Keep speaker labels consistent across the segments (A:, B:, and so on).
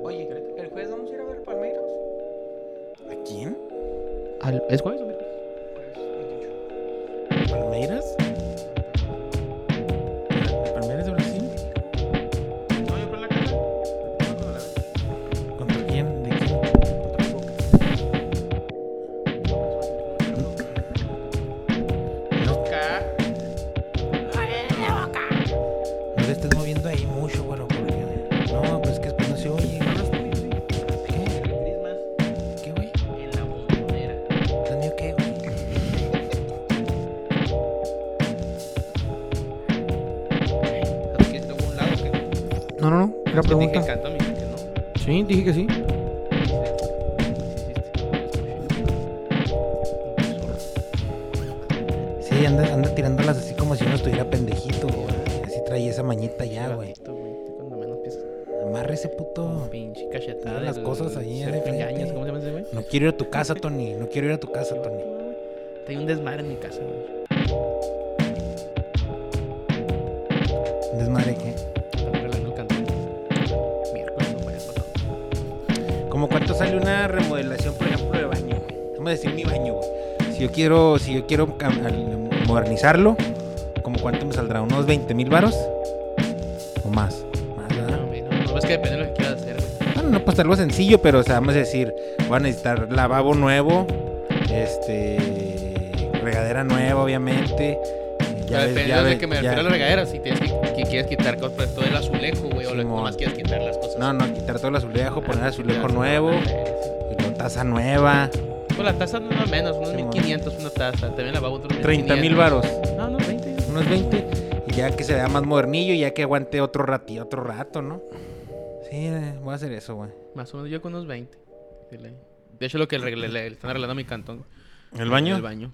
A: Oye, Greta, ¿el jueves vamos a ir a ver Palmeiras?
B: ¿A quién?
C: Al- ¿Es jueves o miércoles?
A: Pues, 28.
B: ¿Palmeiras? ¿Palmeiras de Brasil?
A: No, yo por la casa. No, cuando la vez.
B: ¿Contra quién? ¿De quién?
A: Loca.
B: No te estés moviendo ahí mucho, bueno, porque... No, pues que después no se oye. ¿Qué?
A: Crismas
B: ¿Qué, güey?
A: en la bombonera.
B: ¿Lo mío qué, güey?
A: Aquí está un lado que te
C: No, no, no. Era
A: dije que
C: pregunta.
A: canto, mira que no.
C: Sí, dije que sí.
B: Sí, anda, anda tirándolas así como si uno estuviera pendejito, güey. Así traía esa mañita ya, güey.
A: Cuando menos piensas.
B: Amarre ese puto.
A: Pinche cachetada.
B: Mira las
A: del
B: cosas ahí de
A: Sergio
B: frente.
A: Yáñez, ¿Cómo se llama ese güey?
B: No quiero ir a tu casa, Tony. No quiero ir a tu casa, Tony.
A: Hay un desmadre en mi casa, güey.
B: Un Desmadre, ¿qué?
A: Están arreglando el cantón. Miércoles, no vayas pasado.
B: ¿Cómo cuánto sale una remodelación, por ejemplo, de baño? güey? Vamos a decir mi baño, güey. Si yo quiero, si yo quiero cam- al- modernizarlo, ¿cómo cuánto me saldrá? ¿Unos 20 mil varos? ¿O más? Más, ¿verdad?
A: No, güey, no, no, es que depende de lo que quieras hacer, güey.
B: Bueno, no, pues algo sencillo, pero o sea, vamos a decir, voy a necesitar lavabo nuevo, este regadera nueva, obviamente.
A: Ya depende
B: ya
A: de
B: ves-
A: que me
B: ya-
A: refiero a la regadera. Si tienes que, que quieres quitar cosas, pues, todo el azulejo, güey. O lo-
B: Simón.
A: nomás quieres quitar las cosas.
B: No, no, quitar todo el azulejo, poner azulejo
A: Ya,
B: nuevo, y luego taza nueva,
A: Pues la tasa no es menos, unos
B: Simón.
A: 1500 una tasa. También la va a otro
B: 30 mil varos,
A: No, no, 20.
B: unos 20, y ya que se vea más modernillo, y ya que aguante otro ratito, otro rato, ¿no? Sí, eh, voy a hacer eso, güey.
A: Más o menos yo con unos 20. dile. De hecho, lo que le, le- le están arreglando a mi cantón.
B: ¿El baño?
A: El baño.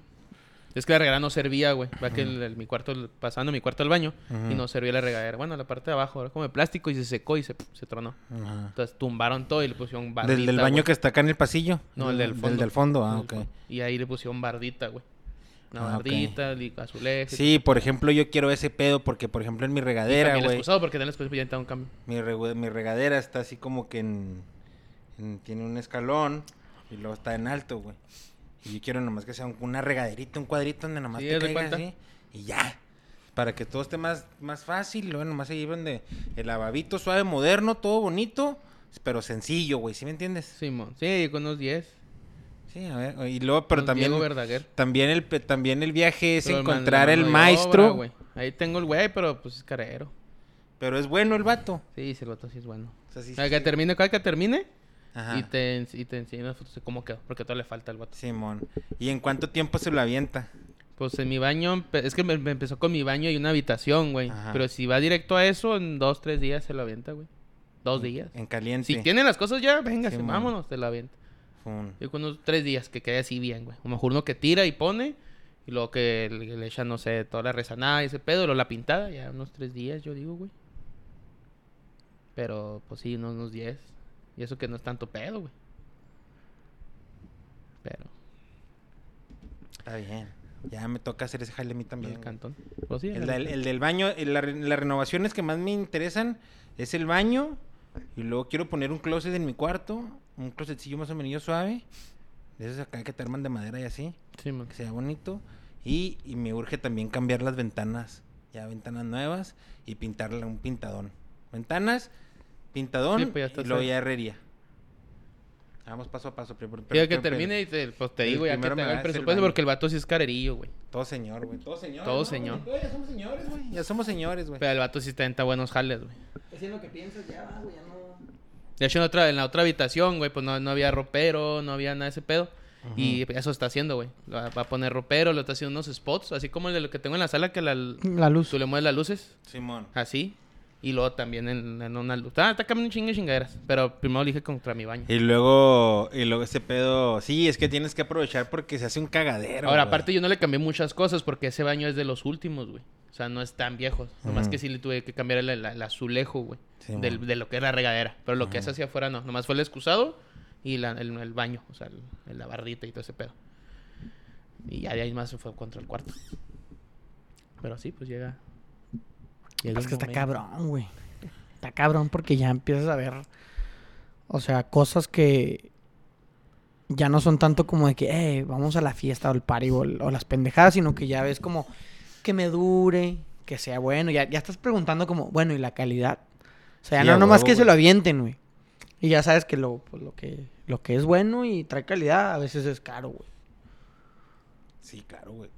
A: Es que la regadera no servía, güey. Va que el- el- mi cuarto, el- pasando mi cuarto al baño,
B: Ujú.
A: y no servía la regadera. Bueno, la parte de abajo era como de plástico y se secó y se, se tronó.
B: Ajá.
A: Entonces tumbaron todo y le pusieron bardita.
B: ¿Del, del baño
A: güey.
B: que está acá en el pasillo?
A: No, el del fondo.
B: del fondo, ah,
A: El
B: ok.
A: fondo. Y ahí le pusieron bardita, güey. Una
B: Ah, ok.
A: bardita, li- azulejo.
B: Sí, por ejemplo, yo quiero ese pedo porque, por ejemplo, en mi regadera,
A: También el
B: güey,
A: excusado porque también el excusado ya necesitaba un cambio.
B: mi, regu- mi regadera está así como que en, en- tiene un escalón y luego está en alto, güey. Y yo quiero nomás que sea un- una regaderita, un cuadrito donde nomás
A: Sí,
B: te
A: haz de
B: caiga
A: cuenta.
B: así y ya. Para que todo esté más, más fácil, luego nomás se llevan de el lavabito suave, moderno, todo bonito, pero sencillo, güey, ¿sí me entiendes?
A: Simón. Sí, con unos 10.
B: Sí, a ver, y luego, pero
A: Unos
B: también,
A: Diego Verdaguer.
B: también, el, pe- también el viaje es
A: Pero el man-
B: encontrar
A: la
B: el
A: mano de obra,
B: maestro,
A: güey. Ahí tengo el güey, pero pues es carero.
B: pero es bueno el vato.
A: Sí, sí, el vato sí es bueno.
B: O sea, sí-
A: Cada
B: sí-
A: que termine, cada que termine,
B: Ajá.
A: y te, ens- y te enseño las fotos de cómo quedó, porque todo le falta al vato.
B: Simón. ¿Y en cuánto tiempo se lo avienta?
A: Pues en mi baño, empe- es que me, me empezó con mi baño y una habitación, güey.
B: Ajá.
A: Pero si va directo a eso, en dos, tres días se lo avienta, güey. Dos días.
B: En caliente.
A: Si tiene las cosas ya, véngase,
B: Sí, man.
A: vámonos, te la avienta.
B: Fun.
A: Yo con unos tres días que quede así bien, güey. A lo mejor uno que tira y pone, y luego que le, le echa, no sé, toda la resanada y ese pedo, y luego la pintada, ya unos tres días, yo digo, güey. Pero, pues sí, unos, unos diez. Y eso que no es tanto pedo, güey. Pero,
B: Está bien. Ya me toca hacer ese jale a mí también.
A: el
B: güey.
A: cantón. Pues sí,
B: El,
A: el
B: del- el del baño, el- la re- las renovaciones que más me interesan es el baño. Y luego quiero poner un closet en mi cuarto. Un closetcillo más o menos suave. De esos acá que te arman de madera y así.
A: Sí, man.
B: Que sea bonito. Y, y me urge también cambiar las ventanas. Ya ventanas nuevas. Y pintarle un pintadón. Ventanas, pintadón
A: Sí, pues ya está
B: y luego
A: cerca.
B: ya herrería. Vamos paso a paso. pri- pri-
A: Pero que
B: pri- pri-
A: termine y te, pues te
B: el
A: digo ya que
B: primero
A: te
B: me
A: haga el
B: das el
A: presupuesto
B: baño.
A: porque el vato sí es carerillo, güey.
B: Todo señor, güey. Todo señor.
A: Todo
B: ¿no?
A: señor.
B: Güey, ya somos señores, güey. Ya somos señores,
C: pues.
B: güey.
A: Pero el vato sí está en buenos jales, güey.
C: Es lo que piensas, ya vas, güey, ya no.
A: De hecho, en, otra, en la otra habitación, güey, pues no, no había ropero, no había nada de ese pedo. Y eso está haciendo, güey. Va, va a poner ropero, lo está haciendo unos spots, así como el de lo que tengo en la sala, que la,
C: La luz.
A: tú le mueves las luces,
B: Simón.
A: así. Y luego también en, en una luz. Ah, está cambiando chingue chingaderas. Pero primero dije contra mi baño.
B: Y luego, y luego ese pedo. Sí, es que tienes que aprovechar porque se hace un cagadero.
A: Ahora,
B: güey.
A: aparte, yo no le cambié muchas cosas porque ese baño es de los últimos, güey. O sea, no es tan viejo. Nomás
B: Ujú.
A: que sí le tuve que cambiar el, el- el azulejo, güey.
B: Sí,
A: del-
B: mon.
A: de lo que es la regadera. Pero lo que es hacia afuera no. Nomás fue el excusado y la- el, el baño. O sea, el- la barrita y todo ese pedo. Y ya de ahí más se fue contra el cuarto. Pero sí, pues llega. llega
C: Es
A: un
C: que está
A: momento.
C: cabrón, güey. Está cabrón porque ya empiezas a ver.
D: O sea, cosas que ya no son tanto como de que, eh, vamos a la fiesta o el party o, el- o las pendejadas, sino que ya ves como que me dure, que sea bueno. Ya, ya estás preguntando como, bueno, ¿y la calidad? O sea, ya
B: Sí, a
D: no nomás
B: huevo,
D: que se
B: güey.
D: lo avienten, güey. Y ya sabes que lo, pues, lo que lo que es bueno y trae calidad a veces es caro, güey.
B: Sí, claro, güey.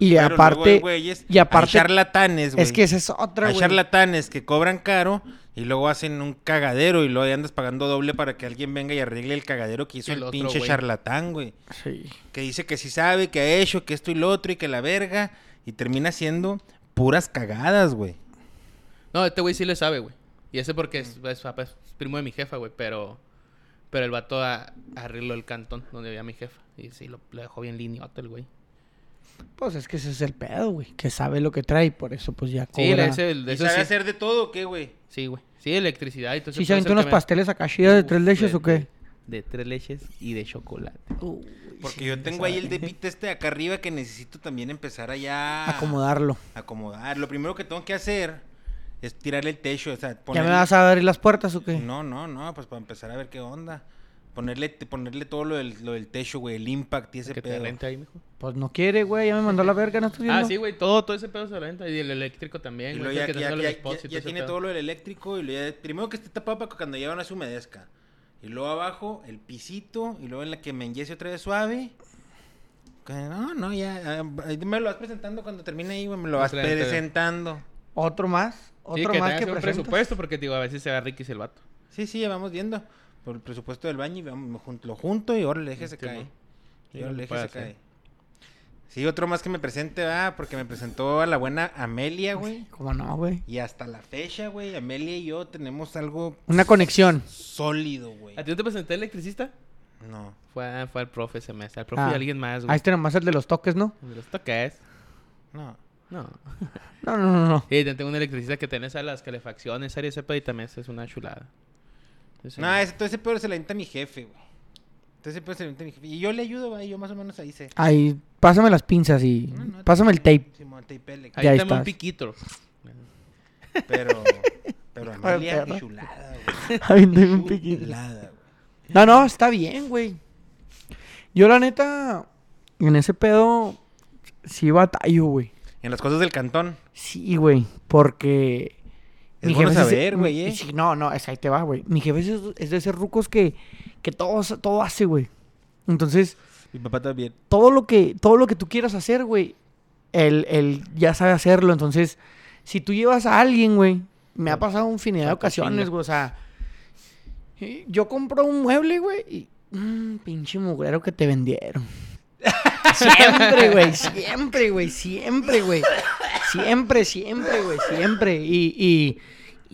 D: Y
B: Pero luego hay
D: aparte,
B: güeyes-
D: y aparte-
B: hay charlatanes, güey.
D: es que esa es otra,
B: Hay
D: güey.
B: charlatanes que cobran caro y luego hacen un cagadero y luego ahí andas pagando doble para que alguien venga y arregle el cagadero que hizo
A: El
B: el,
A: otro
B: pinche
A: güey.
B: charlatán, güey.
D: Sí.
B: Que dice que sí sabe, que ha hecho, que esto y lo otro y que la verga. Y termina siendo puras cagadas, güey.
A: No, este güey sí le sabe, güey. Y ese porque es, es- es primo de mi jefa, güey, pero... Pero el vato a- arregló el cantón donde había mi jefa. Y sí, lo, lo dejó bien lineote el güey.
D: Pues es que ese es el pedo, güey. Que sabe lo que trae, y por eso pues ya cobra.
A: Sí, le- ese, el-
B: ¿Y
A: eso
B: sabe
A: sí.
B: hacer de todo o qué, güey?
A: Sí, güey. Sí, electricidad y todo
D: ¿Sí
A: ese
D: se
A: pedo,
D: aventó unos
A: que me-
D: pasteles acá chidas de
A: Uf,
D: tres leches o
A: de-
D: qué?
A: De tres leches y de chocolate.
B: Porque yo tengo ahí el debite este de acá arriba que necesito también empezar allá
D: Acomodarlo.
B: acomodar. Lo primero que tengo que hacer es tirarle el techo, o sea,
D: ¿Ya
B: ponerle-
D: me vas a abrir las puertas o qué?
B: No, no, no, pues para empezar a ver qué onda. Ponerle, te- ponerle todo lo del, lo del techo, güey, el impact y ese
A: Que te
B: pedo.
A: rente ahí, mijo.
D: Pues no quiere, güey. Ya me mandó a la verga, ¿no estás viendo?
A: Ah, sí, güey. Todo, todo ese pedo se lo renta. Y el eléctrico
B: Y
A: también.
B: luego
A: güey.
B: ya,
A: Es el que
B: ya-
A: te hace
B: ya-
A: los spots y
B: ya- ya
A: ese
B: tiene
A: pedo.
B: todo lo del eléctrico y luego ya- primero que esté tapado para que cuando llevan no se humedezca. Y luego abajo, el pisito, y luego en la que me enyese otra vez suave. Que No, no, ya, ah, ahí me lo vas presentando cuando termine ahí, güey, me lo vas
A: Excelente.
B: presentando.
D: Otro más.
A: Sí,
D: Otro
A: que tengas
D: más que
A: un
D: presentas.
A: presupuesto porque, digo, a veces se va Ricky el vato.
B: Sí, sí, ya vamos viendo. Por el presupuesto del baño y vamos- me jun- lo junto y ahora le deje se
A: Sí,
B: cae.
A: mo.
B: Y
A: Sí,
B: ahora
A: lo
B: le
A: puede
B: se
A: hacer.
B: cae. Sí, otro más que me presente, ah, porque me presentó a la buena
A: Ah,
B: Amelia, güey.
D: ¿Cómo no, güey?
B: Y hasta la fecha, güey, Amelia y yo tenemos algo
D: Una conexión.
B: sólido, güey.
A: ¿A ti no te presenté el electricista?
B: No.
A: Fue, fue al profe ese mes. Al profe
D: Ah.
A: y alguien más,
D: Ahí
A: güey.
D: está nomás el de los toques, ¿no?
A: De los toques.
B: No.
A: No.
D: No, no, no, no.
A: Y tengo un electricista que tenés a las calefacciones, área ese pedo y también es una chulada. Ese
B: No,
A: güey.
B: ese, todo ese pedo se la inventa mi jefe, güey. Todo ese pedo se la inventa mi jefe. Y yo le ayudo, güey, yo más o menos ahí sé.
D: Ahí, pásame las pinzas y
A: Mm.
B: No, no,
D: pásame el tape.
B: Simón, tapele,
A: Ahí
D: ya
A: está un
D: estás.
A: piquito.
B: Pero, pero Amelia,
D: perro.
B: chulada,
D: Ahí tengo un
B: güey.
D: piquín.
B: Chulada, güey.
D: No, no, está bien, güey. Yo la neta, en ese pedo, sí batallo, güey.
B: En las cosas del cantón.
D: Sí, güey, porque...
B: Es bueno
D: jefe es-
B: saber,
D: mi-
B: güey, ¿eh?
D: sí, no, no, es que ahí te va, güey. Mi jefe es, es de esos rucos que, que todo, todo hace, güey. Entonces,
B: Mi papá también.
D: todo lo que, todo lo que tú quieras hacer, güey, él, él ya sabe hacerlo. Entonces, si tú llevas a alguien, güey, me ha pasado infinidad de
A: Tanto
D: ocasiones,
A: chinga.
D: güey. O sea, eh, yo compro un mueble, güey, y. mm, pinche mugrero que te vendieron. Siempre, güey, siempre, güey, siempre, güey. Siempre, siempre, güey, siempre. Y, y,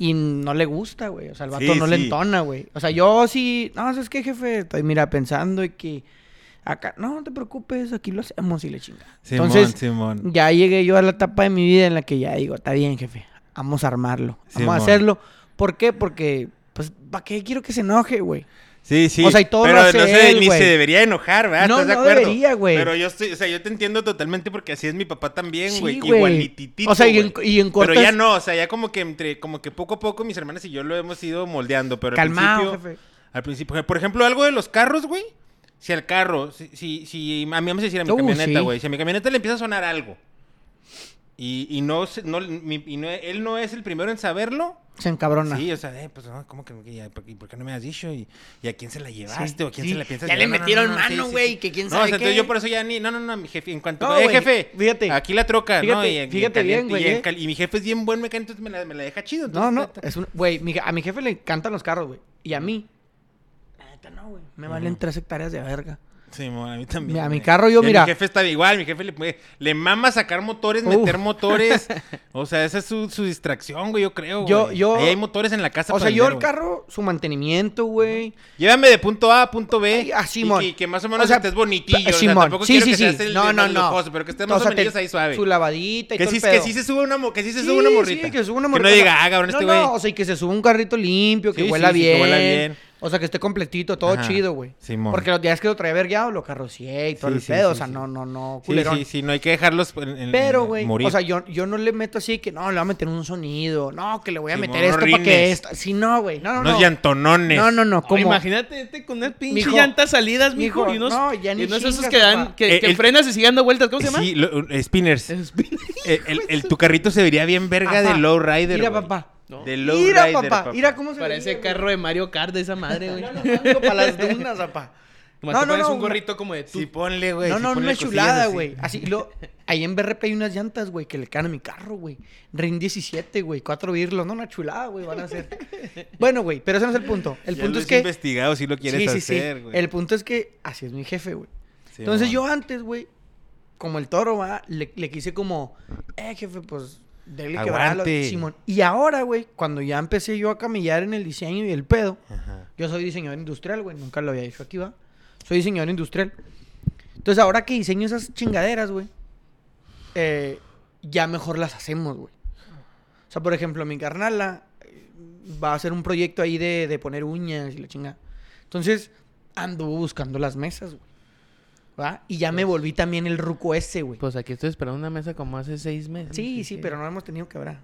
D: y no le gusta, güey. O sea, el vato
B: Sí,
D: no le
B: sí.
D: entona, güey. O sea, yo sí. No, ¿sabes qué, jefe? Estoy, mira, pensando y que. Acá, no, no te preocupes, aquí lo hacemos y le chinga.
B: Simón,
D: Entonces,
B: Simón.
D: ya llegué yo a la etapa de mi vida en la que ya digo, está bien, jefe, vamos a armarlo, vamos
B: Simón.
D: a hacerlo. ¿Por qué? Porque, pues, ¿para qué quiero que se enoje, güey?
B: Sí, sí.
D: O sea, y todo
B: pero
D: lo hace
B: no se,
D: él,
B: ni
D: güey.
B: se debería enojar, ¿verdad?
D: No,
B: ¿Estás de
D: no
B: acuerdo?
D: debería, güey.
B: Pero yo estoy, o sea, yo te entiendo totalmente porque así es mi papá también,
D: Sí,
B: güey.
D: güey.
B: Igualititito.
D: O sea, y en-
B: güey.
D: y en cortas-
B: Pero ya no, o sea, ya como que entre, como que poco a poco mis hermanas y yo lo hemos ido moldeando, pero al
D: Calmado,
B: principio.
D: jefe.
B: Al principio, por ejemplo, algo de los carros, güey. Si al carro, si, si, si- a mí vamos a decir a mi
D: Uh,
B: camioneta,
D: sí.
B: güey. Si a mi camioneta le empieza a sonar algo. Y, y no, se- no, mi- y no- él no es el primero en saberlo.
D: Se encabrona.
B: Sí, o sea, eh, pues no, ¿cómo que no? ¿Y a- por qué- por qué no me has dicho? ¿Y, y a quién se la llevaste? ¿O a quién
D: sí.
B: se la piensas
D: Ya le
B: llevar? No, no,
D: metieron
B: no, no,
D: mano, güey, que quién
B: No,
D: sabe
B: o sea, entonces
D: qué.
B: yo por eso ya ni... No, no, no, mi jefe, en cuanto...
D: No,
B: eh,
D: güey,
B: jefe,
D: fíjate.
B: aquí la troca, ¿no?
D: Fíjate,
B: en- en
D: fíjate bien,
B: caliente,
D: güey,
B: Y, en
D: eh.
B: cal- y mi jefe es bien buen mecánico, entonces me la, me la deja chido.
D: No,
B: entonces,
D: no,
B: ta- ta-
D: es un... Güey, mi- a mi jefe le encantan los carros, güey. Y a mí, la neta no, güey. Me valen tres hectáreas de verga.
B: Sí, mo, a mí también.
D: A mi
B: güey.
D: carro yo,
B: Y a
D: mira.
B: Mi jefe está igual, mi jefe le, puede- le mama sacar motores,
D: Uf.
B: meter motores. O sea, esa es su, su distracción, güey, yo creo.
D: Yo-
B: güey.
D: yo-
B: Ahí hay motores en la casa.
D: O
B: para
D: sea, yo
B: vender, güey.
D: el carro, su mantenimiento, güey.
B: Llévame de punto A a punto B.
D: Ay, ah, Simón.
B: Y que, que más o menos
D: O sea,
B: estés bonitillo.
D: Eh,
B: o sea, tampoco quiero que seas el
D: no,
B: el
D: no,
B: más
D: no.
B: lujoso, pero que estés
D: O
B: más o
D: sea,
B: menos
D: te-
B: ahí suave.
D: Su lavadita y
B: Que
D: todo
B: sí,
D: el pedo.
B: que sí se suba una, mo- que sí se suba una morrita.
D: Sí, que se suba una
B: Que no
D: morrita. O sea,
B: diga, ah, cabrón, este
D: no,
B: güey.
D: no, o sea, y que se suba un carrito limpio, que
B: Sí,
D: huela
B: sí, sí,
D: bien.
B: que huela bien.
D: O sea, que esté completito, todo
B: Ajá,
D: chido, güey.
B: Simón.
D: Porque los días que lo traía vergueado, lo carrocié y todo
B: Sí,
D: el
B: sí,
D: pedo. o
B: sí,
D: sea,
B: sí.
D: no, no, no,
B: Sí,
D: culerón.
B: sí, sí, no hay que dejarlos en, en-
D: Pero,
B: en-
D: güey,
B: morir.
D: o sea, yo, yo no le meto así que no, le voy a meter un sonido, no, que le voy a
B: Simón,
D: meter esto para que
B: rines.
D: esto. Sí, no, güey, no, no,
B: Unos
D: no.
B: llantonones.
D: No, no, no,
A: Ah,
D: como.
A: imagínate este con unas pinches
D: Mijo,
A: llantas salidas, mijo,
D: mijo,
A: y unos,
D: no, ya ni
A: y unos esos
D: chingas,
A: que dan,
D: papá.
A: que,
B: Eh,
A: que
B: el-
A: frenas y siguen dando vueltas, ¿cómo se llama?
B: Sí, lo- eh, spinners.
A: Es spin-
B: Eh, El, el- tu carrito se vería bien verga
D: Ajá.
B: de lowrider.
D: Mira,
B: güey.
D: papá.
A: No.
B: De lowrider,
D: Mira, papá. Mira cómo se
A: Parece
D: veía,
A: carro de Mario Kart de esa madre, güey.
D: güey. Yo para las dunas, papá.
A: Nomás
D: No,
A: te
D: no,
A: pones
D: no,
A: un
D: una-
A: gorrito como de tú.
B: Sí, ponle, güey.
D: No,
B: sí,
D: no,
B: ponle
D: una
B: cosillas
D: chulada,
B: así.
D: güey. Así, lo, ahí en BRP hay unas llantas, güey, que le caen a mi carro, güey. RIN 17, güey, cuatro birlos. No, una chulada, güey, van a hacer. bueno, güey, pero ese no es el punto. El
B: Ya
D: punto
B: lo
D: es
B: has
D: que.
B: investigado si lo quieres
D: sí, sí, sí.
B: hacer, güey.
D: El punto es que así es mi jefe, güey.
B: Sí,
D: Entonces
B: mamá.
D: yo antes, güey, como el toro, va, le, le quise como, eh, jefe, pues, dele quebrarlo,
B: Aguante.
D: Simón. Y ahora, güey, cuando ya empecé yo a camillar en el diseño y el pedo,
B: Ajá.
D: yo soy diseñador industrial, güey, nunca lo había dicho aquí, va. Soy diseñador industrial. Entonces ahora que diseño esas chingaderas, güey, eh, ya mejor las hacemos, güey. O sea, por ejemplo, mi carnala eh, va a hacer un proyecto ahí de, de poner uñas y la chingada. Entonces, anduvo buscando las mesas, güey. ¿Va? Y ya me volví también el ruco ese, güey.
A: Pues aquí estoy esperando una mesa como hace seis meses.
D: sí, sí, pero no hemos tenido que hablar.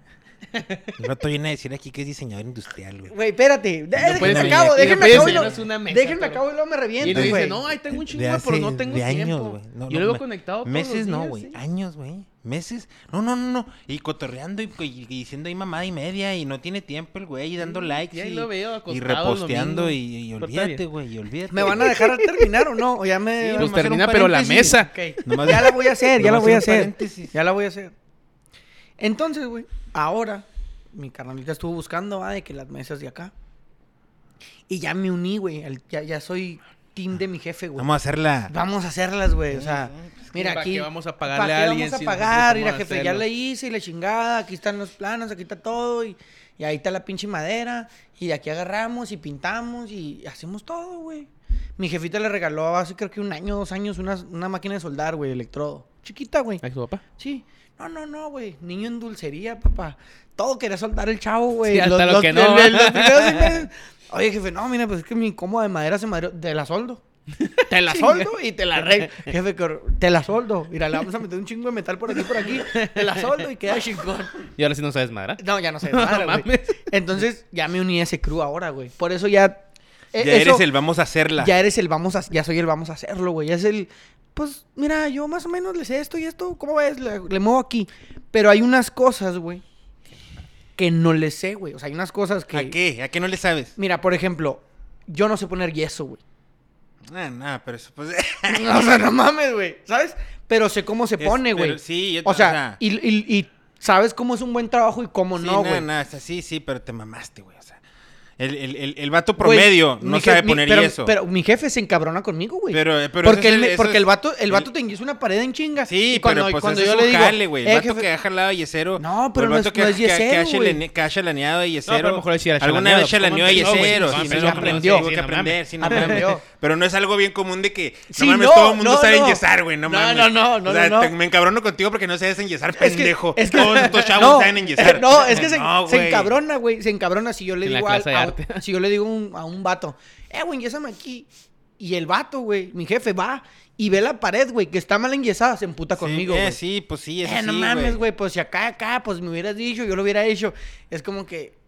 B: El rato viene a decir aquí que es diseñador industrial, güey.
D: Güey, espérate.
A: puedes
D: Déjenme
A: enseñar-
D: acabo,
A: no
D: déjenme
A: puedes
D: acabo. y
A: enseñarnos una
D: lo-
A: mesa,
D: Déjenme
A: pero-
D: acabo y luego me
A: Y
D: reviento,
A: le
D: güey.
A: dice, no, ahí tengo un chingo, güey, pero no tengo
B: de años,
A: tiempo.
B: güey. No,
A: Yo
B: no,
A: lo he
B: me-
A: conectado todos
B: Meses
A: los
B: no,
A: días,
B: güey.
A: sí.
B: Años, güey. Meses. No, no, no, no. Y cotorreando y, y- y diciendo ahí mamada y media y no tiene tiempo el güey y dando
A: Sí,
B: likes.
A: y ahí
B: y,
A: lo veo acostado
B: y
A: el
B: reposteando y,
A: domingo.
B: y
A: Pero está
B: olvídate,
A: bien.
B: güey. Y olvídate.
D: ¿Me van a dejar terminar o no? O ya me.
A: Sí,
D: van
A: pues
D: a
B: nomás era un
A: termina, pero la
B: paréntesis.
A: mesa.
D: Ok,
B: Nomás-
D: ya la voy a hacer, ya la
B: nomás
D: voy a
B: un
D: hacer.
B: paréntesis.
D: Ya la voy a hacer. Entonces, güey, ahora mi carnalita estuvo buscando, va, de que las mesas de acá. Y ya me uní, güey. al- Ya, ya soy team de mi jefe, güey.
B: Vamos a hacerla.
D: Vamos a hacerlas, güey. O sea, mira
A: ¿para
D: aquí.
A: qué vamos a pagarle
D: ¿para
A: a
D: qué
A: alguien
D: Vamos
A: si
D: a
A: nosotros
D: pagar, mira,
A: podemos
D: jefe, ya
A: hacerlo?
D: la hice y la chingada. Aquí están los planos, aquí está todo. Y, y ahí está la pinche madera. Y de aquí agarramos y pintamos y hacemos todo, güey. Mi jefita le regaló hace creo que un año, dos años, una, una máquina de soldar, güey, electrodo. Chiquita, güey.
A: Ay, su papá.
D: Sí. No, no, no, güey. Niño en dulcería, papá. Todo quería soltar el chavo, güey.
A: Sí, hasta lo que no,
D: los-
A: ¿va?
D: los primeros seis meses. Oye, jefe, no, mira, pues es que mi cómoda de madera se madre. Te la soldo. Te la soldo y te la arreglo. Jefe, cor- te la soldo. Mira, le vamos a meter un chingo de metal por aquí, por aquí. Te la soldo y queda chingón.
A: Y ahora sí no sabes madre.
D: No, ya no sé.
A: No
D: madre, güey.
A: mames.
D: Entonces, ya me uní a ese crew ahora, güey. Por eso ya. eh,
B: Ya eres
D: eso-
B: el vamos a hacerla.
D: ya eres el vamos a, ya soy el vamos a hacerlo, güey. Ya es el, pues, mira, yo más o menos le sé esto y esto, ¿cómo ves? Le, le muevo aquí. Pero hay unas cosas, güey, que no le sé, güey. O sea, hay unas cosas que...
B: ¿A qué? ¿A qué no le sabes?
D: Mira, por ejemplo, yo no sé poner yeso, güey.
B: Ah, nada, pero eso pues...
D: o sea, no mames, güey, ¿sabes? Pero sé cómo se
B: Es-
D: pone,
B: pero
D: güey.
B: sí, yo-
D: o
B: o
D: sea,
B: sea-
D: y, y- y sabes cómo es un buen trabajo y cómo
B: Sí,
D: no,
B: no,
D: güey.
B: no, o sea, sí, sí, pero te mamaste, güey. O sea, el, el, el, el vato
D: Güey,
B: promedio no
D: mi je-
B: sabe
D: mi-
B: poner
D: pero,
B: yeso.
D: Pero mi jefe se encabrona conmigo, güey.
B: Pero- pero ese
D: porque
B: es
D: él
B: el-
D: me-
B: eso
D: porque
B: es-
D: el vato, el vato
B: el-
D: te enguisa una pared en chinga.
B: Sí,
D: Y cuando,
B: pero pues
D: cuando
B: ese
D: yo
B: es
D: le
B: un
D: digo,
B: jale, güey. El
D: "Eh,
B: vato
D: jefe,
B: que ha jalado yesero.
D: No,
B: o
D: pero
B: el
D: no
B: vato
D: es- no es
B: ha- ha-
D: yesero,
B: ha
D: güey.
B: chalene- que ha chalaneado de yesero.
A: No, pero a lo mejor sí era
B: Alguna
A: chalaneado,
B: vez
A: pues, ¿cómo
B: chalaneó de
A: no, güey?
B: yesero.
A: No,
B: sí,
A: pero
B: no,
A: ya
B: no,
A: aprendió,
B: Tuvo
A: sí, no
B: que
A: mames.
B: aprender, sí, no
D: Aprendió.
B: mames. Pero no es algo bien común de que,
D: Sí,
B: no mames,
D: no,
B: todo el mundo
D: no,
B: sabe
D: no.
B: enyesar, güey. No
D: No,
B: mames.
D: no, no, no,
B: O sea,
D: no,
B: te-
D: no.
B: me encabrono contigo porque no sabes enyesar,
D: Es que-
B: pendejo.
D: es que-
B: Todos estos chavos
D: No, eh,
B: saben enyesar.
D: No, es que se,
B: No,
D: se
B: güey.
D: encabrona, güey. Se encabrona si yo le
A: En la
D: digo al-
A: clase de
D: a,
A: arte.
D: si yo le digo un- a un vato, eh, güey, enyésame aquí. Y el vato, güey, mi jefe, va y ve la pared, güey, que está mal enyesada, se emputa
B: Sí,
D: conmigo,
B: eh,
D: güey.
B: Sí, pues sí, eso
D: Eh, no
B: sí,
D: mames, güey, pues si acá, acá, pues me hubieras dicho, yo lo hubiera hecho. Es como que,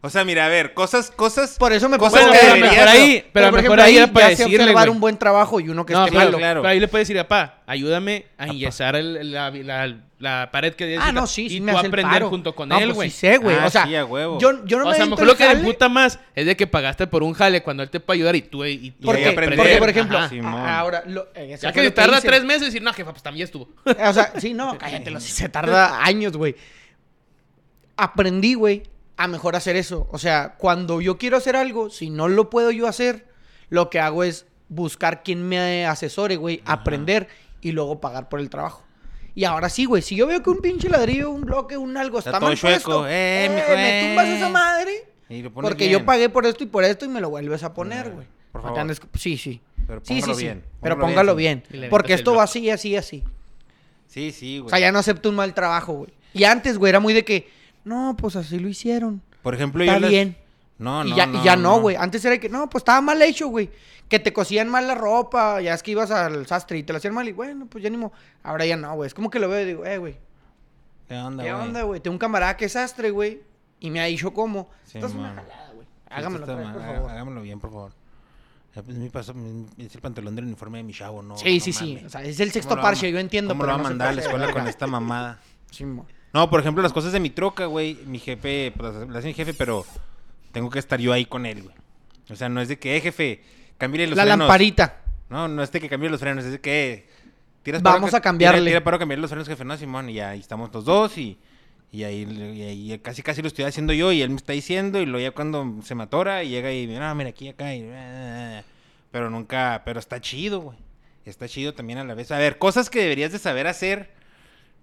B: O sea, mira, a ver, cosas, cosas.
D: Por eso me
B: cosas
D: pongo
B: que
D: verde.
B: deberías-
A: Pero ahí- pero a lo
D: por
A: mejor
D: ejemplo,
A: ahí era para
D: ya sé
A: decirle,
D: observar
A: güey.
D: un buen trabajo y uno que
A: No,
D: esté
A: claro,
D: malo.
A: claro. Pero ahí le puedes decir, papá, ayúdame a enyesar el- la, la- la pared que
D: Ah, no, sí, sí
A: Y
D: me
A: tú
D: hace el
A: aprender
D: paro.
A: junto con
D: No,
A: él,
D: pues
A: güey.
D: sí sé, güey.
B: Ah,
D: o sea,
B: sí, a huevo.
D: yo, yo no
A: o
D: me
A: sea, a lo
D: aviento
A: mejor
D: el
A: lo que te
D: jale.
A: emputa más es de que pagaste por un jale cuando él te puede ayudar y tú... Y tú
B: Porque-
A: ahí
B: aprender.
D: porque, por ejemplo,
A: Ajá.
B: Sí.
D: a-
B: Simón.
D: ahora... lo- eh, eso
A: Ya
D: fue
A: que
D: lo
A: tarda
D: hice.
A: tres meses y decir, no, jefa, pues también estuvo.
D: O sea, sí, no, cállate, lo- se tarda años, güey. Aprendí, güey, a mejor hacer eso. O sea, cuando yo quiero hacer algo, si no lo puedo yo hacer, lo que hago es buscar quien me asesore, güey, aprender y luego pagar por el trabajo. Y ahora sí, güey, si yo veo que un pinche ladrillo, un bloque, un algo está,
B: Está todo
D: mal
B: chueco.
D: puesto,
B: Eh,
D: eh,
B: mijo,
D: me tumbas
B: eh.
D: esa madre
B: Y lo pones
D: porque
B: bien.
D: yo pagué por esto y por esto y me lo vuelves a poner,
B: Claro,
D: güey.
B: por
D: No te
B: favor.
D: andes- Sí, sí.
B: Pero
D: sí, sí,
B: póngalo
D: sí.
B: bien,
D: Pero
B: póngalo bien,
D: póngalo
B: señor.
D: bien.
A: Y le
D: Porque
A: aventas el
D: esto va
A: bloque.
D: así, así, así.
B: Sí, sí, güey.
D: O sea, ya no acepto un mal trabajo, güey. Y antes, güey, era muy de que, no, pues así lo hicieron.
B: Por ejemplo,
D: Está
B: yo las-
D: bien.
B: No,
D: y
B: no,
D: ya, y ya no,
B: no.
D: güey. Antes era que, no, pues estaba mal hecho, güey. Que te cosían mal la ropa, ya es que ibas al sastre y te lo hacían mal y bueno, pues ya ni mo- Ahora ya no, güey. Es como que lo veo y digo, eh, güey,
B: ¿Qué onda,
D: ¿qué
B: güey?
D: onda, güey? Tengo un camarada que es sastre, güey. Y me ha dicho cómo. Esto es una
B: Simón.
D: jalada, güey.
B: Sí, este
D: Hágamelo,
B: esto está
D: otra vez,
B: mal.
D: por
B: Há-
D: favor.
B: Hágamelo bien, por favor. Ya, pues, mi paso, mi- es el pantalón del uniforme de mi chavo, ¿no?
D: Sí,
B: no
D: sí, sí.
B: mames.
D: O sea, es el
B: ¿Cómo
D: sexto
B: lo va a
D: parche,
B: ma-
D: yo entiendo.
B: ¿Cómo lo va a
D: no se
B: mandar a la
D: pase
B: escuela con
D: verga.
B: esta mamada?
D: Sí, mo.
B: No, por ejemplo, las cosas de mi troca, güey. Mi jefe, pues las las hace mi jefe, pero tengo que estar yo ahí con él, güey. O sea, no es de que, eh, jefe, cambie los
D: La
B: frenos.
D: lamparita.
B: No, no es de que cambie los frenos, es de que eh, tiras
D: Vamos
B: ca-
D: a cambiarle.
B: Tira, tira paro a cambiar los frenos, jefe, no, Simón, y ya ahí estamos los dos y, y ahí, y ahí casi casi lo estoy haciendo yo y él me está diciendo y luego ya cuando se me atora y llega y no, mira aquí acá y eh, pero nunca, pero está chido, güey. Está chido también a la vez. A ver, cosas que deberías de saber hacer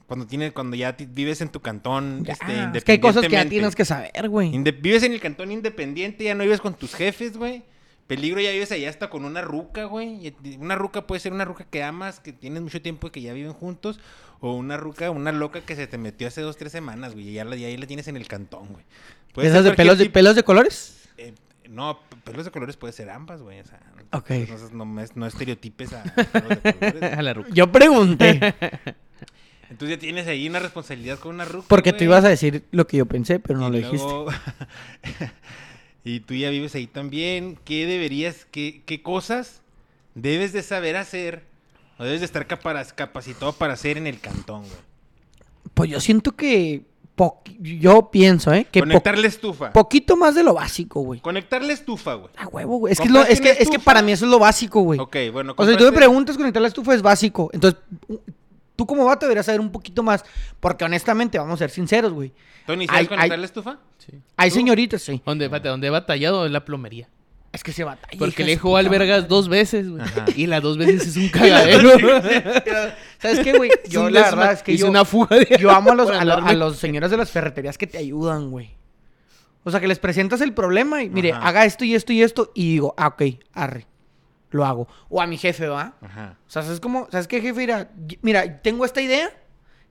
B: cuando tienes cuando ya ti- vives en tu cantón
D: Ya,
B: este,
D: es que hay cosas que ya
B: independientemente.
D: tienes que saber, güey.
B: Inde- vives en el cantón independiente, ya no vives con tus jefes, güey. Peligro ya vives allá hasta con una ruca, güey. Y- Una ruca puede ser una ruca que amas, que tienes mucho tiempo y que ya viven juntos. O una ruca, una loca que se te metió hace dos, tres semanas, güey. Y ya la, ya ahí la tienes en el cantón, güey. Puede ser
D: ¿Esas de
B: cualquier
D: pelos de,
B: tipo-
D: pelos de colores?
B: eh, no, p- pelos de colores puede ser ambas, güey. O sea, no-
D: Ok.
B: no, no, me- no estereotipes a, a pelos de colores. güey.
A: A la ruca.
D: Yo pregunté.
B: Entonces ya tienes ahí una responsabilidad con una ruca.
D: Porque
B: tú
D: tú ibas a decir lo que yo pensé, pero no
B: y
D: lo dijiste.
B: luego- y tú ya vives ahí también. ¿Qué deberías, qué, qué cosas debes de saber hacer o debes de estar capara- capacitado para hacer en el cantón, güey?
D: Pues yo siento que. po- Yo pienso, ¿eh? Que po-
B: Conectar la estufa.
D: poquito más de lo básico, güey.
B: Conectar la estufa, güey.
D: A huevo, güey. Es que, es lo- es,
B: ¿Compraste
D: que,
B: una
D: es que
B: estufa?
D: para mí eso es lo básico, güey.
B: Ok, bueno.
D: O sea, si tú me
B: compraste-
D: preguntas conectar la estufa es básico. Entonces, tú como vato deberías saber un poquito más. Porque honestamente, vamos a ser sinceros, güey.
B: Tony, ¿sabes
D: Ay,
B: conectar
D: ay.
B: la estufa?
A: Sí.
D: Hay
B: ¿Tú?
D: señoritas, sí.
A: Donde, espérate, donde he batallado es la plomería.
D: Es que se batalla.
A: Porque
D: hija
A: le
D: de
A: he
D: su
A: jugado al
D: puta madre.
A: vergas dos veces, güey.
B: Ajá.
A: Y las dos veces es un cagadero.
D: ¿Sabes qué, güey?
A: Es
D: Yo
A: un
D: la
A: desma-
D: verdad es que
A: hice
D: yo,
A: una fuga de
D: yo amo a los,
A: para
D: a, lo- a
A: andarme.
D: los señores de las ferreterías que te ayudan, güey. O sea, que les presentas el problema y, mire,
B: Ajá.
D: haga esto y esto y esto. Y digo, ah, ok, arre. Lo hago. O a mi jefe, ¿va?
B: Ajá.
D: O sea, ¿sabes cómo? ¿Sabes qué, jefe? Mira, y- mira, tengo esta idea,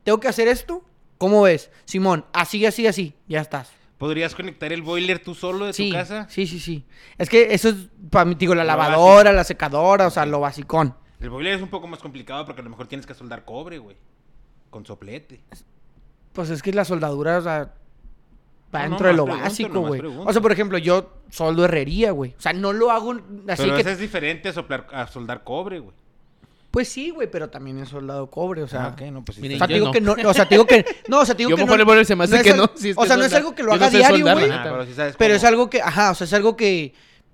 D: tengo que hacer esto. ¿Cómo ves? Simón, así, así, así. Ya estás.
B: ¿Podrías conectar el boiler tú solo de
D: sí,
B: tu casa?
D: Sí, sí, sí. Es que eso es, para mí, digo, la
B: Lo
D: lavadora,
B: básico.
D: la secadora, o sea, lo basicón.
B: El boiler es un poco más complicado porque a lo mejor tienes que soldar cobre, güey. Con soplete.
D: Pues es que la soldadura, o sea, va
B: No,
D: dentro de
B: nomás
D: lo
B: pregunto,
D: básico,
B: nomás
D: güey.
B: pregunto.
D: O sea, por ejemplo, yo soldo herrería, güey. O sea, no lo hago así
B: Pero
D: que...
B: eso es diferente a, soplar, a soldar cobre, güey.
D: Pues sí, güey, pero también he soldado cobre, o sea...
B: Ah, ok, no, pues sí
A: Miren,
D: O
B: está-
D: sea,
A: Yo
D: te digo
A: no.
D: que no, o sea, te digo que no, o sea, te digo
A: Yo
D: que
A: mejor le vuelvo, se me hace
D: es
A: que
D: al-
A: no, si es
D: o
A: que
D: sea, no es
A: soldar.
D: algo que lo
A: Yo no
D: haga
A: sé
D: diario,
A: soldar,
D: güey.
A: la neta.
B: Ah, pero sí sabes
D: Pero
B: cómo.
D: es algo que, ajá, o sea, es algo que.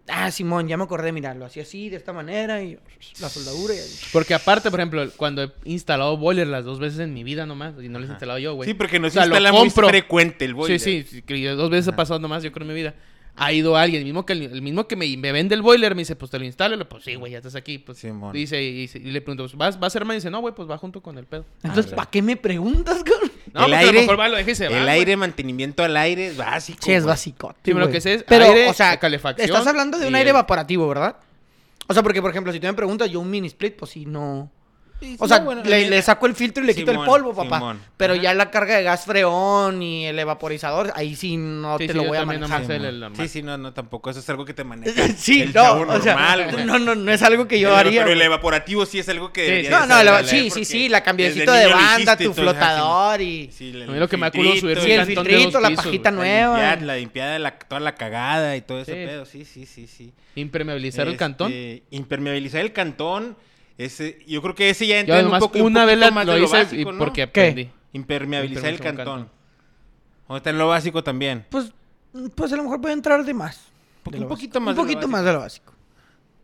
D: Ah, Simón, ya me acordé, mira, lo hacía así, de esta manera, y la soldadura y ahí.
A: Porque aparte, por ejemplo, cuando he instalado boiler las dos veces en mi vida nomás, y no les he instalado yo, güey.
B: Sí, porque no
A: O
B: se
A: sea, lo
B: instala muy
A: compro.
B: frecuente el boiler.
A: Sí, sí, sí, que yo dos veces ha pasado nomás, yo creo en mi vida. Ha ido alguien, el mismo que, el mismo que me, me vende el boiler, me dice, pues te lo instalo. Y le, pues sí, güey, ya estás aquí. Pues,
B: Simón.
A: dice, y, dice- y le pregunto, pues, ¿vas, ¿vas hermano? Y dice, no, güey, pues va junto con el pedo.
D: Entonces,
B: Arre.
D: ¿para qué me preguntas, cabrón?
A: No,
B: el
A: porque a
B: aire,
A: lo mejor va, lo deja y se va,
B: el
A: güey.
B: aire, mantenimiento al aire es básico.
D: Sí, es
B: güey.
D: básico.
A: Sí, pero lo que sé es
D: pero,
A: aire,
D: o sea,
A: calefacción
D: Estás hablando de un
A: y
D: aire
A: el-
D: evaporativo, ¿verdad? O sea, porque, por ejemplo, si tú me preguntas, yo un mini split, pues sí, no. O
B: No,
D: sea,
B: bueno,
D: le,
B: mira,
D: le saco el filtro y le quito el
B: Simón,
D: polvo, papá.
B: Simón.
D: Pero ya la carga de gas freón y el vaporizador, ahí sí no
A: Sí,
D: te
A: sí,
D: lo
A: yo
D: voy a
A: también
D: manejar.
A: nomás el-
B: no.
A: el normal.
B: Sí, sí, no, no, tampoco. Eso es algo que te maneja.
D: Sí,
B: el
D: no,
B: chavo
D: o sea,
B: normal, güey.
D: no, no, no es algo que yo
B: El-
D: haría.
B: Pero el
D: güey.
B: evaporativo sí es algo que.
A: Sí, sí.
B: deberías
D: No,
B: de
D: no,
B: saber
D: la-
B: leer
D: sí,
B: porque
D: sí, sí, la cambiecito
B: desde
D: de
B: niño lo
D: banda,
B: hiciste,
D: tu
B: entonces, ajá,
D: flotador y
B: sí, sí, el
A: A mí lo que me da culo es
B: filtrito,
A: subirme
D: sí,
A: un cantón
D: el
A: de dos
D: filtrito, la
A: pisos,
D: pajita
A: güey.
D: nueva.
B: La limpiada, la limpiada de la- toda la cagada y todo ese
A: eh. Sí.
B: pedo. Sí, sí, sí, sí.
A: Impermeabilizar el
B: Este,
A: cantón.
B: Impermeabilizar el cantón. Ese, yo creo que ese ya entra
A: Yo
B: en un
A: nomás
B: poco un
A: una vez
B: poquito
A: la-
B: más
A: lo
B: de
A: hice y
B: básico, ¿no?
A: porque
D: ¿Qué?
A: aprendí.
B: Impermeabilizar el
A: Impermeabilizar un
B: cantón. O está en lo básico también.
D: Pues, pues a lo mejor puede entrar de más.
B: Porque
D: de lo
B: un poquito
D: básico.
B: más
D: Un
B: de lo
D: poquito
B: básico.
D: más de lo básico.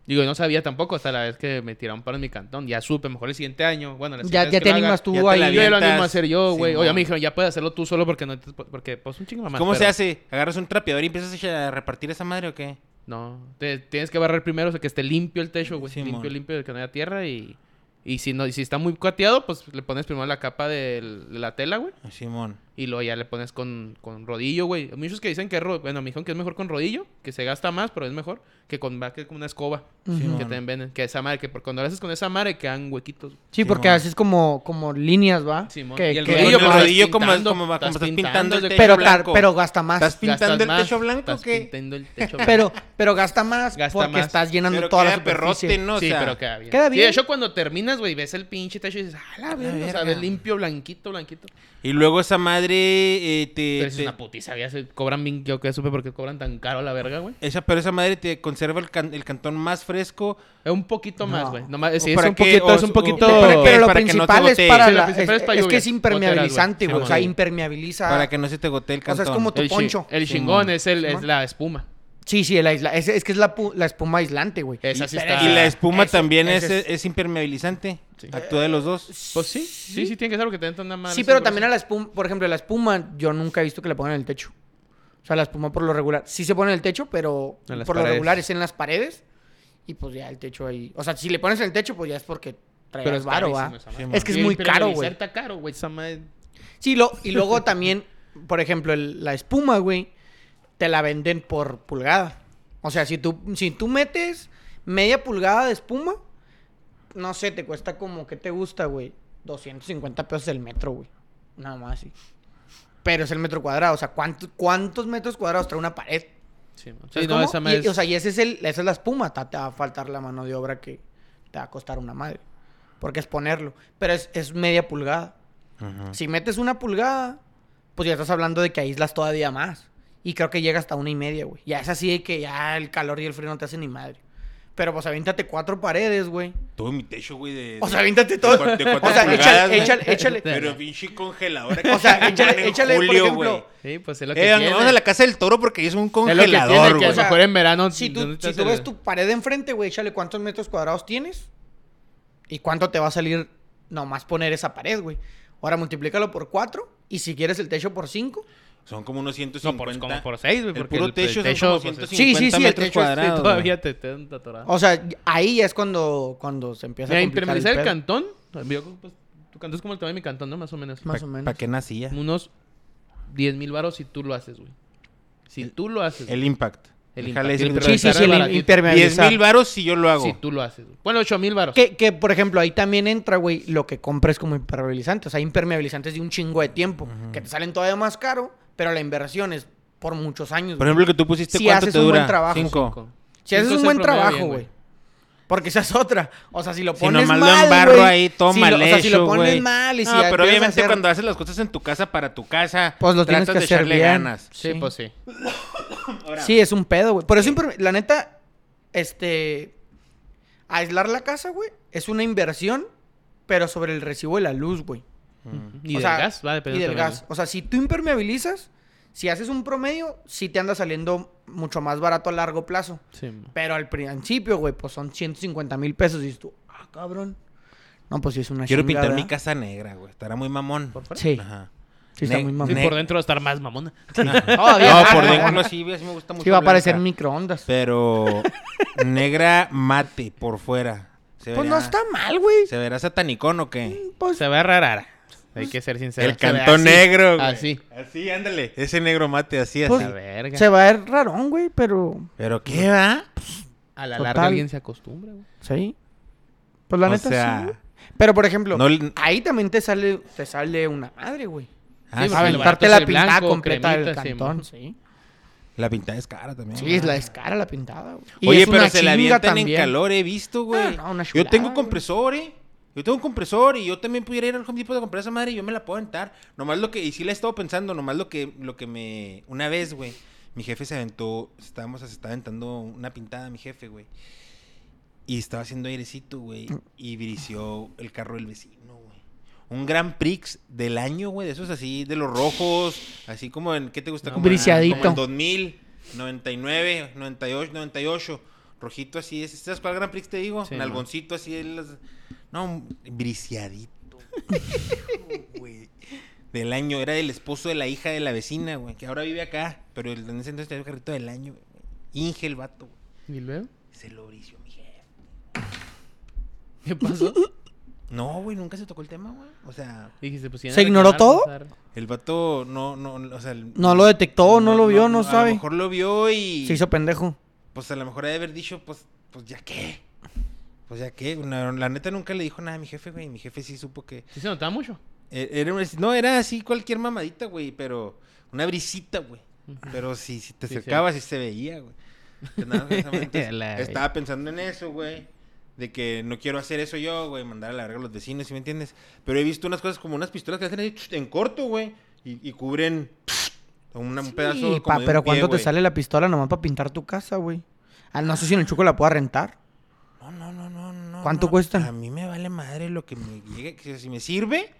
A: Digo, no sabía tampoco hasta la vez que me tiraron para mi cantón. Ya supe, mejor el siguiente año. Bueno, la siguiente
D: Ya,
A: vez
D: ya
A: que
D: te
A: lo haga,
D: animas tú
B: ya te
D: ahí.
B: la
A: Yo ya lo animo a
B: avientas,
A: hacer yo, güey.
B: Simón.
A: Oye, me dijeron, ya puedes hacerlo tú solo porque no te- porque pues un chingo más.
B: ¿Cómo se hace? ¿Agarras un trapeador y empiezas a repartir esa madre o qué?
A: No, te- tienes que barrer primero, o sea, que esté limpio el techo, güey.
B: Simón.
A: limpio, limpio, que no haya tierra y y si no y si está muy cuateado, pues le pones primero la capa del- de la tela, güey.
B: Simón.
A: Y luego ya le pones con, con rodillo, güey. Hay Muchos que dicen que es ro- bueno, me dijeron que es mejor con rodillo, que se gasta más, pero es mejor que con va- que con una escoba
D: Ujú.
A: que te envenen. Que esa madre, que por- cuando lo haces con esa madre quedan huequitos.
D: Sí, porque
B: Simón.
D: haces como, como líneas, ¿va?
A: Simón.
D: Que-
A: Y el
D: que-
B: rodillo,
A: pues,
B: el
A: estás
B: rodillo como-
A: pintando,
B: como- como estás pintando
A: haz de cuenta.
B: el
D: pero,
B: techo
D: tar-
B: blanco.
D: pero gasta más.
B: Estás
A: Gastas
B: pintando el
A: más,
B: techo blanco
A: estás
B: que.
A: pintando el techo blanco.
D: Pero, pero gasta más
A: Gasta
D: porque
A: más.
D: estás llenando
B: Pero
D: toda la
B: queda
D: superficie.
B: perrote, ¿no? O
A: sí,
B: sea,
A: pero queda bien.
D: queda
A: Sí,
D: bien.
A: de hecho, cuando terminas, güey, ves el pinche techo y dices, ah, la verga. O sea,
B: verga.
A: ves limpio, blanquito, blanquito.
B: Y luego esa madre eh, te.
A: Pero eso
B: te-
A: es una putiza, ya se cobran bien, yo que supe por qué cobran tan caro la verga, güey.
B: esa, pero esa madre te conserva el, can- el cantón más fresco.
A: Es un poquito más,
D: No.
A: güey. Nomás, sí,
B: ¿O
A: es
B: para
A: un
B: qué?
A: poquito,
B: ¿O
A: es un
B: es- o-
A: poquito...
B: para
D: Pero,
B: que-
D: pero lo
B: para que no te
D: principal es
B: gotee.
D: para
A: Sí, lo
D: la- es,
A: principal es para
D: es que
A: lluvias,
D: es impermeabilizate,
A: goteras,
D: güey.
A: güey.
D: O sea,
A: Sí.
D: impermeabiliza.
B: Para que no se te gotee el
D: O sea,
B: cantón.
D: es como tu
A: el, chi-
D: poncho.
A: el
B: Simón.
A: chingón es, el, es
D: Simón.
A: la espuma.
D: Sí, sí, el aisla- es, es que es la, pu- la espuma aislante, güey.
B: Eh,
A: Esa sí
D: Pero
A: está-
B: Y la espuma
D: ese-
B: también es,
D: ese
B: es, impermeabilizante.
A: Sí.
B: Actúa de los dos.
A: Pues sí, sí, sí, tiene que ser lo que te den una madre.
D: Sí,
A: así,
D: pero
A: güey.
D: también a la espuma, por ejemplo, la espuma, yo nunca he visto que la pongan en el techo. O sea, la espuma por lo regular. Sí se pone en el techo, pero
A: En las
D: por lo
A: paredes.
D: regular es en las paredes. Y pues ya el techo ahí. O sea, si le pones en el techo, pues ya es porque traes
A: Pero es
D: varo,
A: carísimo
D: ¿va?
A: esa madre.
B: Sí,
D: Es que es muy caro,
A: Impermeabilizar
D: güey.
A: Está caro, güey. Esa madre...
D: Sí, lo, y luego también, por ejemplo, el- la espuma, güey, te la venden por pulgada. O sea, si tú, si tú metes media pulgada de espuma, no sé, te cuesta como, ¿qué te gusta, güey? 250 pesos el metro, güey. Nada más así. Pero es el metro cuadrado. O sea, ¿cuántos, cuántos metros cuadrados trae una pared?
A: Sí, man.
D: ¿Sabes
A: Sí, no,
D: cómo?
A: esa madre
D: Y-
A: es...
D: y, o sea, y ese es el, esa es la espuma. ta- Te, va a faltar la mano de obra que te va a costar una madre. Porque es ponerlo. Pero es, es media pulgada.
B: Ajá.
D: Si metes una pulgada, pues ya estás hablando de que aíslas todavía más. Y creo que llega hasta una y media, güey. Ya es así de que ya el calor y el frío no te hacen ni madre. Pero pues aviéntate cuatro paredes, güey.
B: Todo mi techo, güey, de...
D: O sea,
B: de-
D: aviéntate
B: de
D: todo.
B: cua- de cuatro
D: o sea,
B: pulgadas,
D: échale,
B: güey.
D: échale, échale.
B: Pero pinche congeladora.
D: O sea, échale, échale, por ejemplo.
A: Sí, pues es lo que
B: Eh,
A: tiene.
B: vamos a la casa del toro porque es un
A: Es lo que tiene,
B: congelador,
A: que a
B: güey.
A: lo
D: sea,
A: mejor en verano...
D: Si
A: no
D: tú, si
A: estás
D: tú
A: en-
D: ves tu pared de enfrente, güey, échale cuántos metros cuadrados tienes y cuánto te va a salir nomás poner esa pared, güey. Ahora multiplícalo por cuatro y si quieres el techo por cinco.
B: Son como unos 150.
A: No, por, como por seis, güey.
B: El
A: porque
B: puro
A: el
B: techo,
A: techo,
B: son
A: pues,
B: como
A: es-
B: 150
D: Sí, sí, sí, el
B: metros
D: techo es-
A: Sí,
B: cuadrados.
A: todavía te te dan atorado.
D: O sea, ahí ya es cuando, cuando Oh, se empieza
A: Mira,
D: a complicar
A: impermeabilizar el,
D: pedo.
A: cantón. yo, pues, tu cantón es como el tamaño de mi cantón, ¿no? Más o menos.
D: Más o menos.
B: ¿Para qué nacía?
A: Unos 10 mil baros si tú lo haces, güey. Si tú lo haces.
B: El impact.
A: El
B: Déjale
A: impact.
B: decir
A: El
B: que
D: Sí, sí, sí, el
A: Baratito.
B: Diez
D: impermeabilizar.
B: mil varos si yo lo hago.
A: si tú lo haces. güey. Bueno, 8 mil baros.
D: Que, que, por ejemplo, ahí también entra, güey, lo que compres como impermeabilizante. O sea, hay impermeabilizantes de un chingo de tiempo que te salen todavía más caro, pero la inversión es por muchos años.
B: Por
D: güey.
B: ejemplo, el que tú pusiste,
D: Si
B: ¿cuánto
D: haces
B: te
D: un buen
B: dura?
D: trabajo.
B: Cinco.
D: si haces
A: Cinco
D: un
A: se
D: buen
A: promedia
D: trabajo,
A: bien,
D: güey. Porque esa es otra. O sea, si lo
B: Si
D: pones
B: nomás lo
D: mal,
B: embarro
D: güey,
B: ahí, todo
D: si lo- O sea, si
B: malhecho,
D: lo pones
B: güey.
D: mal y si
B: No,
D: ya
B: pero
D: empiezas a
B: obviamente
D: hacer-
B: cuando haces las cosas en tu casa para tu casa,
D: Pues lo tienes
B: tratas
D: que
B: de
D: hacer
B: echarle
D: bien.
B: ganas.
A: Sí,
D: Sí.
A: pues sí.
D: Sí, es un pedo, güey. Por eso, imperme- la neta, este... Aislar la casa, güey, es una inversión, pero sobre el recibo de la luz, güey.
B: Mm.
A: Y
D: O
A: del
D: sea,
A: gas, va
D: Y
A: dependiendo
D: del
A: también,
D: gas. O sea, si tú impermeabilizas, si haces un promedio, sí te anda saliendo mucho más barato a largo plazo.
A: ¿no? Sí, mo.
D: Pero al principio, güey, pues son 150 mil pesos. Y dices tú, ah, cabrón. No, pues sí es una
B: Quiero pintar
D: chingada.
B: mi casa negra, güey. Estará muy mamón.
A: Por fuera.
D: Sí,
B: Ajá.
D: sí está
B: Ne-
D: muy
A: Sí,
D: mamón.
B: ne-
A: por dentro va a estar más mamona.
D: Todavía.
B: No, por dentro sí, güey, sí me gusta mucho.
D: Sí va a
B: blanca.
D: parecer microondas.
B: Pero negra mate por fuera. Se
D: Pues no
B: verá-
D: está mal, güey.
B: ¿Se verá satanicón o qué?
D: Pues,
A: Se ve rara. Hay que ser sincero.
B: El
A: Se ve
B: cantón
A: así,
B: negro, güey.
A: Así.
B: Así, ándale. Ese negro mate, así, así.
D: Pues-
A: La verga.
D: se va a ver rarón, güey, pero...
B: ¿Pero qué va?
A: A la
D: Total.
A: larga alguien se acostumbra, güey.
D: Sí. Pues la
B: O
D: neta
B: sea,
D: sí, güey. Pero, por ejemplo,
B: no le-
D: ahí también te sale, te sale una madre, güey.
B: Ah,
A: Sí, porque
B: sí,
A: el
B: la,
A: bar- barato
D: Aventarte
A: es
D: la
A: el
D: pintada
A: blanco,
D: completa del
A: cremita, sí,
D: cantón,
A: mo.
D: sí.
B: pintada es cara también.
D: Sí, es la es cara la pintada, güey. Y
B: Oye,
D: es
B: pero
D: una
B: se la
D: chinga
B: avientan en
D: también.
B: calor, he visto, güey.
D: Ah, no, una
B: yo
D: chulada,
B: tengo un
D: güey.
B: compresor, eh. Yo tengo un compresor y yo también pudiera ir al Home Depot a comprar esa madre y yo me la puedo aventar. Nomás lo que, y sí la he estado pensando, nomás lo que, lo que me, una vez, güey, mi jefe se aventó, estábamos, se estaba aventando una pintada mi jefe, güey. Y estaba haciendo airecito, güey, y brició el carro del vecino, güey. Un Grand Prix del año, güey, de esos así, de los rojos, así como en, ¿qué te gusta?
A: No,
B: como en-
D: briseadito.
B: como en 2000, 99, 98, 98. Rojito así es. ¿Sabes cuál Gran Prix te digo?
A: Sí,
B: Nalgoncito así. es las- No, un briseadito. güey. del año. Era el esposo de la hija de la vecina, güey. Que ahora vive acá. Pero el- en ese entonces tenía el carrito del año. güey. Inge el vato, güey.
A: ¿Y luego?
B: Se lo brició mi jefe.
A: ¿Qué pasó?
B: No, güey, nunca se tocó el tema, güey. O sea,
A: Dijiste, pues, si
D: ¿Se
A: no
D: ignoró
A: reclamar,
D: todo?
A: vas a dar-
B: el vato no, no, o sea... el-
D: No lo detectó, no lo vio, no
B: A
D: sabe.
B: lo mejor lo vio y...
D: Se hizo pendejo.
B: Pues a lo mejor ha de haber dicho, pues, pues ya qué. Pues ya qué. No, la neta nunca le dijo nada a mi jefe, güey. Mi jefe sí supo que...
A: Sí se notaba mucho.
B: eh, Era, un- no, era así cualquier mamadita, güey, pero... Una brisita, güey. Pero si, si te
A: Sí, sí.
B: acercabas y se veía, güey. Entonces, nada, entonces,
D: La-
B: estaba pensando en eso, güey. De que no quiero hacer eso yo, güey. Mandar a la verga a los vecinos, ¿sí me entiendes? Pero he visto unas cosas como unas pistolas que hacen así, chut, en corto, güey. Y, y cubren una- un pedazo
D: Sí,
B: como
D: pa,
B: de un
D: pero
B: pie,
D: ¿cuánto te
B: güey.
D: sale la pistola nomás para pintar tu casa, güey? Ah, no sé si en el Chuco la pueda rentar.
B: No, no, no, no, no.
D: ¿Cuánto
B: no.
D: cuestan?
B: A mí me vale madre lo que me llegue. que si me sirve,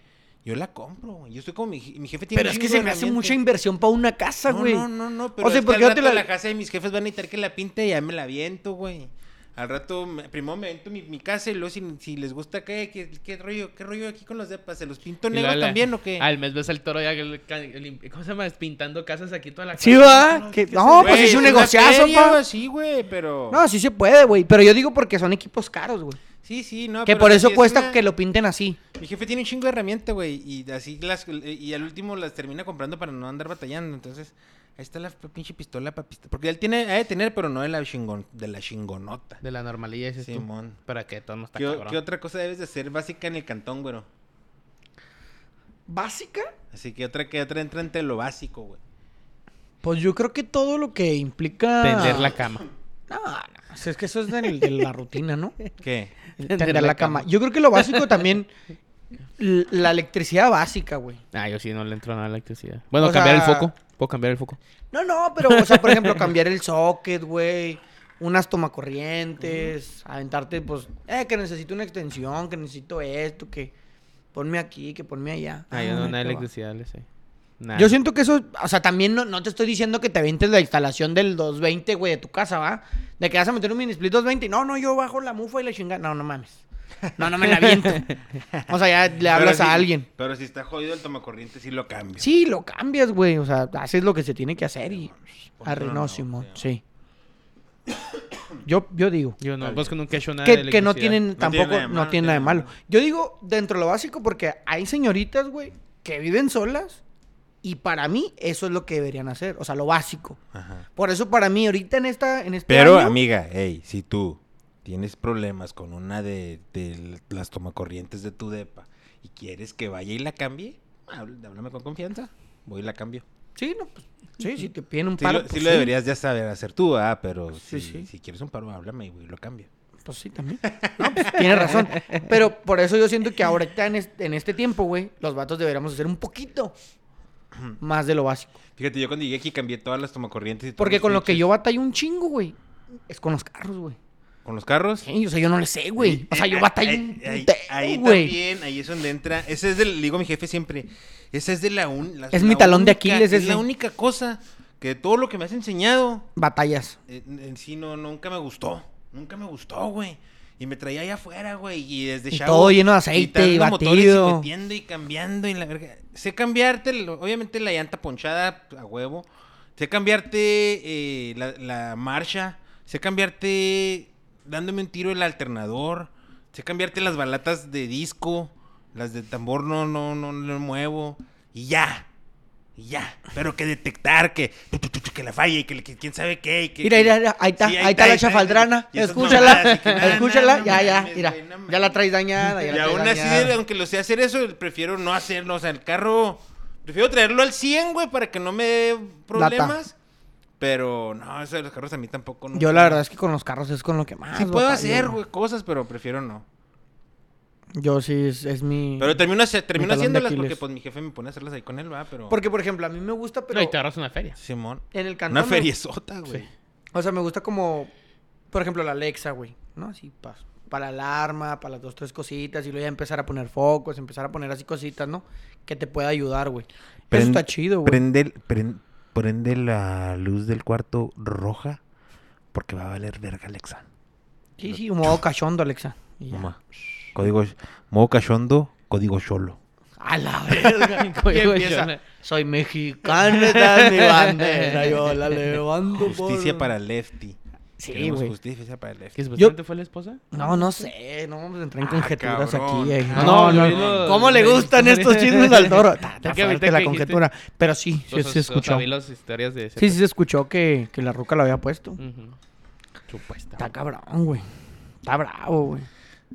B: yo la compro, güey. Yo estoy como mi, je- mi jefe tiene
D: Pero
B: un
D: es que
B: chingo
D: se
B: de
D: me hace
B: herramientas.
D: mucha inversión para una casa, güey.
B: No, no, no, no, pero
D: O sea,
B: es que
D: ¿por
B: al
D: qué no te
B: rato
D: la-
B: la... casa de mis jefes van a necesitar que la pinte y ya me la aviento, güey. Al rato, me- primero me avento mi, mi casa y luego si, si les gusta, ¿qué, qué, qué rollo? ¿Qué rollo aquí con los depas? ¿Se los pinto
A: Y
B: negros
A: luego la-
B: también o qué?
A: Al mes ves al toro ya. el- el- ¿Cómo se llama? Pintando casas aquí toda la
D: Sí,
A: calle.
D: va. Que- No,
B: Güey,
D: pues es un
B: una
D: negociazo,
B: feria,
D: pa.
B: Sí, güey, pero...
D: No, sí se puede, güey. Pero yo digo porque son equipos caros, güey.
B: Sí, sí, no.
D: que
B: pero
D: por
B: sí
D: eso
B: es
D: cuesta
B: una-
D: que lo pinten así.
B: Mi jefe tiene un chingo de herramientas, güey, y así las... Y al último las termina comprando para no andar batallando, entonces... Ahí está la pinche pistola para Porque él tiene, ha de tener, pero no de la chingón, de la chingonota.
A: De la normalidad, dices tú.
B: Simón.
A: Para que todo no está
B: ¿Qué, o-
A: cabrón.
B: qué otra cosa debes de hacer básica en el cantón, güero?
D: ¿Básica?
B: Así que otra que otra entra entre lo básico, güey.
D: Pues yo creo que todo lo que implica.
A: Tender
D: Ah.
A: la cama.
D: No, no. o sea, es que eso es del- de la rutina, ¿no?
B: ¿Qué?
D: El Tender, la cama. Yo creo que lo básico también. l- La electricidad básica, güey.
A: Ah, yo sí no le entro nada a la electricidad. Bueno,
D: O
A: cambiar
D: sea-
A: el foco. Puedo cambiar el foco.
D: No, no, pero, o sea, por ejemplo, cambiar el socket, güey. Unas tomacorrientes. Aventarte, pues, eh, que necesito una extensión, que necesito esto, que ponme aquí, que ponme allá.
A: Ah, yo no, nada
D: ahí
A: de
D: te va.
A: electricidad le sé. Nada.
D: Yo siento que eso, o sea, también no, no te estoy diciendo que te avientes la instalación del 220, güey, de tu casa, ¿va? De que vas a meter un mini split 220 y no, no, yo bajo la mufa y la chingada. No, no mames. No, no me la aviento. O sea, ya le
B: Pero
D: hablas
B: si-
D: a alguien.
B: Pero si está jodido el tomacorriente, sí lo cambio.
D: Sí, lo cambias, güey. O sea, haces lo que se tiene que hacer y...
B: Ponte una
D: Arruinó,
B: nueva,
D: Simón,
B: creo.
D: sí. Yo, yo digo.
A: Yo no,
B: Está
A: pues
B: bien.
A: nunca he hecho nada de
D: Que, que no
A: electricidad.
D: tienen,
B: tiene
D: tampoco,
B: nada de
D: no
B: malo,
D: tiene nada de
B: tiene
D: malo.
B: nada de
D: Yo digo dentro de lo básico porque hay señoritas, güey, que viven solas y para mí eso es lo que deberían hacer. O sea, lo básico.
B: Ajá.
D: Por eso para mí ahorita en esta en este
B: Pero,
D: año,
B: amiga, hey, si tú tienes problemas con una de, de las tomacorrientes de tu depa y quieres que vaya y la cambie, habl- háblame con confianza. Voy y la cambio.
D: sí, no, pues, sí, si te piden un
B: Sí,
D: paro,
B: lo,
D: pues,
B: sí lo deberías ya saber hacer tú, ah, pero
D: Sí,
B: si,
D: sí.
B: si quieres un paro, háblame y voy y lo cambio.
D: Pues sí, también. No, pues tienes razón. Pero por eso yo siento que ahorita en este, en este tiempo, güey, los vatos deberíamos hacer un poquito más de lo básico.
B: Fíjate, yo cuando llegué aquí cambié todas las tomacorrientes. Y todos
D: Porque
B: los
D: con lo que
B: switches.
D: yo batallo un chingo, güey, es con los carros, güey.
B: ¿Con los carros?
D: Sí, o sea, yo no le sé, güey. O sea, yo batallo un
B: Ahí- ahí-
D: putero,
B: Ahí
D: güey.
B: también, ahí es donde entra. Ese es del, le digo a mi jefe siempre, ese es de la un. la-
D: Es
B: la
D: mi talón de
B: única-
D: Aquiles
B: Es
D: ese.
B: la única cosa que de todo lo que me has enseñado,
D: Batallas.
B: eh, en, sí no, nunca me gustó. Nunca me gustó, güey. Y me traía allá afuera, güey. Y desde
D: Y todo lleno de aceite y
B: quitando motores
D: batido.
B: Y metiendo y cambiando y la verga. Sé cambiarte, lo- obviamente la llanta ponchada a huevo. Sé cambiarte eh, la, la marcha. Sé cambiarte dándome un tiro el alternador. Sé cambiarte las balatas de disco. Las de tambor no, no, no, no muevo. Y ya. Y ya. Pero que detectar que, tu, tu, tu, tu, que la falla y que, le- que quién sabe qué. y que-
D: Mira,
B: que-
D: mira, mira, ahí está,
B: Sí,
D: ahí está la
B: está,
D: chafaldrana.
B: Y esas mamadas,
D: Escúchala,
B: así que, "No, no,
D: escúchala.
B: no
D: Ya, ya,
B: mames,
D: mira.
B: güey, no
D: Ya la
B: mames".
D: traes dañada. ya la
B: Y
D: traes
B: aún así,
D: dañada.
B: aunque lo sé hacer eso, prefiero no hacerlo. O sea, el carro. Prefiero traerlo al 100, güey, para que no me dé problemas. Pero no, eso de los carros a mí tampoco.
D: Yo la verdad es que con los carros es con lo que más.
B: Sí Ah, puedo
D: batallo,
B: hacer, güey, cosas, pero prefiero no.
D: Yo sí, es, es mi...
B: Pero termino, hace- termino
D: talón de
B: haciéndolas
D: Aquiles.
B: porque pues mi jefe me pone a hacerlas ahí con él, va, pero.
D: Porque, por ejemplo, a mí me gusta, pero...
A: No, y te ahorras una feria.
B: Simón.
D: En el cantón...
B: Una
D: me-
B: feriezota, güey.
D: O sea, me gusta como... Por ejemplo, la Alexa, güey. ¿No? Así, pa- para la alarma, para las dos, tres cositas. Y luego ya empezar a poner focos, empezar a poner así cositas, ¿no? Que te pueda ayudar, güey. Eso está chido, güey.
B: Prende, la luz del cuarto roja porque va a valer verga, Alexa.
D: Sí, sí, un modo cachondo, Alexa. Y ya.
B: Código. Modo cachondo, código cholo.
D: A la verga.
A: Oye,
D: Y empieza,
A: empieza.
D: Soy mexicano, esta es mi bandera. Yo la levanto por-
B: Justicia para Lefty.
D: Sí,
B: Queremos
D: güey.
B: justicia para el DF.
A: ¿Que supuestamente ¿Pues fue la esposa?
D: No, no sé, no vamos a entrar en conjeturas
B: Ah, cabrón.
D: aquí. eh.
B: Ah,
D: No, no,
A: no.
D: ¿Cómo le gustan estos chismes al toro? Está, está
A: Es que ahorita
D: fuerte la
A: que dijiste-
D: conjetura. Pero sí, sí
A: Entonces,
D: se escuchó.
A: Pues, o sea, vi las historias de ese.
D: Sí, sí se escuchó que, que la ruca lo había puesto.
A: Ujú. Supuesta.
D: Está cabrón, güey. Está bravo, güey.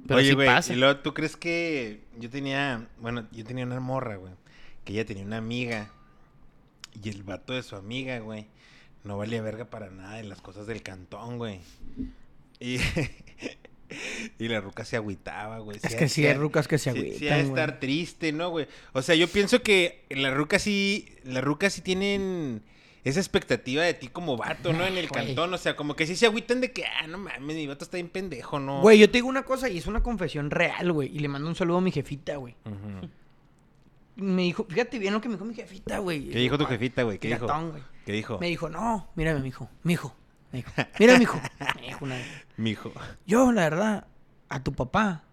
A: Pero
B: Oye,
A: sí
B: güey,
A: pasa.
B: y luego tú crees que yo tenía, bueno, yo tenía una morra, güey, que ella tenía una amiga y el vato de su amiga, güey, no valía verga para nada de las cosas del cantón, güey. Y, y la ruca se agüitaba, güey.
D: Es que sí hay rucas que se
B: sí-
D: agüitan,
B: Sí, ha de
D: güey.
B: estar triste, ¿no, güey? O sea, yo pienso que la ruca sí, la ruca sí tienen esa expectativa de ti como vato, ¿no? En el
D: Güey.
B: cantón, o sea, como que sí se agüitan de que, ah, no mames, mi vato está bien pendejo, ¿no?
D: Güey, yo te digo una cosa y es una confesión real, güey. Y le mando un saludo a mi jefita, güey.
B: Ujú.
D: Me dijo, fíjate bien lo que me dijo mi jefita, güey.
B: ¿Qué dijo tu jefita, güey? ¿Qué dijo?
D: Gatón, güey.
B: ¿Qué dijo?
D: Me dijo, no, mírame, mijo, mijo. Me dijo, mira, mijo. Me dijo una vez.
B: Mijo.
D: Yo, la verdad, a tu papá,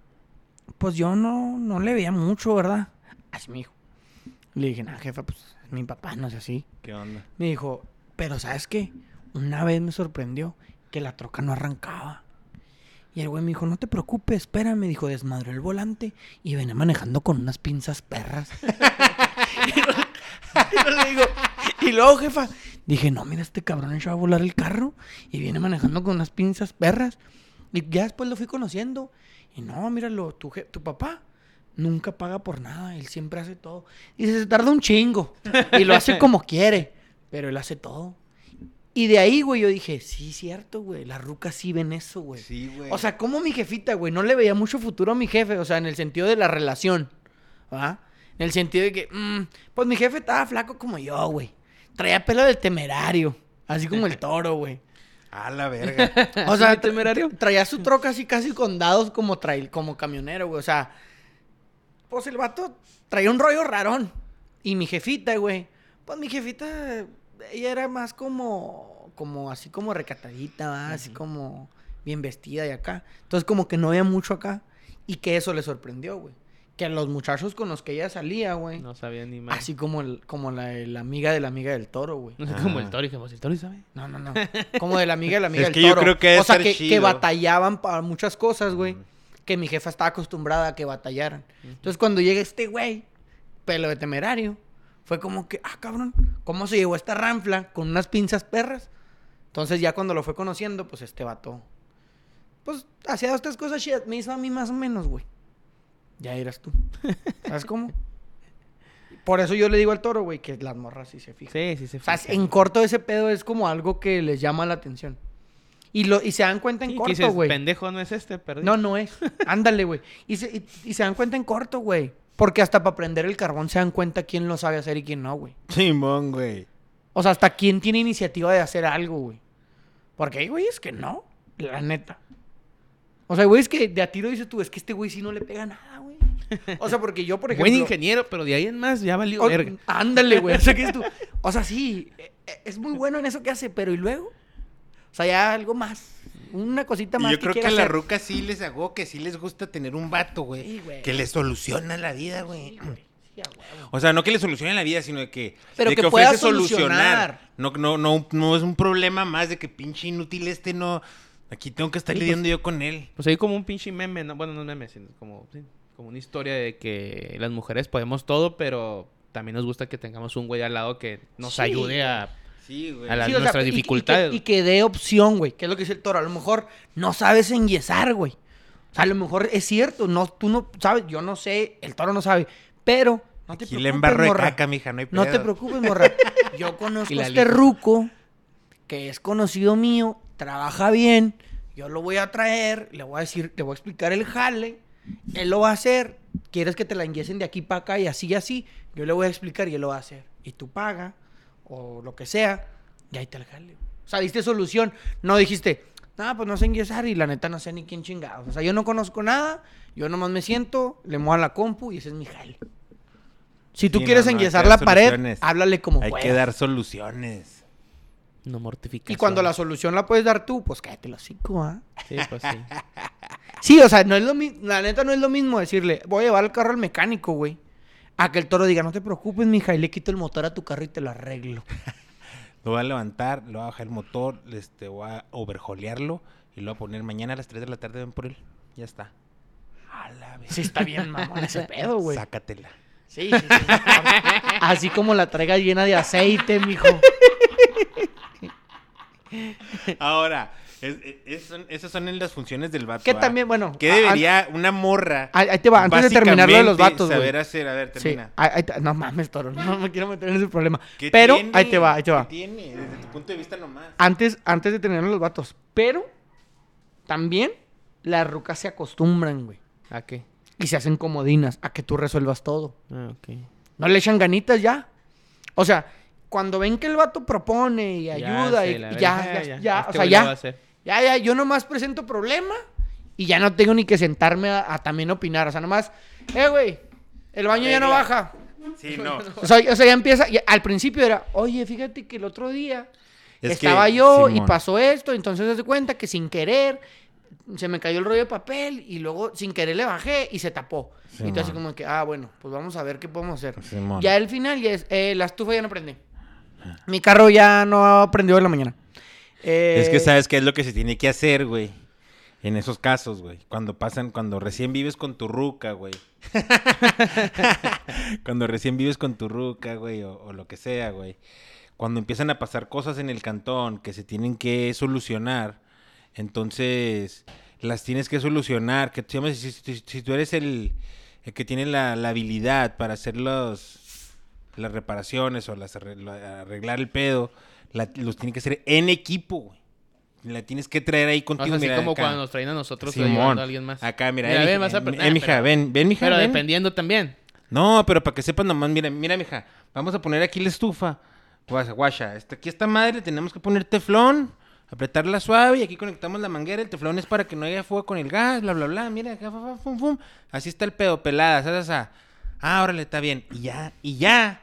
D: pues yo no, no le veía mucho, ¿verdad? Así me dijo. Le dije, nada, jefa, pues mi papá no es así.
B: ¿Qué onda?
D: Me dijo, pero ¿sabes qué? Una vez me sorprendió que la troca no arrancaba. Y el güey me dijo, no te preocupes, espérame. Dijo, desmadró el volante y venía manejando con unas pinzas perras. y, luego, le digo, y luego, jefa, dije, no, mira, este cabrón echó a volar el carro y viene manejando con unas pinzas perras. Y ya después lo fui conociendo. Y no, míralo, tu, je- tu papá nunca paga por nada. Él siempre hace todo. Y se tarda un chingo. Y lo hace como quiere. Pero él hace todo. Y de ahí, güey, yo dije, sí, cierto, güey. Las rucas Pues, sí ven eso, güey.
B: Sí, güey.
D: O sea, como mi jefita, güey, no le veía mucho futuro a mi jefe, o sea, en el sentido de la relación, ¿va? En el sentido de que, mm, pues mi jefe estaba flaco como yo, güey. Traía pelo del temerario, así como el toro, güey.
B: A la verga.
D: O sea, tra- tra- traía su troca así casi con dados como, trail, como camionero, güey. O sea, pues el vato traía un rollo rarón. Y mi jefita, güey. Pues mi jefita, ella era más como, como así como recatadita, ¿va? así como bien vestida y acá. Entonces como que no había mucho acá. Y que eso le sorprendió, güey. Que a los muchachos con los que ella salía, güey.
A: No sabía ni más.
D: así como, el, como la, la amiga de la amiga del toro, güey.
A: No sé cómo el toro. Dije, pues el toro sabe.
D: No, no, no. Como de la amiga de la amiga
B: Es
D: del
B: que yo
D: toro.
B: creo que ha de
D: o sea,
B: estar
D: que,
B: chido.
D: que batallaban para muchas cosas, güey.
B: Ujú.
D: Que mi jefa estaba acostumbrada a que batallaran. Entonces, cuando llega este güey, pelo de temerario, fue como que, ah, cabrón, ¿cómo se llevó esta ranfla con unas pinzas perras? Entonces, ya cuando lo fue conociendo, pues este vato, pues hacía dos, tres cosas chidas. Me hizo a mí más o menos, güey. Ya eras tú. ¿Sabes cómo? Por eso yo le digo al toro, güey, que las morras sí se fijan.
A: Sí, sí, se
D: O sea, es- en corto ese pedo es como algo que les llama la atención. Y, lo, y se dan cuenta en corto, güey.
A: pendejo no es este, perdí.
D: No, no es. Ándale, güey. Y se, y- y se dan cuenta en corto, güey. Porque hasta para prender el carbón se dan cuenta quién lo sabe hacer y quién no, güey.
B: Simón, güey.
D: O sea, hasta quién tiene iniciativa de hacer algo, güey. Porque hay güeyes que no, la neta. O sea, hay güeyes que de a tiro dices tú, es que este güey sí no le pega nada, güey. O sea, porque yo, por ejemplo...
A: Buen ingeniero, pero de ahí en más ya valió
D: O-
A: verga.
D: Oh, Ándale, güey. O sea, que es tú- o sea, sí, e- e- es muy bueno en eso que hace, pero ¿y luego? O sea, ya algo más. Una cosita más
B: Y yo creo que
D: quiera
B: a la
D: hacer.
B: ruca sí les hago que sí les gusta tener un vato, güey.
D: Sí, güey.
B: Que les soluciona la vida, güey.
D: Sí, a huevo.
B: O sea, no que le solucione la vida, sino de que,
D: Pero
B: de
D: que pueda solucionar.
B: No, no, no, no es un problema más de que pinche inútil este no. Aquí tengo que estar
A: Sí,
B: lidiando yo con él.
A: Pues hay como un pinche meme, ¿no? bueno, no es meme, sino como, sí, como una historia de que las mujeres podemos todo, pero también nos gusta que tengamos un güey al lado que nos
D: Sí.
A: ayude a...
B: Sí, güey.
A: A la-
D: Sí,
A: nuestras
D: y- y que-
A: dificultades.
D: Y, que, dé opción, güey. Que es lo que dice el toro. A lo mejor no sabes enyesar, güey. O sea, a lo mejor es cierto. No, tú no sabes. Yo no sé. El toro no sabe. Pero no te
B: Aquí
D: preocupes,
B: le embarro de
D: morra.
B: caca, mija, no hay
D: No te
B: pedo.
D: preocupes, morra. Yo conozco
A: Y la
D: a este
A: lija.
D: ruco que es conocido mío, trabaja bien. Yo lo voy a traer, le voy a decir, le voy a explicar el jale. Él lo va a hacer. Quieres que te la enguiesen de aquí para acá y así y así. Yo le voy a explicar y él lo va a hacer. Y tú paga o lo que sea y ahí te el jale. O sea, diste solución. No dijiste, nada, pues no sé enguiesar y la neta no sé ni quién chingados. O sea, yo no conozco nada, yo nomás me siento, le muevo a la compu y ese es mi jale. Si tú
B: Sí,
D: quieres
B: no, no, hay que
D: enguiesar
B: dar
D: la pared,
B: soluciones.
D: háblale como
B: Hay
D: puedas.
B: que dar soluciones.
A: No mortificar.
D: Y cuando la solución la puedes dar tú, pues cállate los cinco, ¿ah?
A: Sí, pues sí.
D: Sí, o sea, no es lo mi- la neta no es lo mismo decirle, voy a llevar el carro al mecánico, güey. A que el toro diga, no te preocupes, mija, y le quito el motor a tu carro y te lo arreglo.
B: Lo voy a levantar, lo voy a bajar el motor, este, voy a overjolearlo y lo voy a poner mañana a las 3 de la tarde, ven por él. Ya está. A la vez.
D: Sí, está bien, mamón, ese pedo, güey.
B: Sácatela.
D: Sí, sí, sí, sí. Así como la traiga llena de aceite, mijo.
B: Ahora, es- es- es- son- esas son en las funciones del vato.
D: Que
B: ¿ah?
D: también, bueno.
B: ¿Qué
D: a- a-
B: debería una morra?
D: Ahí ahí te va, antes de terminar lo de los
B: básicamente
D: vatos, güey.
B: Saber hacer, a ver,
D: Sí,
B: termina.
D: ahí- ahí te- no mames, toro, no me quiero meter en ese problema.
B: ¿Qué
D: Pero
B: tiene?
D: ahí te va, ahí te va. Ah,
B: ¿Qué tiene? Desde tu punto de vista nomás.
D: Antes, antes de terminar lo de los vatos. Pero también las rucas se acostumbran, güey.
A: ¿A qué?
D: Y se hacen comodinas a que tú resuelvas todo.
A: Ah, ok.
D: No le echan ganitas ya. O sea, cuando ven que el vato propone y ayuda,
A: sé,
D: y,
A: la
D: y
A: verga.
D: ya, ya,
A: Ah,
D: ya,
A: Este
D: o sea,
A: güey lo
D: ya.
A: va a hacer.
D: Ya, ya, yo nomás presento problema y ya no tengo ni que sentarme a, a también opinar. O sea, nomás, eh, güey, el baño ya no
B: Arregla.
D: baja.
B: Sí, no.
D: O sea, o sea, ya empieza, y al principio era, oye, fíjate que el otro día
B: Es
D: estaba
B: que,
D: yo y
B: Simón.
D: pasó esto, entonces se cuenta que sin querer se me cayó el rollo de papel y luego sin querer le bajé y se tapó. y tú así
B: Simón. Pues,
D: como que, ah, bueno, pues vamos a ver qué podemos hacer.
B: Simón.
D: Ya el final ya es, eh, la estufa ya no prende. Mi carro ya no prendió en la mañana.
B: Es
D: Eh,
B: que sabes qué es lo que se tiene que hacer, güey. En esos casos, güey. Cuando pasan, cuando recién vives con tu ruca, güey. cuando recién vives con tu ruca, güey, o, o lo que sea, güey. Cuando empiezan a pasar cosas en el cantón que se tienen que solucionar, entonces las tienes que solucionar. Que, tú llamas- si, si- si tú eres el, el que tiene la, la habilidad para hacer los, las reparaciones o las arregla- arreglar el pedo, la- los tiene que hacer en equipo, güey. La tienes que traer ahí
A: O
B: contigo.
A: sea, así
B: mira,
A: como
B: acá.
A: cuando nos traen a nosotros o
B: Simón.
A: a alguien más.
B: Acá, mira,
A: Mira,
B: eh,
A: ven,
B: mija,
A: vas a
B: eh,
A: aprender,
B: eh, mija,
A: pero-
B: ven, ven, mija,
A: Pero
B: ven.
A: dependiendo también.
B: No, pero para que sepan nomás, mira, mira, mija, vamos a poner aquí la estufa. Guasa, guasha, esta- aquí esta madre le tenemos que poner teflón, apretarla suave y aquí conectamos la manguera. El teflón es para que no haya fuego con el gas, bla, bla, bla. Mira, acá, fa, fa, fum, fum. Así está el pedo, pelada, sa, sa, sa. Ah, órale, está bien. Y ya, y ya.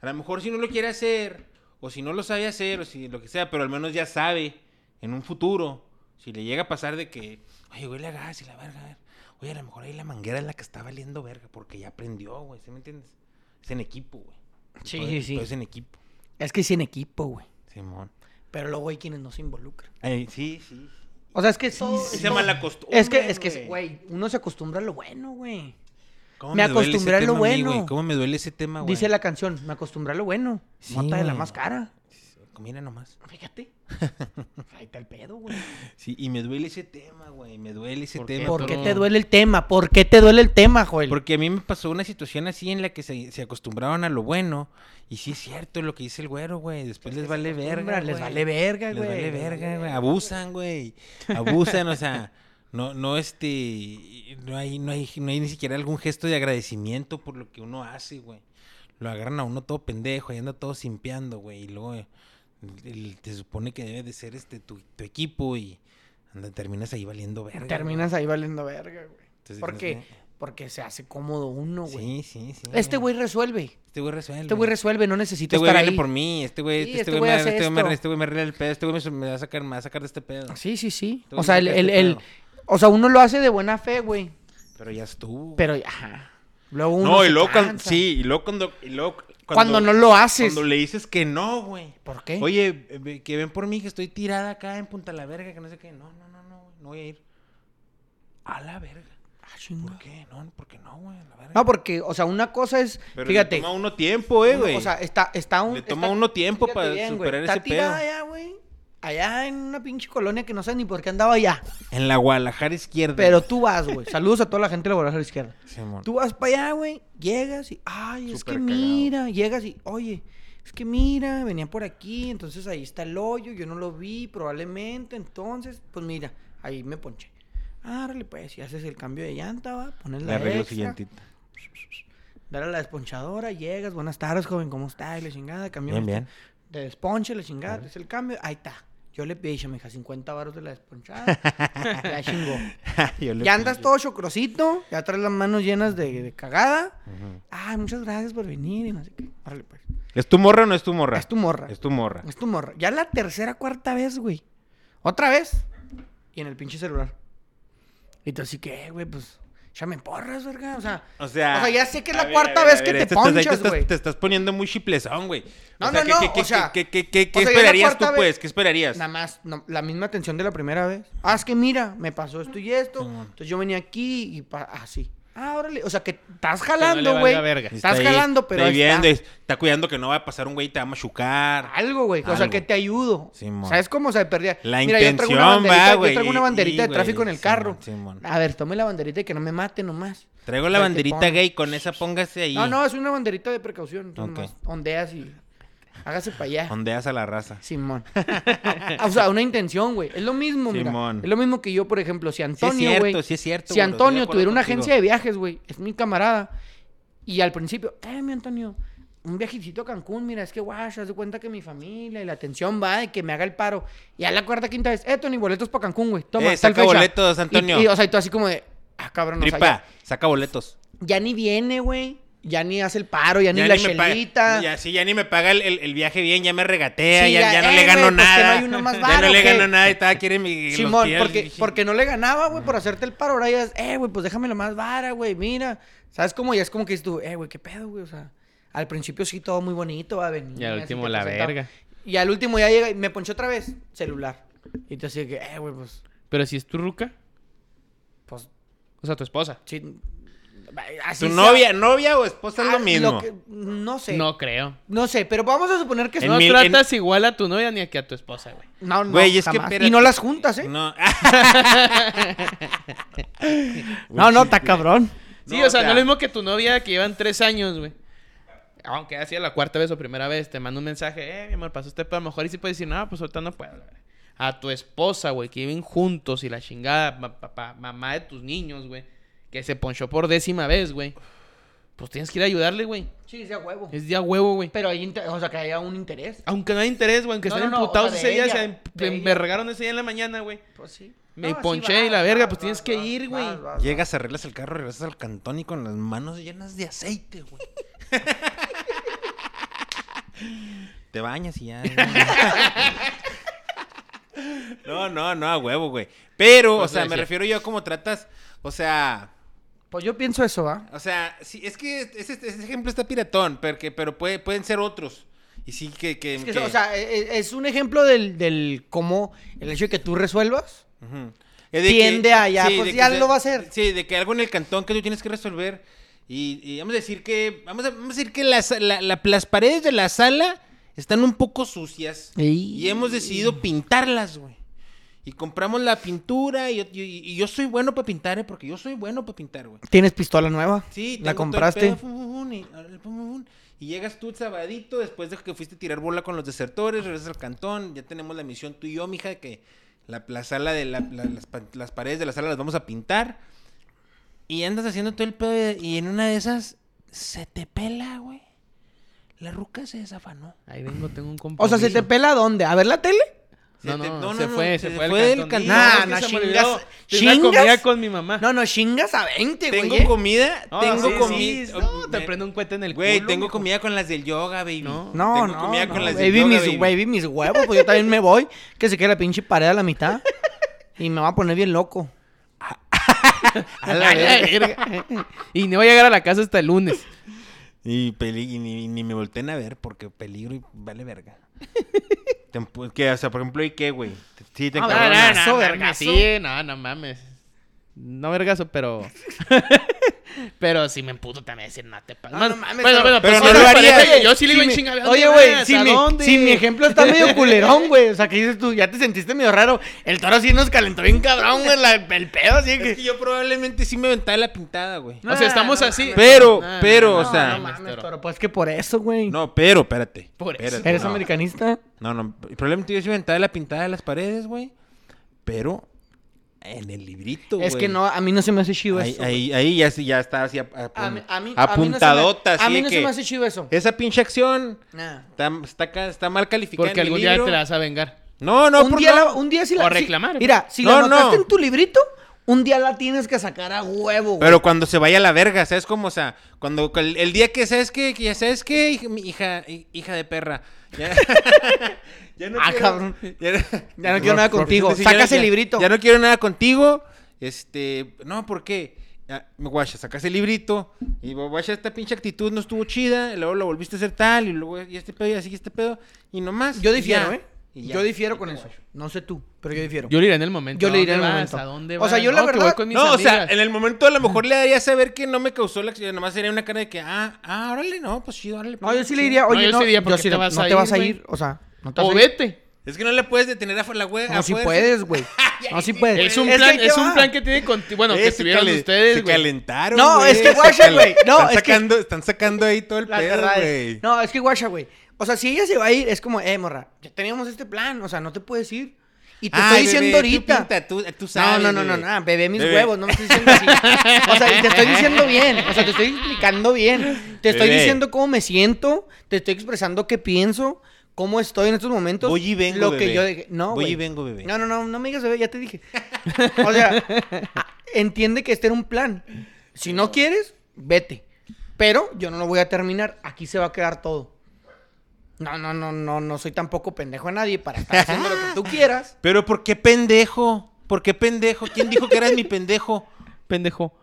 B: A lo mejor si no lo quiere hacer, o si no lo sabe hacer, o si lo que sea, pero al menos ya sabe en un futuro, si le llega a pasar de que, oye, güey, la gas y la verga, a ver. Oye, a lo mejor ahí la manguera es la que está valiendo verga, porque ya aprendió, güey, ¿sí me entiendes? Es en equipo, güey.
D: Sí,
B: Todo-
D: sí, sí.
B: todo Es en equipo,
D: Es que sí en equipo, güey.
B: Simón.
D: Pero luego hay quienes no se involucran.
B: Ay, sí, sí.
D: O sea, es que todo-
B: Se
D: es
B: llama
D: todo-
B: la costumbre.
D: Es que, es que, güey, uno se acostumbra a lo bueno, güey.
B: ¿Cómo
D: me
B: duele ese
D: acostumbré a lo
B: tema a mí,
D: bueno.
B: güey? ¿Cómo me duele ese tema, Ah, güey?
D: Dice la canción, me acostumbré a lo bueno.
B: Sí,
D: Mota de la
B: güey.
D: más cara.
B: Mira nomás.
D: Fíjate. Ahí está el pedo, güey.
B: Sí, y me duele ese tema, güey. Me duele ese
A: ¿Por qué?
B: tema.
D: ¿Por
A: no-
D: qué te duele el tema? ¿Por qué te duele el tema, Joel?
B: Porque a mí me pasó una situación así en la que se, se acostumbraron a lo bueno. Y sí es cierto lo que dice el güero, güey. Después pues, les vale verga.
D: Acostumbra, les
B: güey.
D: vale verga,
B: Les
D: güey.
B: vale verga, güey. Abusan, güey. Abusan, o sea. No, no, este. No hay, no, hay, no hay ni siquiera algún gesto de agradecimiento por lo que uno hace, güey. Lo agarran a uno todo pendejo y anda todo simpeando, güey. Y luego eh, el- te supone que debe de ser este tu, tu equipo y anda, terminas ahí valiendo verga. güey.
D: Terminas ahí valiendo verga, güey.
B: Entonces,
D: ¿Por
B: no
D: qué?
B: sé.
D: Porque se hace cómodo uno,
B: Sí,
D: güey.
B: sí, sí.
D: Este güey resuelve.
B: Este güey resuelve.
D: Este güey resuelve, no necesita
B: Este güey
D: estar
B: viene
D: ahí.
B: por mí. Este güey
D: Sí,
B: este
D: este
B: güey
D: güey
B: me,
D: hace
B: este güey me,
D: esto.
B: este güey me arregla el pedo. Este güey me, me va a sacar, me va a sacar de este pedo.
D: Sí, sí, sí.
B: Este
D: O
B: güey
D: sea, el,
B: saca
D: el,
B: este
D: el-
B: pedo.
D: o sea, uno lo hace de buena fe, güey.
B: Pero ya estuvo.
D: Pero, ajá. Luego uno
B: no, y
D: se
B: luego cuando,
D: cansa.
B: sí, y luego cuando, y luego
D: Cuando, no lo haces.
B: Cuando le dices que no, güey.
D: ¿Por qué?
B: Oye, eh, ve- que ven por mí que estoy tirada acá en Punta la Verga, que no sé qué. No, no, no, no, güey, no voy a ir. A la verga.
D: Ah, chinga.
B: ¿Por qué? No, ¿por qué no, güey? A la verga.
D: No, porque, o sea, una cosa es,
B: Pero
D: fíjate.
B: le toma uno tiempo, eh,
D: uno-
B: güey.
D: o sea, está, está un.
B: Le toma
D: está-
B: uno tiempo
D: fíjate
B: para
D: bien, güey,
B: superar
D: está
B: ese
D: tirada
B: pedo.
D: allá, güey. Allá en una pinche colonia que no sabes ni por qué andaba allá.
B: En la Guadalajara izquierda.
D: Pero tú vas, güey. Saludos a toda la gente de la Guadalajara izquierda.
B: Simón.
D: Tú vas para allá, güey. Llegas y, ay, es
B: Súper
D: que
B: cagado.
D: mira. Llegas y, oye, es que mira, venía por aquí. Entonces ahí está el hoyo. Yo no lo vi, probablemente. Entonces, pues mira, ahí me ponché. Árale, pues, y haces el cambio de llanta, va. Pones
B: Le
D: la
B: arreglo
D: extra.
B: siguientita.
D: Dale a la desponchadora, llegas, buenas tardes, joven, ¿cómo está? Y la chingada, cambio.
B: Bien, bien.
D: Te desponche, la chingada, es el cambio, ahí está. Yo le pedí, me 50 baros de la desponchada. ya chingó.
B: Yo le
D: Ya andas
B: pillo.
D: todo chocrosito, ya traes las manos llenas de, de cagada.
B: Ujú.
D: Ay, muchas gracias por venir y no sé qué. Órale, pues.
B: ¿Es tu morra o no es tu morra?
D: Es tu morra.
B: Es tu morra.
D: Es tu morra. Ya la tercera, cuarta vez, güey. Otra vez. Y en el pinche celular. Y tú así que, eh, güey, pues. Échame porras, verga. O sea,
B: O sea,
D: O sea, ya sé que es la
B: a ver,
D: cuarta
B: a ver,
D: vez
B: a
D: que
B: ver,
D: te
B: estás- ahí
D: ponchas,
B: te estás-
D: güey.
B: Te estás poniendo muy chiplezón, güey.
D: No,
B: o sea,
D: no,
B: ¿qué-
D: no,
B: qué-
D: o
B: qué-
D: sea,
B: qué- qué- qué- qué
D: o sea, ya la
B: esperarías tú,
D: cuarta vez-
B: pues? ¿Qué esperarías?
D: Nada más, no, la misma atención de la primera vez. Ah, es que mira, me pasó esto y esto. Entonces yo venía aquí y pa- así. Ah, órale. O sea, que estás jalando,
A: valga
D: güey.
A: verga.
D: estás jalando, pero
B: Está
D: ahí
B: viendo,
D: está.
B: está. cuidando que no va a pasar un güey y te va a machucar.
D: Algo, güey. O sea,
B: Algo.
D: que te ayudo.
B: Simón.
D: ¿Sabes cómo? O sea, perdía.
B: La
D: yo traigo una
B: intención va,
D: banderita,
B: güey.
D: Yo traigo una
B: Y-
D: banderita
B: y,
D: de
B: güey,
D: tráfico en el
B: Simón,
D: carro.
B: Simón.
D: A ver, tome la banderita y que no me mate nomás.
B: Traigo la
D: Ahí te
B: banderita
D: pon-
B: gay, con esa póngase ahí.
D: No, no, es una banderita de precaución. Tú
B: Ok.
D: nomás ondeas y hágase para allá.
B: Ondeas a la raza.
D: Simón. Ah, o sea, una intención, güey. Es lo mismo, mira.
B: Simón.
D: Es lo mismo que yo, por ejemplo, si
B: Sí es
D: Antonio, güey.
B: cierto, sí es cierto.
D: si
B: güey, estoy de
D: Antonio
B: acuerdo
D: tuviera una
B: contigo.
D: agencia de viajes, güey, es mi camarada. Y al principio, eh, mi Antonio, un viajecito a Cancún, mira, es que guay, haz de cuenta que mi familia y la atención va de que me haga el paro. Y a la cuarta, quinta vez, eh, Tony, boletos para Cancún, güey. Toma,
B: Eh,
D: tal
B: saca
D: fecha.
B: boletos, Antonio.
D: Y, y, o sea, y tú así como de, ah, cabrón, o sea,
B: Tripa,
D: ya-
B: saca boletos.
D: ya, ni viene, güey. Ya ni hace el paro, ya, ni la
B: me paga-
D: chelita.
B: ya, sí, ya ni me paga el, el- el viaje bien, ya me regatea,
D: Sí,
B: ya,
D: ya,
B: ya no
D: eh,
B: le gano
D: güey, pues, que no
B: nada.
D: hay uno más
B: ya
D: varo,
B: no le
D: ¿qué?
B: gano nada y estaba quiere mi. los
D: Simón,
B: tiros,
D: porque,
B: dije, Mm.
D: porque no le ganaba, güey, por hacerte el paro. Ahora ya es, eh, güey, pues déjamelo más vara, güey, mira. ¿Sabes cómo? Ya es como que dices tú, eh, güey, qué pedo, güey, o sea. Al principio sí todo muy bonito, va a venir.
A: Y al
D: así
A: último
D: te
A: la
D: presentaba.
A: verga.
D: Y al último ya llega y me ponchó otra vez, celular. Y te así de que, eh, güey, pues,
A: Pero si es tu ruca,
D: pues,
A: o sea, tu esposa.
D: sí.
B: ¿Tu
D: Así sea.
B: novia, novia o esposa es
D: Ah,
B: lo mismo?
D: que- no sé. No.
A: No creo.
D: sé, pero vamos a suponer que
B: En
A: No
B: mi-
A: tratas igual a tu novia ni a que a tu esposa, güey.
D: No, no,
B: Güey, es que
D: jamás.
B: espérate.
D: Y no las juntas, ¿eh?
B: No.
D: No, no, está cabrón.
A: Sí,
B: No,
A: o sea,
B: o sea-
A: no es lo mismo que tu novia que llevan tres años, güey. Aunque haya sido la cuarta vez o primera vez, te manda un mensaje, eh, mi amor, pasó este pedo. A lo mejor y sí puedes decir, no, pues ahorita no puedo. la verga". A tu esposa, güey, que viven juntos y la chingada, ma- papá, mamá de tus niños, güey, que se ponchó por décima vez, güey. Pues tienes que ir a ayudarle, güey.
D: Sí, sea huevo.
A: Es de a huevo, güey.
D: Pero hay, inter- o sea, que haya un interés.
A: Aunque no hay interés, güey, aunque
D: No,
A: estén
D: no, no,
A: emputados
D: o sea,
A: ese
D: de
A: día,
D: ella,
A: se em-
D: de ella.
A: me regaron ese día en la mañana, güey.
D: Pues sí.
A: Me
D: No, sí
A: ponché
D: vas,
A: y la verga,
D: vas,
A: pues tienes
D: vas,
A: que
D: vas,
A: ir, güey.
D: vas, vas,
B: Llegas, arreglas el carro, regresas al cantón y con las manos llenas de aceite, güey. Te bañas y ya. güey. No, no, no, a huevo, güey. Pero,
A: Pues
B: o sea,
A: le
B: me
A: decía.
B: refiero yo a cómo tratas, o sea,
D: Pues yo pienso eso, ¿va?
B: o sea, sí, es que ese, ese ejemplo está piratón, pero, que, pero puede, pueden ser otros. Y sí que... que,
D: Es que,
B: que-
D: o sea, e- e- es un ejemplo del, del cómo el hecho de que tú resuelvas.
B: Ujú. Es de que-
D: tiende a ya, pues,
B: de que
D: ya
B: sea-
D: lo va a hacer.
B: Sí, de que algo en el cantón que tú tienes que resolver. Y, y vamos a decir que, vamos a, vamos a decir que las, la- la- las paredes de la sala están un poco sucias.
D: Y-
B: Y hemos decidido pintarlas, güey. Y compramos la pintura y, yo- y- y yo soy bueno para pintar, ¿eh? Porque yo soy bueno para pintar, güey.
D: ¿Tienes pistola nueva?
B: Sí, tengo todo
D: ¿La
B: el
D: compraste?
B: pedo, fum, fum, fum, y, ahora le pum, fum, fum. Y llegas tú el sabadito, después de que fuiste a tirar bola con los desertores, regresas al cantón, ya tenemos la misión tú y yo, mija, que la, la sala de la- la- las, pa- las paredes de la sala las vamos a pintar. Y andas haciendo todo el pedo de- y en una de esas se te pela, güey. La ruca se desafanó.
A: Ahí vengo, tengo un compromiso.
D: O sea, ¿se te pela dónde? ¿A ver la tele?
A: No,
B: Se te-
A: no,
B: no,
A: se
B: no,
A: fue, se,
B: no, se
A: fue,
B: fue
A: al
B: del
A: cantón.
B: cantón.
A: No, es
D: Nah,
A: que
D: nah,
A: se me
D: chingas-
A: olvidó. Tenía
D: chingas.
A: comida con mi mamá.
D: No, no, chingas a 20, güey.
B: Tengo
D: ¿eh?
B: comida,
A: No,
B: tengo
A: sí,
B: comida.
A: sí, no, te prendo un cohete en el
B: Güey,
A: culo,
B: tengo
A: mijo.
B: comida con las del yoga, baby.
A: No.
D: No,
B: tengo
D: no,
B: comida
D: no,
B: con las del
D: baby,
B: yoga,
D: mis,
B: baby.
D: baby, mis huevos, pues yo también me voy, que se quede la pinche pared a la mitad y me va a poner bien loco.
A: A la verga. y no voy a llegar a la casa hasta el lunes.
B: Y, peli- y ni, ni me volteen a ver porque peligro y vale verga. Te empu- que, o sea, por ejemplo, ¿y qué, güey? Te- Sí, te
D: Ah,
B: encabronas.
D: no, no, no, vergazo.
A: Sí, no, no mames. No vergazo, pero... pero si me emputo también decir, no te pases.
D: No,
A: Más-
D: no mames,
A: bueno, bueno,
D: pero-
B: pero
A: pues,
B: no
A: sí,
B: lo
A: me
B: haría.
A: parece que Yo sí le
D: Si
A: iba en
D: mi-
A: chinga. ¿a dónde
D: Oye, güey,
A: vas?
D: si,
A: ¿A
D: mi-
A: dónde?
D: si mi ejemplo está medio culerón, güey. O sea, que dices tú, ya te sentiste medio raro. El toro sí nos calentó bien cabrón, güey, la- el pedo, así
B: Es que
D: que...
B: yo probablemente sí me aventaba la pintada, güey.
A: O sea, estamos
D: No,
A: así.
B: Pero,
A: No, no,
B: pero,
A: no,
B: o
A: no,
B: sea.
D: no
A: mames,
D: mames,
A: toro.
D: toro, pues que por eso, güey.
B: No, pero, espérate.
A: Por eso.
B: espérate,
D: ¿Eres
B: no.
D: americanista?
B: No, no. Probablemente yo sí me aventaba la pintada de las paredes, güey. Pero en el librito, güey.
D: Es que no, a mí no se me hace chido
B: Ahí,
D: eso.
B: ahí, ahí ya, sí- ya está así ap- apun-
D: A mí, a mí- a mí no se me-
B: apuntadota.
D: A
B: así
D: mí
B: de
D: no se
B: que
D: me hace chido eso.
B: Esa pinche acción
D: Nada.
B: está, está, ca- está mal calificada.
A: Porque
B: en mi
A: algún día
B: libro.
A: te la vas a vengar.
B: No, no,
D: un,
B: por
D: día
B: no.
D: la- un día si
A: O
D: la... si-
A: reclamar, güey.
D: mira, si la
B: No,
D: notaste
B: no.
D: en tu librito, un día la tienes que sacar a huevo, güey.
B: Pero cuando se vaya a la verga, ¿sabes cómo? O sea, cuando el, el día que sabes que, que ya sabes que, hija, mi hija, hi- hija de perra. Ya, ya no
D: Ah, cabrón.
B: Ya,
D: Ya no quiero nada contigo.
B: Sí, ya
D: Sacas
B: no-
D: el
B: ya-
D: librito.
B: Ya no quiero nada contigo. Este, no, ¿por qué? ah, me guacha, sacaste el librito y guacha, esta pinche actitud no estuvo chida, y luego lo volviste a hacer tal, y luego y este pedo, y así, y este pedo, y nomás.
D: Yo
B: y
D: difiero,
B: ya,
D: ¿eh?
B: y ya.
D: Yo difiero
B: Y
D: con
B: te
D: eso.
B: guacha.
D: No sé tú, pero yo difiero.
A: Yo le diré en el momento.
D: Yo le diré
A: ¿a
D: en el
A: dónde
D: momento.
A: vas? ¿A dónde
D: O sea,
A: vas?
D: yo la
A: No, que
D: verdad-
A: voy con mis
B: No, o sea,
A: amigas.
B: en el momento a lo mejor le daría a saber que no me causó la acción, nomás sería una cara de que, ah, ah, órale, no, pues chido, órale.
D: No, yo sí le
B: chido.
D: diría, "Oh".
A: No,
D: oye,
A: yo
D: no,
A: sí diría,
D: yo
A: ¿por qué
D: sí
A: te
D: no-
A: vas
D: no
A: a
D: te vas a
A: ir,
D: ir, o sea, no te vas
A: O
D: a ir.
A: vete.
B: Es que no le puedes detener a la wea.
D: No,
B: a
D: si
B: fuerza.
D: puedes, güey. No, si puedes.
A: Es un
D: que
A: plan,
D: ahí te
A: es un
D: va.
A: plan que tiene contigo. Bueno, que
B: Eh, se
A: tuvieron
B: calen-
A: ustedes,
B: Se
A: güey.
B: calentaron,
D: No,
B: güey,
D: es que
B: se
D: guacha,
B: calen-
D: güey, no,
B: están,
D: es que-
B: sacando, están sacando ahí todo el
D: La
B: pedo,
D: verdad es-
B: güey.
D: No, es que guacha, güey. O sea, si ella se va a ir, es como, eh, morra, ya teníamos este plan, o sea, no te puedes ir. Y te
B: Ay,
D: estoy
B: bebé,
D: diciendo ahorita.
B: Tú, pinta, tú, tú
D: No,
B: sabes,
D: no, no, no,
B: bebé.
D: no, bebé mis
B: Bebé.
D: huevos, no me estoy diciendo así. O sea, y te estoy diciendo bien, o sea, te estoy explicando bien. Te estoy
B: Bebé.
D: diciendo cómo me siento, te estoy expresando qué pienso, cómo estoy en estos momentos.
B: Voy y vengo,
D: Lo
B: bebé.
D: que yo dejé. No,
B: Voy y
D: güey.
B: vengo, bebé.
D: No, no, no, no me digas bebé, ya te dije. O sea, a- entiende que este era un plan. Si no quieres, vete. Pero yo no lo voy a terminar, aquí se va a quedar todo. No, no, no, no, no soy tampoco pendejo a nadie para estar haciendo lo que tú quieras.
B: Pero ¿por qué pendejo? ¿Por qué pendejo? ¿Quién dijo que eras mi pendejo?
A: Pendejo.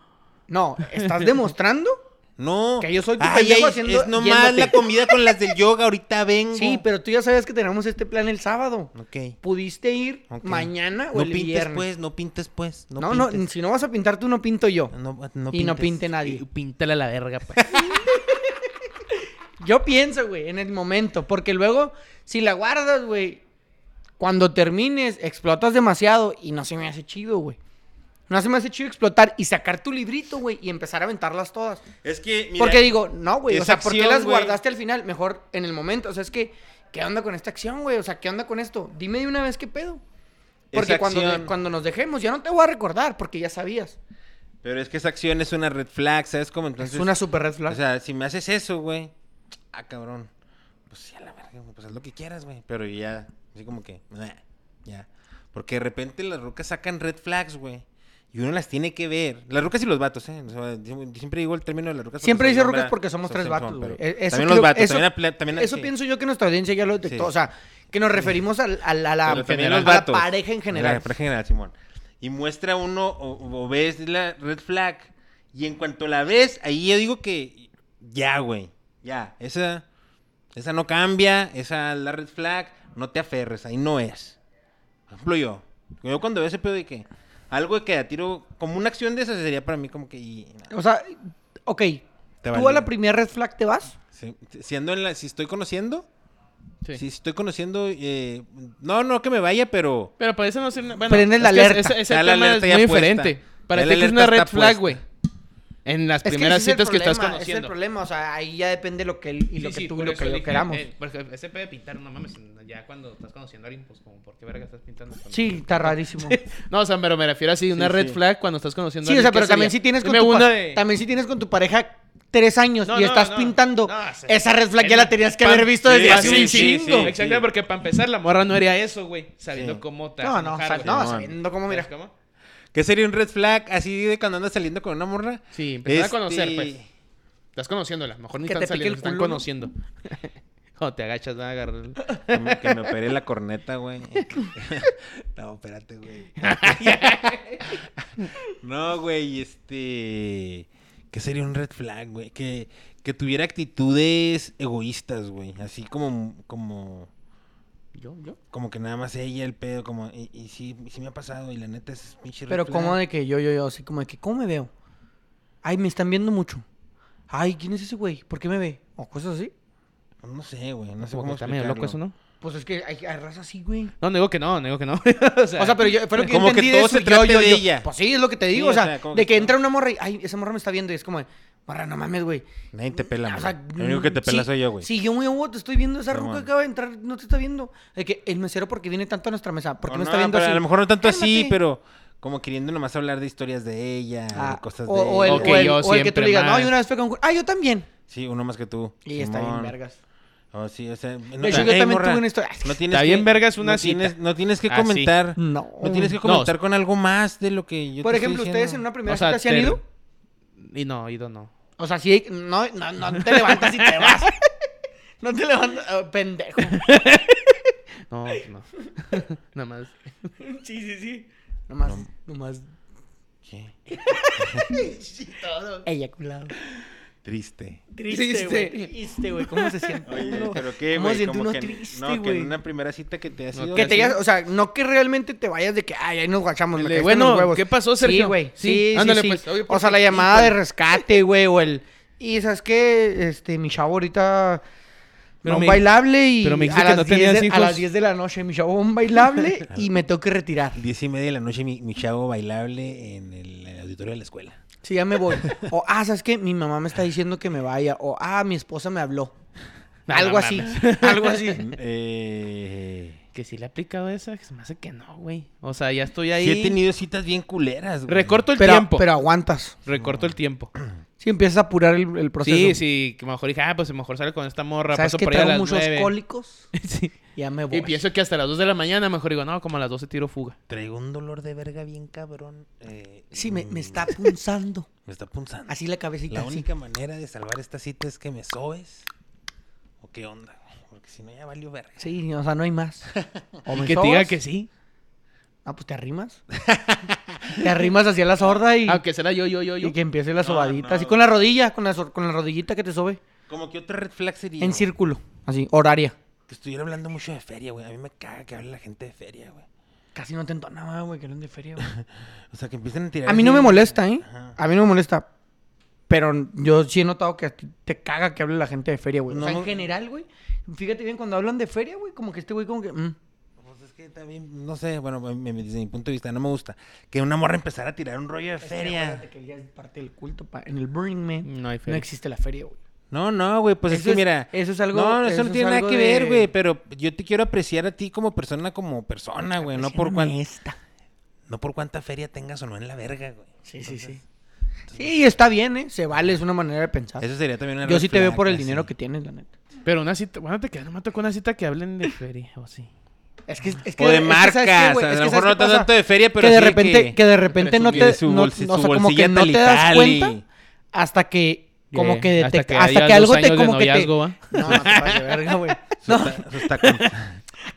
D: No, estás demostrando
B: No.
D: Que yo soy tu pendejo haciendo-
B: Es nomás
D: yéndote.
B: la comida con las del yoga, ahorita vengo.
D: Sí, pero tú ya sabías que tenemos este plan el sábado.
B: Ok.
D: Pudiste ir
B: ok.
D: mañana o
B: no
D: el
B: pintes,
D: viernes.
B: pues, no pintes, pues. No,
D: no, no,
B: pintes.
D: si no vas a pintar tú, no pinto yo.
B: No,
D: y no pinte
B: pintes.
A: Y
D: nadie.
A: Píntale a la verga, pues.
D: Yo pienso, güey, en el momento. Porque luego, si la guardas, güey, cuando termines, explotas demasiado y no se me hace chido, güey. No se me hace chido explotar y sacar tu librito, güey, y empezar a aventarlas todas.
B: Es que, mira,
D: Porque digo, no, güey, o
B: esa
D: sea, ¿por qué
B: acción,
D: las
B: güey.
D: guardaste al final? Mejor en el momento. O sea, es que, ¿qué onda con esta acción, güey? O sea, ¿qué onda con esto? Dime de una vez qué pedo. Porque
B: esa
D: cuando,
B: acción-
D: cuando nos dejemos, ya no te voy a recordar, porque ya sabías.
B: Pero es que esa acción es una red flag, ¿sabes cómo? Entonces,
D: es una super red flag.
B: O sea, si me haces eso, güey. Ah, cabrón. Pues sí, a la verga, güey, Pues haz lo que quieras, güey. Pero ya, así como que. "Meh", Ya. Porque de repente las rucas sacan red flags, güey. Y uno las tiene que ver. Las rucas y los vatos, ¿eh? O sea, yo siempre digo el término de las rucas.
D: Siempre dice
B: son
D: rucas
B: hombres,
D: porque somos
B: son-
D: tres
B: son-
D: vatos,
B: son,
D: güey.
B: pero-
D: E- eso
B: También los
D: creo-
B: vatos.
D: eso-
B: también apla- también,
D: Eso
B: sí.
D: pienso yo que nuestra audiencia ya lo detectó.
B: Sí.
D: O sea, que nos referimos al- a, la- a la,
B: Pero también
D: a la
B: los vatos.
D: pareja en general.
B: La pareja en general, Simón. Y muestra uno o, o ves la red flag. Y en cuanto la ves, ahí yo digo que ya, güey. Ya. Esa, esa no cambia. Esa la red flag. No te aferres. Ahí no es. Por ejemplo, yo. Yo cuando veo ese pedo de que algo de que a tiro, como una acción de esas sería para mí como que. y-
D: O sea, ok. ¿Tú
B: valió.
D: a la primera red flag te vas?
B: si, si ando en la- si estoy conociendo,
A: Sí.
B: si estoy conociendo, eh, no, no que me vaya, pero
A: Pero para eso no ser. Bueno,
D: Prendes la
A: es que
D: alerta.
A: Ese, ese
B: Ya la
A: tema es
B: alerta ya
A: muy
B: puesta.
A: diferente. Para
B: Ya
A: ti
B: la
A: que es
B: alerta
A: una red
B: está
A: flag,
B: puesta.
A: güey. En las
D: Es que
A: primeras
D: ese es el
A: citas que estás
D: problema, ese Es el
A: conociendo.
D: problema, o sea, ahí ya depende lo que él y lo
A: Sí,
D: que
A: sí,
D: tú
A: por
D: y lo
A: eso
D: que yo
A: dije,
D: queramos.
A: eh, porque ese pedo de pintar, no mames, ya cuando estás conociendo a alguien, pues como, ¿por qué verga estás pintando?
D: Sí, está rarísimo.
A: No, o sea, pero me refiero así, una
B: Sí,
A: red
B: sí.
A: flag cuando estás conociendo a
D: Sí, o
A: alguien.
D: sea, pero
A: ¿qué
D: también
A: sería?
D: si tienes con
A: Dime
D: tu
A: una
D: pa-
A: de-
D: también si tienes con tu pareja tres años
A: No,
D: y
A: no,
D: estás
A: no.
D: pintando,
A: No, se-
D: esa red flag ya la tenías que
A: Pam-
D: haber visto desde
B: sí,
D: hace
B: sí,
D: un
B: sí,
D: chingo.
B: sí.
A: Exacto, porque para empezar, la morra no haría eso, güey. Sabiendo
B: Sí.
A: cómo te
D: No,
A: vas a
D: no, o
A: enojar,
D: sea,
A: güey.
D: no,
B: Sí,
D: sabiendo cómo mira.
A: ¿Sabes cómo?
B: ¿Qué sería un red flag así de cuando andas saliendo con una morra?
A: Sí, empezar a conocer,
B: Este,
A: pues. Estás conociéndola, a lo mejor ni
D: Que
A: están
D: te pique
A: saliendo,
D: el
A: se están
D: culo, ¿no?
A: conociendo. Cuando te agachas, van a agarrar. el-
B: Que me, que me opere la corneta, güey. no, espérate, güey. no, güey, este... ¿Qué sería un red flag, güey? Que, que tuviera actitudes egoístas, güey. Así como... como...
A: Yo, yo.
B: Como que nada más ella, el pedo, como... Y, y sí, sí me ha pasado, y la neta es pinche red
D: Pero
B: flag.
D: como de que yo, yo, yo, así como de que, ¿cómo me veo? Ay, me están viendo mucho. Ay, ¿quién es ese güey? ¿Por qué me ve? O cosas así.
B: No sé, güey, no sé
A: Como que
B: cómo
A: está medio loco eso, ¿no?
D: Pues es que hay, hay raza así, güey.
A: No, no digo que no, no digo que no. o, sea,
D: O sea, pero yo, fue lo que
B: Como que
D: entendí
B: todo
D: de su
B: se
D: yo,
B: trata
D: yo,
B: de
D: yo.
B: ella.
D: Pues sí, es lo que te digo.
B: Sí,
D: o
B: o
D: sea,
B: sea, como
D: de
B: que
D: que
B: todo.
D: entra una morra y, ay, esa morra me está viendo. Y es como, de, morra, no mames, güey.
B: Nadie te pela,
D: O sea,
B: güey. El único que te
D: mm,
B: pela
D: sí,
B: soy yo, güey.
D: Sí, yo muy huevo te estoy viendo. Esa
B: No,
D: ruca
B: man.
D: acaba de entrar, no te está viendo. De que el mesero, porque viene tanto a nuestra mesa? ¿Por qué
B: O
D: me
B: no,
D: está viendo
B: pero
D: así?
B: A lo mejor no tanto así,
D: Cálmate.
B: pero como queriendo nomás hablar de historias de ella,
D: Ah,
B: de cosas
D: o,
B: de
D: o el,
B: ella.
A: Ok,
D: o el-
A: yo
D: o el que tú
A: siempre
D: le digas, no,
A: más.
D: yo una vez fue con... Ah, yo también.
B: Sí, uno más que tú.
D: Y está bien,
B: Simón.
D: vergas.
B: Oh, sí, o sea, no,
D: De hecho, yo
B: Ey,
D: también
B: morra,
D: tuve una historia.
B: No tienes
A: Está bien,
B: que-
A: verga, es una
B: no tienes,
A: cita.
B: no tienes que
A: Así.
B: comentar.
D: No.
B: Ah, Mm. No tienes que
A: No,
B: comentar con algo más de lo que yo
D: Por
B: te estoy
D: ejemplo, ustedes en
B: diciendo.
D: una primera
A: O sea,
D: cita se han
A: te-
D: ido.
A: Y no, ido no.
D: O sea, sí, no, no, no te levantas y te vas. No te levantas, ah, pendejo.
A: No, no. Nada más.
D: Sí, sí, sí. Nomás, nomás
B: ¿Qué?
A: Todo.
D: Eyaculado.
B: Triste.
D: Triste, güey. Triste, güey. ¿Cómo se siente? uno?
B: pero qué,
D: ¿Cómo
B: güey,
D: se siente
B: como
D: uno
B: que,
D: triste,
B: no, que
D: güey?
B: en una primera cita que te ha
A: No,
B: sido
D: Que te
B: así.
D: hayas- o sea, no que realmente te vayas de que, ay, ahí nos guachamos.
A: ¿Ah,
D: me
A: El de,
D: caíste en los
A: bueno,
D: huevos".
A: ¿qué pasó, Sergio?
D: Sí, güey. Sí, sí,
A: Ándale,
D: sí.
A: pues. Oye,
D: o
A: ¿por
D: sea,
A: qué?
D: la llamada de rescate, güey, o el... Y sabes que, este, mi chavo ahorita...
C: Pero
D: va a un
C: me-
D: bailable y
C: pero me dijiste
D: a,
C: que
D: las
C: no
D: 10
C: tenías
D: de, a
C: hijos.
D: las 10 de la noche mi chavo va a un bailable y me tengo que retirar.
B: Diez y media de la noche, mi, mi chavo bailable en el, el auditorio de la escuela.
D: Sí, ya me voy. O, ah, ¿sabes qué? Mi mamá me está diciendo que me vaya. O, ah, mi esposa me habló.
A: No
D: algo así.
A: mames.
D: Algo así.
B: Mm, Eh,
A: Que sí le he aplicado esa, que se me hace que no, güey. O sea, ya estoy ahí.
B: sí he tenido citas bien culeras, güey.
A: Recorto el
D: Pero,
A: tiempo.
D: pero aguantas.
A: Recorto el tiempo.
D: Sí, empiezas a apurar el, el proceso.
A: Sí, sí, que mejor dije, ah, pues mejor sale con esta morra,
D: ¿Sabes
A: paso
D: que
A: por ahí a
D: traigo
A: las
D: muchos
A: nueve.
D: cólicos?
A: Sí.
D: Ya me voy.
A: Y pienso que hasta las 2 de la mañana, mejor digo, no, como a las 12 tiro fuga.
B: Traigo un dolor de verga bien cabrón. eh,
D: Sí, me, me
B: mm,
D: está punzando.
B: Me está punzando.
D: Así la cabecita.
B: La
D: así.
B: única manera de salvar esta cita es que me sobes. ¿O qué onda? Porque si no, ya valió verga.
D: Sí, o sea, no hay más. O
A: Y
D: me
A: que te diga
D: sobas.
A: que sí.
D: Ah, pues te arrimas. te arrimas hacia la sorda y,
A: Aunque será yo, yo, yo, yo.
D: y que empiece la
B: No,
D: sobadita.
B: no,
D: así
B: güey.
D: con la rodilla, con la, sor- con la rodillita que te sobe.
B: Como que otra red flag sería.
D: En
B: güey,
D: círculo, así, horaria.
B: Que estuviera hablando mucho de feria, güey. A mí me caga que hable la gente de feria, güey.
D: Casi no te entonaba, güey, que eran de feria, güey.
B: O sea, que empiecen a tirar.
D: A mí no
B: así-
D: me molesta, ¿eh?
B: Ajá.
D: A mí no me molesta. Pero yo sí he notado que a ti te caga que hable la gente de feria, güey. o
B: No,
D: sea, en
B: no.
D: general, güey. Fíjate bien, cuando hablan de feria, güey, como que este güey como que... mm.
B: Pues es que también, no sé, bueno, me- me- desde mi punto de vista no me gusta. Que una morra empezara a tirar un rollo de feria.
D: Acuérdate que ya es parte del culto. pa- En el Burning Man
A: No hay
D: no
A: feria.
D: existe la feria, güey.
B: No, no, güey, pues es
D: Eso
B: que
D: es-
B: mira.
D: eso es algo-
B: No, eso,
D: eso
B: no
D: es
B: tiene nada
D: algo
B: que ver,
D: de-
B: güey, pero yo te quiero apreciar a ti como persona, como persona, güey.
D: Pues
B: No por, cuan-
D: Apreciame esta.
B: no por cuánta feria tengas o no en la verga, güey.
D: Sí, sí, sí. Sí, está bien, ¿eh? Se vale, es una manera de pensar.
B: Eso sería también una
D: Yo
B: red
D: sí te veo
B: flag,
D: por el
B: así.
D: dinero que tienes, la neta.
A: Pero una cita, bueno, te quedas, no me tocó una cita que hablen de feria, o sí.
D: Es que, es que,
B: O de
D: es que, ¿sabes
B: marcas,
D: qué, güey?
B: a
D: Es
B: lo mejor
D: que, ¿sabes
B: no
D: qué pasa?
B: tanto de feria, pero
D: que de
B: sí
D: repente que, de repente no
A: presumible.
D: te
B: Su
D: no,
B: bolsi-
D: no, o
B: su
D: sea, como que
B: bolsilla
D: no te das
B: tal
D: cuenta
B: y-
D: hasta que como
A: Eh,
D: que
A: hasta
D: detecta,
A: que
D: hasta que,
A: hayan
D: algo
A: dos
D: te
A: años de
D: como que te
A: noviazgo, ¿va?
D: no, no te pases de verga, güey.
B: Eso está- eso está con-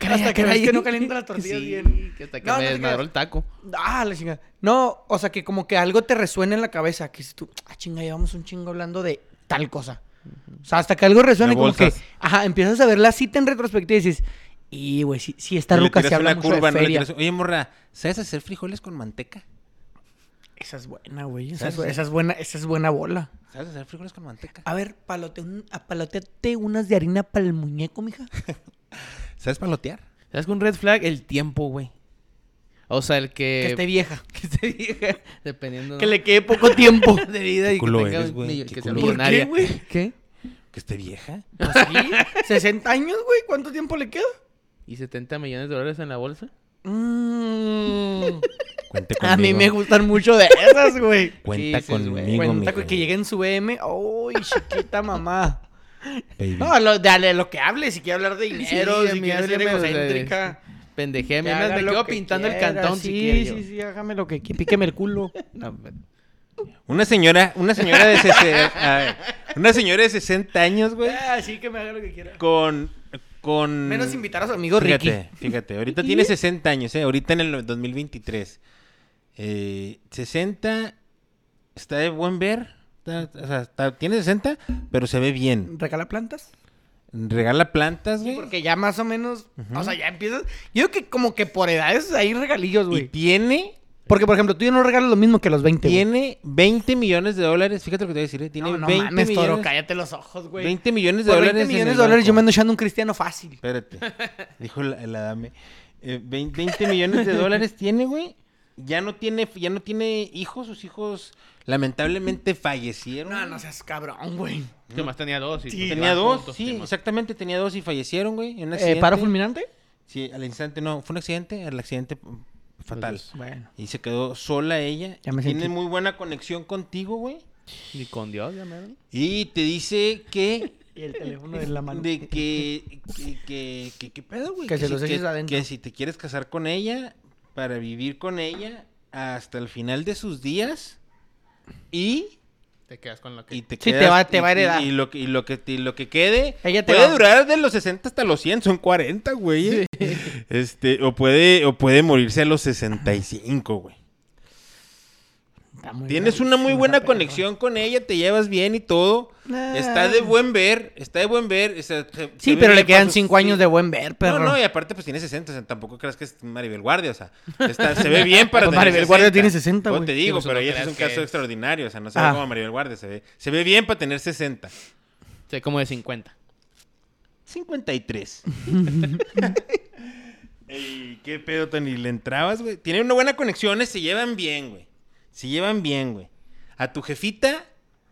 A: Ah,
D: Hasta que ves que no calienta las tortillas
A: Sí,
D: bien.
A: Que hasta que
D: No,
A: me
D: no te
A: desmadró
D: creas.
A: el taco.
D: Ah, la chingada. No, o sea que como que algo te resuena en la cabeza, que dices tú, ah, chinga, llevamos un chingo hablando de tal cosa. O sea, hasta que algo resuena
B: De
D: y como que,
B: bolsas.
D: ajá, empiezas a ver la cita en retrospectiva y dices, y güey, sí, sí esta
B: le
D: ruca se
B: tiras
D: habla
B: una
D: mucho
B: curva,
D: de
B: no le
D: feria.
B: tiras- Oye, morra, ¿sabes hacer frijoles con manteca?
D: Esa es buena, güey. Esa,
B: ¿Sabes?
D: es bu- esa es buena, esa es buena bola.
B: ¿Sabes hacer frijoles con manteca?
D: A ver, palote, un- apaloteate unas de harina para el muñeco, mija.
B: ¿Sabes palotear?
A: ¿Sabes que un red flag? El tiempo, güey. O sea, el
D: Que
A: que...
D: esté vieja.
A: Que esté vieja. Dependiendo,
D: Eh, Que
A: ¿no?
D: le quede poco tiempo.
A: de vida y que
B: culo
A: tenga
B: eres,
A: un
B: güey,
A: millo-
B: qué
A: que sea
B: culo.
D: ¿Por qué,
A: millonaria.
D: güey? ¿Qué?
B: ¿Que esté vieja?
D: Pues sí, 60 años, güey. ¿Cuánto tiempo le queda?
A: ¿Y 70 millones de dólares en la bolsa?
D: Mm,
B: Cuente conmigo.
D: a mí me gustan mucho de esas, güey.
B: Cuenta
A: Sí, sí, güey.
B: conmigo,
D: Cuenta
B: mi
D: güey,
B: rey.
D: que llegue en su M. ¡Uy, chiquita mamá!
B: Baby.
D: No, lo, dale lo que hable. Si quiere hablar de dinero,
A: Sí,
D: si
A: a mí
D: quiere ser
A: hábleme, o sea,
D: egocéntrica.
A: Pendejé,
D: que
A: me,
D: haga
A: me
D: lo
A: quedo
D: que
A: pintando el
D: quiera,
A: cantón si
D: Sí,
A: quiere yo.
D: sí, sí, hágame lo que quiera. Píqueme el culo.
A: No, pero-
B: Una señora, una señora de 60, a ver, una señora de 60 años, güey,
D: Ah, sí, que me haga lo que quiera.
B: con con
D: Menos invitar a su amigo Ricky.
B: Fíjate, fíjate, ahorita tiene 60 años, eh, ahorita en el 2023. Eh, 60 está de buen ver, está- o sea, está- tiene 60, pero se ve bien.
D: ¿Regala plantas?
B: Regala plantas,
D: Sí,
B: güey.
D: porque ya más o menos,
B: Ujú.
D: o sea, ya empiezas. Yo creo que como que por edades hay regalillos,
B: Y
D: güey.
B: tiene
D: Porque, por ejemplo, tú ya no regalas lo mismo que los 20, güey.
B: tiene 20 millones de dólares, fíjate lo que te voy a decir, eh, tiene
D: No, no
B: 20
D: mames,
B: millones.
D: Toro, cállate los ojos, güey.
B: 20 millones de
D: Por
B: dólares.
D: 20
B: en
D: millones
B: el
D: de dólares yo
B: banco.
D: me ando echando un cristiano fácil.
B: Espérate. Dijo la, la dame. Eh, vein- 20 millones de dólares tiene, güey. Ya no tiene, ya no tiene hijos, sus hijos lamentablemente fallecieron.
D: No, no seas cabrón, güey.
A: Yo más tenía dos. Y
D: Sí.
B: Tenía
A: iban
B: dos,
A: juntos,
B: sí,
A: Simón.
B: exactamente, tenía dos y fallecieron, güey. en un
D: Eh,
B: accidente.
D: ¿Paro fulminante?
B: Sí, al instante, no, fue un accidente, el accidente mm, fatal.
A: Pues,
D: Bueno.
B: Y se quedó sola ella.
D: Ya me
B: tiene
D: sentí.
B: muy buena conexión contigo, güey.
A: Ni con Dios, ya me
B: Y te dice que
D: Y el teléfono en la mano.
B: De que, que, que, que- ¿qué pedo, güey?
D: Que se los
B: si,
D: eches adentro.
B: que si te quieres casar con ella, para vivir con ella hasta el final de sus días y,
A: Te quedas con lo que...
B: y te
D: Sí, te
B: quedas-
D: va- te va
B: y-
D: a
B: y-
D: heredar.
B: Y, lo, que- y, lo que, y lo que quede
D: Ella te
B: puede
D: va-
B: durar de los 60 hasta los 100, son 40, güey. ¿eh? Este, o puede, o puede morirse a los 65, güey.
D: Está muy
B: Tienes una muy
D: perrísima
B: buena
D: esa
B: conexión con ella, te llevas bien y todo.
D: Nah.
B: Está de buen ver, está de buen ver. o sea, se- se
D: Sí,
B: ve
D: pero le
B: bien
D: quedan
B: para sus-
D: cinco años
B: sí.
D: de buen ver, perro.
B: No, no, y aparte pues tiene 60, o sea, tampoco creas que es Maribel Guardia, o sea, está- se ve bien para
D: Pues
B: tener
D: Maribel Guardia tiene 60,
B: No
D: güey.
B: te digo,
A: Sí, pues,
B: pero
A: no
B: ella sí es un
A: creas
B: caso
A: que-
B: extraordinario, o sea, no se
D: Ah.
B: ve como Maribel Guardia, se ve, se ve bien para tener 60.
A: O sea, como de 50.
B: 53. Ey, qué pedo, Tony. ¿Le entrabas, güey? Tienen una buena conexión, eh, se llevan bien, güey. Se llevan bien, güey. A tu jefita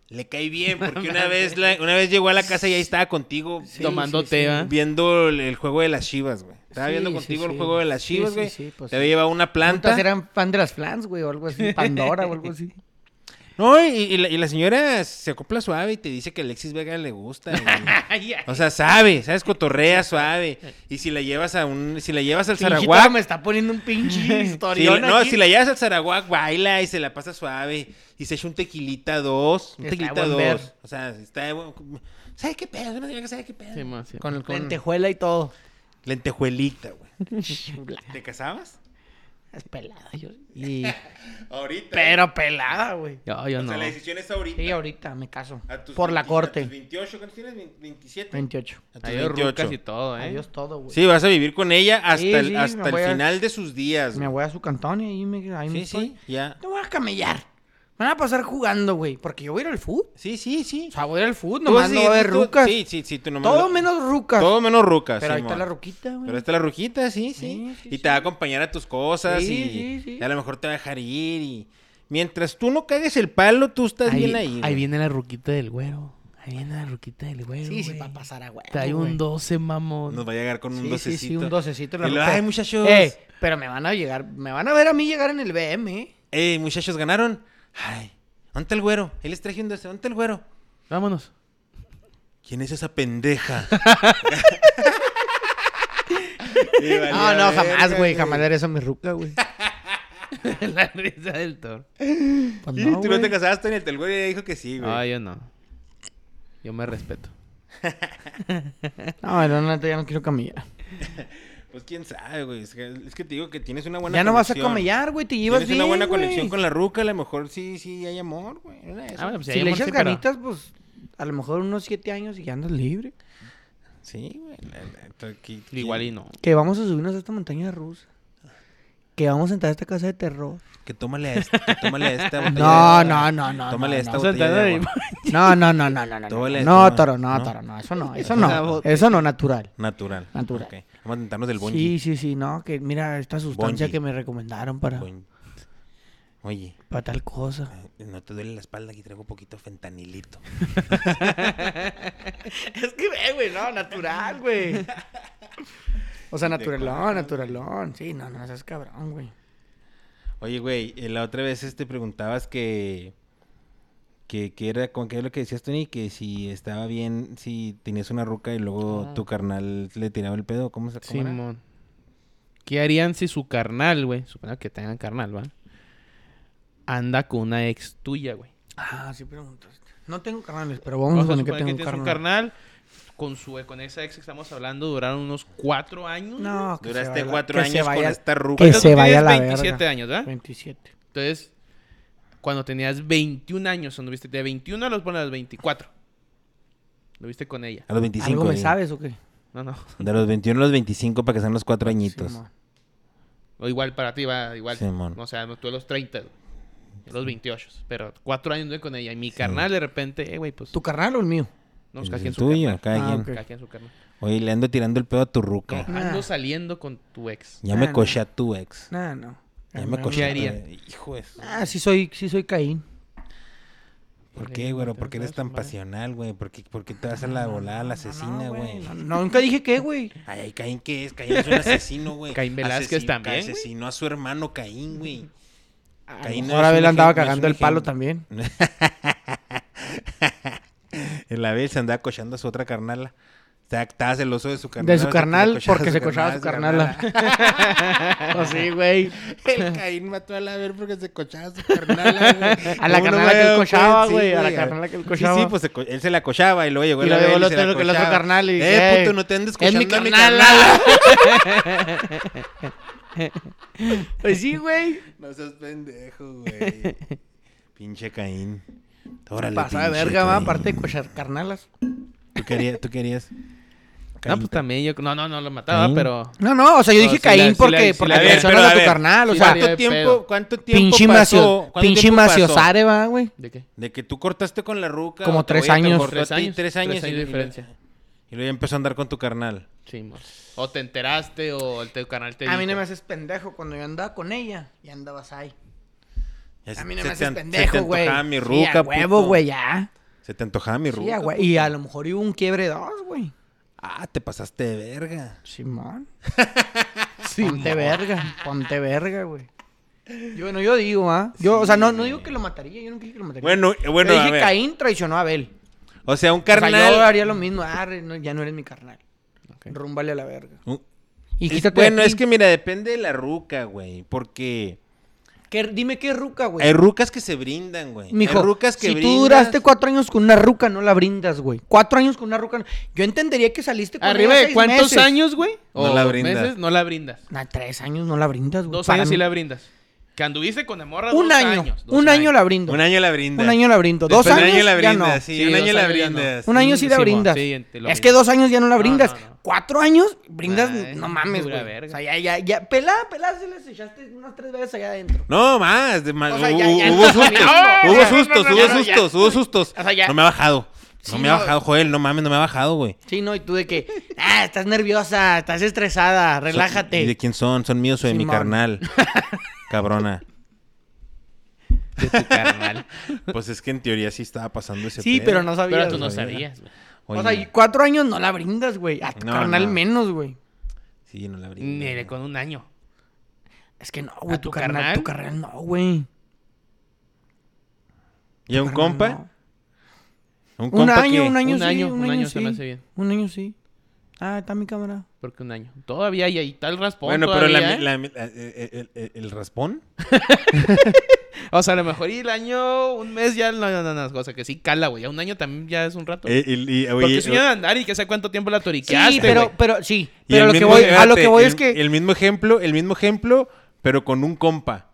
B: le cae bien, porque una vez, la- una vez llegó a la casa y ahí estaba contigo
A: Tomando
D: sí, sí.
A: té, ¿va?
B: viendo el, el juego de las chivas, güey. Estaba
D: ¿Ah? Sí,
B: viendo
D: sí,
B: contigo el
D: sí.
B: juego de las
D: Sí,
B: chivas,
D: sí,
B: güey.
D: sí, pues
B: Te
D: sí.
B: había llevado una planta.
D: Juntas eran fan de las flans, güey, o algo así. Pandora o algo así.
B: No, y, y la, y la señora se acopla suave y te dice que Alexis Vega le gusta, güey. O sea, sabe, sabes, cotorrea suave. Y si la llevas a un, si la llevas al Zaraguá,
D: me está poniendo un pinche
B: Si la-
D: historión
B: no, si la llevas al Sarawak, baila y se la pasa suave. Y se echa un tequilita dos. Un
D: Está
B: tequilita
D: buen ver.
B: dos. O sea, está de buen- ¿Sabe qué pedo? Se me hace que ¿Sabe qué pedo?
A: Sí, más, sí.
B: Con el con-
D: Lentejuela y todo.
B: lentejuelita, güey. ¿Te casabas?
D: Es pelada, yo. y-
B: Ahorita.
D: Pero pelada, güey.
A: Yo, yo
B: O
A: no.
B: sea, la decisión es ahorita.
D: Sí, ahorita me caso.
B: A tus
D: Por la
B: 20 A
D: corte.
B: tus 28, ¿cuántos tienes? Vein- 27.
D: 28.
B: A tus
A: Hay rucas y
B: 28.
A: todo, ¿eh?
D: Adiós todo, güey.
B: Sí, vas a vivir con ella hasta
D: Sí,
B: el,
D: sí,
B: hasta
D: me
B: el
D: voy a-
B: final de sus días.
D: Me
B: güey.
D: voy a su cantón y ahí me, ahí me
B: Sí,
D: estoy.
B: sí, ya.
D: Te voy a camellar. Me van a pasar jugando, güey. Porque yo voy a ir al fútbol.
B: Sí, sí, sí.
D: O sea, voy a ir al fútbol,
B: Tú vas
D: nomás no va a
B: seguir-
D: haber
B: tú-
D: rucas.
B: Sí, sí, sí, tú nomás.
D: Todo
B: lo-
D: menos rucas.
B: Todo menos rucas.
D: Pero ahí está
B: Simón.
D: la ruquita, güey.
B: Pero está la rujita, sí, sí.
D: Sí, sí,
B: y te
D: sí.
B: va a acompañar a tus cosas
D: Sí,
B: y,
D: sí, sí.
B: y a lo mejor te va a dejar ir y... Mientras tú no cagues el palo, tú estás bien ahí. güey.
A: viene la ruquita del güero. Ahí viene la ruquita del güero.
D: Sí, sí,
A: güey.
D: va a pasar a güey.
A: Trae un 12, mamón.
B: Nos va a llegar con un
D: Sí, sí,
B: docecito.
D: sí, un docecito. en la
B: Y luego,
D: ruca.
B: ay, muchachos.
D: Eh, pero me van a llegar, me van a ver a mí llegar en el BM, ¿eh?
B: Ey, muchachos, ganaron. Ay, ¿dónde está el güero? Ahí les traje un doce. ¿Dónde está el güero?
A: Vámonos.
B: ¿Quién es esa pendeja?
D: No, no, jamás, güey. Jamás le haré eso a mi ruca, güey.
A: la risa del toro.
D: Pues
B: Y
D: no,
B: tú no te
D: güey.
B: casaste en el el güey dijo que sí, güey.
A: No, Ah, yo no. Yo me respeto.
D: No, no, no, ya no quiero camellar.
B: Pues quién sabe, güey. Es que, es que te digo que tienes una buena
D: Ya no vas a
B: conexión.
D: camellar, güey. Te llevas
B: Tienes
D: bien,
B: una buena
D: güey.
B: conexión con la ruca, a lo mejor sí, sí hay amor, güey. Una de esas.
A: Ah, bueno, pues
D: Si
A: ahí
D: le
A: amor,
D: echas
A: sí, pero-
D: ganitas, pues, a lo mejor unos siete años y ya andas libre.
B: Sí, güey. la- la- to- qui- qui-
A: Igual y no.
D: Que vamos a subirnos a esta montaña rusa. Que vamos a entrar a esta casa de terror.
B: Que tómale a esta, que tómale a esta. botella
D: No,
B: de
D: no,
B: agua.
D: no, no.
B: Tómale
D: no,
B: esta
D: no.
B: botella de agua.
D: No, no, no, no, no, no. No,
B: Tómale,
D: no
B: tómale.
D: toro, no,
B: ¿No?
D: toro, no. Eso no, eso
B: Una
D: no. Eso no, natural.
B: Natural.
D: Natural.
B: Ok. Vamos a tentarnos del
D: Sí,
B: bonji.
D: sí, sí, no, que mira esta sustancia
B: Bonji.
D: que me recomendaron para,
B: Bonji. Oye,
D: para tal cosa.
B: eh, no te duele la espalda, aquí traigo poquito fentanilito.
D: Es que ve, güey, no, natural, güey. O sea, naturalón, naturalón. Sí, no, no, seas cabrón, güey.
B: Oye, güey, eh, la otra vez este, preguntabas que... Que, que era, con qué es lo que decías, Tony, que si estaba bien, si tenías una ruca y luego tu carnal le tiraba el pedo, ¿cómo se cómo era?
A: Simón. ¿Qué harían si su carnal, güey? Supongo que tengan carnal, ¿va? Anda con una ex tuya, güey.
D: Ah, sí preguntas. No tengo carnales, pero vamos a
A: Vamos a
D: poner que
A: suponer
D: tengo
A: que
D: un
A: tienes
D: carnal.
A: un carnal. Con, su, con esa ex que estamos hablando duraron unos cuatro años.
D: No, que se
B: Duraste
D: vaya-
B: cuatro
D: que
B: años
D: se vaya-
B: con esta ruca.
D: que
A: Entonces,
D: se
A: tú
D: vaya a
A: tenías
D: la
A: 27
D: verga.
A: años, ¿verdad?
D: 27.
A: Entonces, cuando tenías 21 años, anduviste de 21 a los bueno, a los 24. Anduviste con ella.
B: A los 25.
D: ¿Algo me
B: digo.
D: sabes o qué?
A: No, no.
B: De los 21 a los 25 para que sean los cuatro añitos.
D: Simón.
A: O igual para ti va igual.
B: Simón.
A: O sea, no, tú a los 30, güey. Yo a los 28. Pero cuatro años anduve con ella. Y mi carnal de repente, eh, güey, pues.
D: ¿Tu carnal o el mío?
A: No,
B: El
A: cada quien su
B: tuyo,
A: carnal.
B: cada
D: Ah,
B: quien.
D: ok.
A: Cada quien su carnal.
B: Oye, le ando tirando el pedo a tu ruca.
A: No, ando saliendo con tu ex.
B: Ya
D: Ah,
B: me
D: no.
B: coché a tu ex.
D: Nah, no.
B: Ya me coché a
A: haría?
B: tu Hijo de su-
D: Ah, sí soy, sí soy Caín.
B: ¿Por
A: Pues,
B: qué,
A: sí,
B: güey?
A: porque
B: ¿Por qué eres
A: no,
B: tan
A: madre.
B: pasional, güey? ¿Por qué, por qué te vas a la volada a la asesina, güey?
D: No, no, nunca dije qué, güey.
B: Ay, ay, Caín, ¿qué es? Caín es un asesino, güey.
A: Caín Velázquez
B: Asesino-
A: también, güey.
B: Asesinó a su hermano Caín, güey. Ah, Caín no
D: Ah, Ahora
B: es un
D: Abel andaba
B: ejem- no es
D: cagando
B: un
D: el palo
B: ejemplo.
D: también.
B: El Abel se andaba cochando a su otra carnala. O sea, Estaba celoso de su carnal.
D: De su carnal, porque se cochaba a su carnala. Pues sí, güey.
B: El Caín mató a la ver porque se cochaba a su carnala, güey.
D: A la
B: ¿Cómo no
D: carnala que
B: me
D: él
B: doy
D: cochaba,
B: cuenta? Sí,
D: güey. A la
B: güey.
D: carnala que él
B: Sí,
D: cochaba.
B: Sí, pues se co- él se la cochaba y luego llegó
D: Y
B: la
D: luego
B: Abel
D: el
B: se la
D: otro- el otro
B: cochaba.
D: carnal y,
B: Eh,
D: "Ey,
B: puto, no te andes
D: es
B: cochando
D: mi
B: a mi
D: carnala".
B: carnala.
D: Pues sí, güey.
B: No seas pendejo, güey. Pinche Caín. Órale,
D: Pasa de
B: pinche
D: verga, va,
B: Caín.
D: aparte de cochar carnalas.
B: Tú querías. Tú querías
A: No,
B: Caín.
A: pues también yo. No, no, no lo mataba,
B: Caín.
A: pero.
D: No, no, o sea, yo
A: No,
D: dije
A: sí la-
D: Caín
A: sí la- sí
D: porque,
A: la-
D: porque
B: a ver,
D: le hacían
B: pero,
D: a
B: a
D: tu
B: ver,
D: carnal, o
A: sí,
D: sea,
A: varias-
B: ¿Cuánto
A: de
B: tiempo,
A: pedo.
B: ¿Cuánto tiempo
D: pinche
B: pasó?
D: macio,
B: ¿Cuánto
D: pinche
B: tiempo pasó
D: maciozare, va, güey.
A: ¿De qué?
B: De que tú cortaste con la ruca.
D: Como
B: o tu
D: tres
B: güey te
D: años.
B: cortó a
A: Tres
B: ti,
A: años.
B: Tres
A: Tres años
B: años.
A: de
B: y- y-
A: diferencia.
B: Y luego ya empezó a andar con tu carnal.
A: Sí, mor. O te enteraste o el teu canal te.
D: A mí
A: dijo.
D: no me haces pendejo, cuando yo andaba con ella, ya andabas ahí.
B: Ya se-
D: A mí no
B: se
D: me
B: te
D: haces
B: an- Se te
D: pendejo, güey.
B: antojaba mi
D: Sí,
B: ruca,
D: a huevo,
B: puto.
D: güey, ya.
B: Se te antojaba mi ruca.
D: Sí, a hue-
A: pues,
B: puto.
D: Y a lo mejor hubo un quiebre dos, güey.
B: Ah, te pasaste de verga.
D: Simón. ponte verga, ponte verga, güey. Yo no, yo digo, ¿ah? Yo, o sea, no, no digo que lo mataría, yo nunca dije que lo mataría.
B: Bueno, eh, bueno,
D: yo
B: a
D: dije
B: ver.
D: Caín traicionó a Abel.
B: O sea, un
D: O sea, yo
B: carnal.
D: haría lo mismo, ah, re- no, ya no eres mi carnal. Rúmbale a la verga.
B: Un-
D: Y
B: Uh. es-
D: quítate de
B: bueno,
D: aquí.
B: es que mira, depende de la ruca, güey. Porque
D: ¿Qué- dime qué ruca, güey.
B: hay rucas que se brindan, güey.
D: Mijo,
B: hay rucas que
D: si
B: brindan.
D: tú duraste cuatro años con una ruca, no la brindas, güey. Cuatro años con una ruca. no- Yo entendería que saliste con
A: ¿Arriba
D: ella
A: de
D: seis
A: cuántos
D: meses.
A: años, güey?
B: No la brindas.
A: meses, no la brindas.
D: Nah, tres años no la brindas, güey.
A: Dos
D: Para
A: años sí
D: mí.
A: la brindas. Que anduviste con la morra
D: Un
A: dos
D: año.
A: años, dos
D: un año la brindo.
B: Un año la brindas.
D: Un año la brindo. Dos
B: Después de
D: años,
B: Un año la
D: ya
B: brindas,
D: no.
B: sí.
A: Sí,
B: un
A: dos
B: año la
A: años ya no.
B: brindas.
D: Un año sí la
A: Simón,
D: brindas.
A: sí, te lo
D: es
A: brindas.
D: que dos años ya no la
A: No,
D: brindas.
A: no, no.
D: Cuatro años, brindas,
A: Nah,
D: no mames,
A: pura
D: güey.
A: verga.
D: O sea, ya, ya, ya. Pelada, pelada, se las echaste unas tres veces allá adentro.
B: No, más. de más.
D: O sea,
B: Hubo-
D: ya- ya
B: hubo
D: no,
B: sustos.
D: ya no,
B: Hubo
D: ya no,
B: sustos,
D: no,
B: hubo
D: ya no, ya.
B: sustos, hubo sustos.
D: O sea, ya.
B: No me ha bajado.
D: Sí,
B: No me ha
D: no.
B: bajado, Joel. No mames, no me ha bajado, güey.
D: Sí, no, y tú de que, ah, estás nerviosa, estás estresada, relájate.
B: ¿Y de quién son? ¿Son míos o de mi
D: Simón.
B: carnal? Cabrona.
A: De tu carnal.
B: Pues es que en teoría sí estaba pasando ese
D: Sí,
B: pedo.
D: pero no sabías.
A: Pero tú no
D: güey.
A: sabías, güey.
D: O sea,
B: Oye,
D: y cuatro años no la brindas, güey. A tu
B: No,
D: carnal
B: no.
D: menos, güey.
B: Sí, no la abrí.
A: Ni de con un año.
D: Es que no, güey.
A: ¿A
D: Tu,
A: tu
D: carnal,
A: carnal?
D: tu carnal no, güey.
B: ¿Y a un
D: Carnal
B: compa?
D: Ah,
B: ¿Un
D: no. Un
B: compa
D: año,
B: qué?
D: un año,
A: Un
D: sí,
A: año,
D: un
A: un
D: año,
A: año
D: sí.
A: se me hace bien.
D: Un año sí. Ah, está mi cámara.
A: Porque un año. Todavía hay ahí tal raspón.
B: Bueno, pero
A: todavía,
B: la-
A: ¿eh?
B: la- la- eh, eh, el, el raspón.
A: ¿eh? O sea, a lo mejor y el año, un mes ya. No, no, no, no. O sea, que sí cala, güey. Ya un año también ya es un rato.
B: Eh, el- y, oye,
A: Porque si
B: eh,
A: iban a andar y que sé cuánto tiempo la
D: Sí,
A: toriqueaste,
D: pero,
A: güey.
D: pero, sí.
B: y
D: Pero
B: el
D: lo que
B: mismo-
D: voy, a lo que
B: espérate,
D: voy
B: el-
D: es que.
B: El mismo ejemplo, el mismo ejemplo, pero con un compa.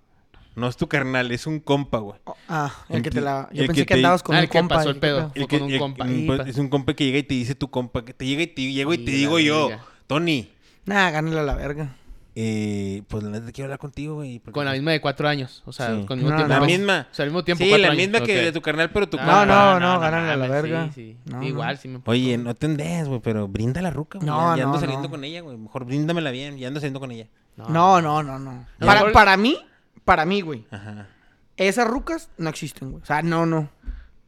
B: No es tu carnal, es un compa, güey.
D: Ah, el que te la. Yo
B: el
D: pensé
B: que
D: que
B: te-
D: andabas con
A: Ah,
D: un
A: el que
D: compa.
A: pasó el
D: dije, ¿qué
A: pedo.
D: pedo?
A: Fue
B: El que-
A: con un
B: el-
A: compa.
B: un-
A: Compa.
B: es un compa que llega y te dice tu compa, que te llega y te llego y te
A: Y la
B: digo yo,
A: verga.
B: Tony,
D: Nah, gánale a la verga.
B: eh, pues la neta quiero hablar contigo, güey. porque-
A: Con la misma de cuatro años. O sea,
B: Sí.
A: con el mismo
D: No,
A: tiempo.
D: no.
A: Vamos-
B: La misma.
A: O sea, al mismo tiempo.
B: Sí,
A: cuatro
B: la
A: años.
B: misma que
A: Ok.
B: de tu carnal, pero tu
A: Ah,
B: compa.
D: No, no, no, gánale
A: gánale
D: a la verga.
A: Sí, sí.
D: No,
A: Igual,
D: no.
A: sí me
B: Oye, no te endes, güey, pero bríndala ruca, güey.
D: No,
B: ya, ya ando
D: no,
B: saliendo
D: no.
B: con ella, güey. Mejor bríndamela bien, ya ando saliendo con ella.
D: No, no, no, no.
A: No.
D: Para,
A: Mejor-
D: para mí, para mí, güey.
B: Ajá.
D: Esas rucas no existen, güey. O sea, no, no.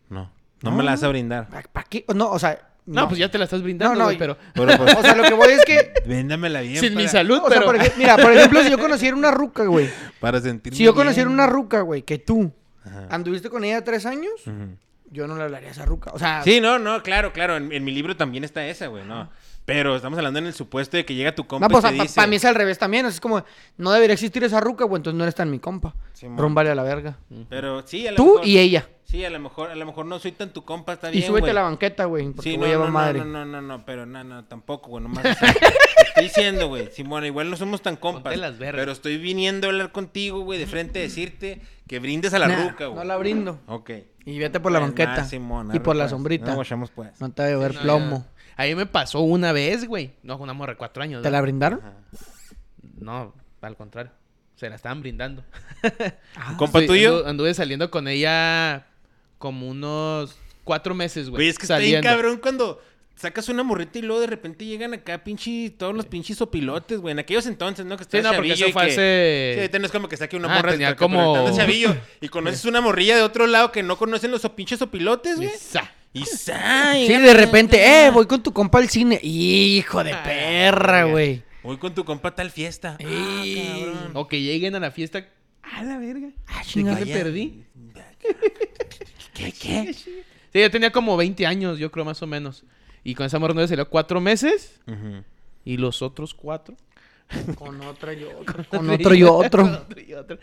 B: No. No,
D: Ah.
B: me la vas a brindar.
D: ¿Para qué? No, o sea.
A: No, pues ya te la estás brindando,
D: No, no,
A: güey,
D: y-
A: pero...
B: Pero pues,
D: O sea, lo que voy es que.
B: bríndamela bien.
A: Sin
B: para,
A: mi salud,
D: O sea,
A: pero...
D: por ej- mira, por ejemplo, si yo conociera una ruca, güey.
B: Para sentirme
D: Si yo
B: bien.
D: conociera una ruca, güey, que tú
A: Ah.
B: Ajá.
D: anduviste con ella tres años,
B: Ujú.
D: yo no le hablaría a esa ruca. O sea,
B: Sí, no, no, claro, claro. En, en mi libro también está esa, güey, no. Pero estamos hablando en el supuesto de que llega tu compa
D: no, pues
B: y te dice...
D: para mí es al revés también. o sea, Es como, no debería existir esa ruca, güey, entonces no eres tan mi compa.
B: Sí, mon.
D: Rómbale a la verga.
B: Pero sí, a lo
D: Tú
B: mejor...
D: y ella.
B: Sí, a lo mejor, a lo mejor no soy tan tu compa, está
D: Y
B: bien,
D: súbete
B: güey.
D: a la banqueta, güey, porque
B: Sí,
D: sí,
B: no,
D: lleva
B: no, no,
D: madre.
B: no, no, no, no, pero no, no, tampoco, güey, nomás. así. Te estoy diciendo, güey, Simona, igual no somos tan compas.
A: Ponte las vergas.
B: Pero estoy viniendo a hablar contigo, güey, de frente a decirte que brindes a la
D: Nah,
B: ruca, güey.
D: no la brindo.
B: Ok.
D: Y vete por la
B: Es
D: banqueta.
B: más, Simón,
D: y
B: arre,
D: por la
B: pues.
D: sombrita.
B: No
D: No,
B: guachamos, pues.
D: te va a llover
A: No,
D: plomo.
A: ya. A mí me pasó una vez, güey. No, con una morra de cuatro años.
D: ¿Te la
A: ¿verdad?
D: brindaron?
A: No, al contrario. Se la estaban brindando.
D: Ah,
B: ¿Compa
A: Sí,
B: tuyo?
A: andu- anduve saliendo con ella como unos cuatro meses, güey.
B: Güey, es que está bien
A: saliendo.
B: cabrón cuando sacas una morrita y luego de repente llegan acá pinche, todos los pinches sopilotes, güey. En aquellos entonces, ¿no? Que
A: Sí,
B: estaba
A: no, porque
B: chavillo
A: eso
B: y
A: fue
B: que-
A: hace-
B: Sí, ahorita no es como que saque una
A: Ah,
B: morra.
A: tenía
B: de- pero
A: como-
B: estando chavillo y conoces una morrilla de otro lado que no conocen los so- pinches sopilotes, güey.
A: Y sa-
B: Y sa-
D: Sí, de repente, eh, voy con tu compa al cine. Hijo de perra, güey.
B: Voy con tu compa a tal fiesta.
D: Eh,
B: Ah, cabrón.
A: O que lleguen a la fiesta. A la verga.
D: Ah,
A: ¿De qué
D: chingada.
A: me perdí?
D: ¿Qué, qué?
A: Sí, yo tenía como 20 años, yo creo, más o menos. Y con esa morra anduve salió cuatro meses.
B: Ujú.
A: Y los otros cuatro.
D: Con otra y otro. Con otro y otro.
A: otro y otro.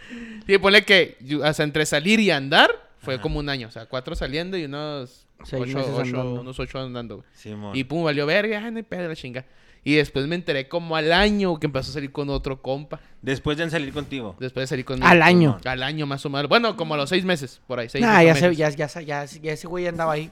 A: Sí, ponle que yo- o sea, entre salir y andar fue como un año. O sea, cuatro saliendo y unos
D: Seis
A: ocho,
D: meses
A: ocho-
D: andando.
A: unos ocho andando. güey.
B: Simón.
A: Y pum, valió verga, ay, no hay pedo, la chinga. Y después me enteré como al año que empezó a salir con otro compa.
B: Después de salir contigo.
A: Después de salir con
D: Al año.
A: Al año más o menos. Bueno, como a los seis meses, por ahí. Seis,
D: Nah,
A: ocho
D: ya, se,
A: meses.
D: ya, ya, ya, ya ese güey andaba ahí.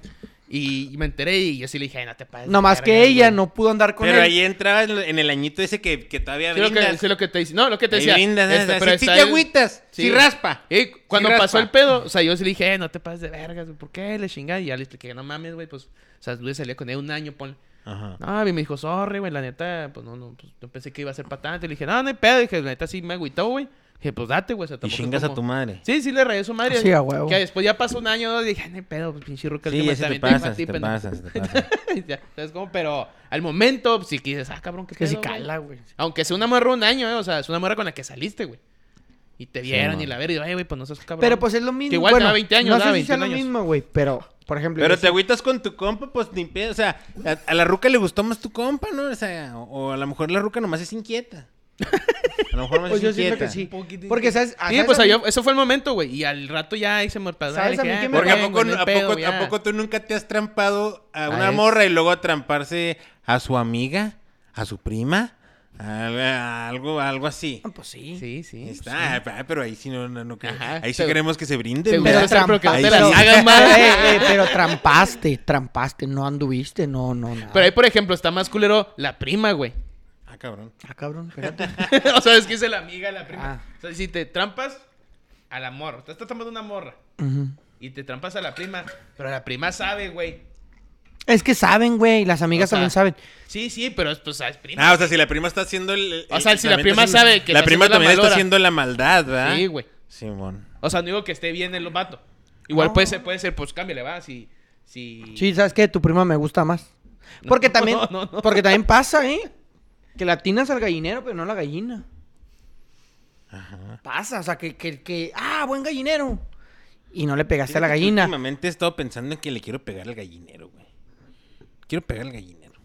A: Y me enteré y yo sí le dije, "Ay, no te pases. de
D: Nomás que
A: verga,
D: ella
A: güey".
D: no pudo andar con
B: Pero
D: él.
B: ahí entraba en lo- en el añito ese que, que todavía
A: Sí, lo que,
B: brindas.
A: sí, lo que te dice. No, lo que te
B: Ahí
A: decía.
B: brindas,
A: este,
B: ¿sabes?
A: pero
B: Sí, sí
A: está
B: te
A: el-
B: agüitas, sí raspa.
A: Y cuando
B: Sí raspa.
A: pasó el pedo, o sea, yo sí le dije, "Eh, no te pases de vergas, güey, ¿por qué? Le chingada. Y ya le expliqué, no mames, güey, pues, o sea, dude salía con él un año, ponle.
B: Ajá.
A: No, y me dijo, sorry, güey, la neta, pues no, no, pues, yo pensé que iba a ser para tanto. Y le dije, no, no hay pedo. Dije, la neta sí me agüitó, güey. Dije, pues date, güey. o sea,
B: Y
A: tampoco es
B: chingas a
A: como-
B: tu madre.
A: Sí, sí le rayé su madre.
D: Sí, a huevo.
A: Que después ya pasó un año, dos, dije, no hay pedo, pues pinche ruca. el
B: Sí,
A: que me
B: ese te
A: avienta dijo a
B: pasas,
A: ti,
B: te
A: pendejo".
B: pasas, te pasas.
A: Ya, ¿Sabes cómo? Pero al momento, pues, sí que dices, ah, cabrón, qué
D: que si
A: pedo, güey?"
D: cala, güey.
A: Aunque sea una morra un año, ¿eh? O sea, es una morra con la que saliste, güey. Y te vieron
B: man.
A: y la ver y ay, güey, pues no seas cabrón.
D: Pero pues es lo mismo.
A: Que igual
D: bueno,
A: da 20 años,
D: no
A: da
D: sé si sea
A: 21
D: lo
A: años.
D: mismo, güey, pero, por ejemplo...
B: Pero
D: yo
B: te
D: sí-
B: agüitas con tu compa, pues ni pedo. O sea, a, a la ruca le gustó más tu compa, ¿no? O sea, o, o a lo mejor la ruca nomás es inquieta. A lo mejor nomás
D: Pues yo
B: es
D: siento
B: inquieta.
D: que sí. Porque, ¿sabes? Ah,
A: Sí,
D: ¿sabes
A: pues
D: a
A: ahí
D: mí?
A: yo- eso fue el momento, güey. Y al rato ya ahí se me olvidó.
D: ¿Sabes a mí
A: Dije,
D: qué
A: "Ah,
D: me
A: pues,
B: Porque
D: Pero
B: a
A: güey,
B: poco,
A: no hay
B: a,
A: pedo,
B: poco,
A: ya".
B: ¿a poco tú nunca te has trampado a una
A: Ah, es.
B: morra y luego a tramparse a su amiga, a su prima, a- a algo, algo así?
D: Ah, Pues sí.
A: Sí, sí.
B: Está, ah, pero ahí sí no, no, no que-
A: Ajá,
B: ahí sí
A: te-
B: queremos que se brinde.
A: te
B: ¿verdad?
A: gusta hacer, pero que no
B: Ahí
A: te
B: sí.
A: las hagan más.
D: Eh, eh, pero trampaste, trampaste, no anduviste, no, no, nada.
A: Pero ahí, por ejemplo, está más culero la prima, güey.
B: Ah, cabrón.
D: Ah, cabrón, fíjate.
A: o sea, es que es la amiga, la prima.
D: Ah.
A: O sea, si te trampas a la morra, te estás trampando una morra
D: Ujú.
A: y te trampas a la prima, pero la prima sabe, güey.
D: Es que saben, güey, las
A: O
D: amigas
A: sea,
D: también saben.
A: Sí, sí, pero es, pues, es prima.
B: Ah, o sea, si la prima está haciendo el... el-
A: O sea, si la
B: también
A: prima
B: está haciendo-
A: sabe que
B: La
A: está
B: prima
A: haciendo la
B: también está
A: malora.
B: haciendo la maldad, ¿verdad?
A: Sí, güey.
B: Simón.
A: O sea, no digo que esté bien el vato. Igual puede ser, puede ser, pues cámbiale, va, si... si...
D: Sí, ¿sabes qué? Tu prima me gusta más.
A: No,
D: Porque también,
A: no, no, no.
D: porque también pasa, ¿eh? Que la atinas al gallinero, pero no a la gallina. Pasa, o sea, que, que, que, ah, buen gallinero. Y no le pegaste a la
B: Fíjate que
D: gallina.
B: Últimamente he estado pensando en que le quiero pegar al gallinero, güey. Quiero pegar al gallinero.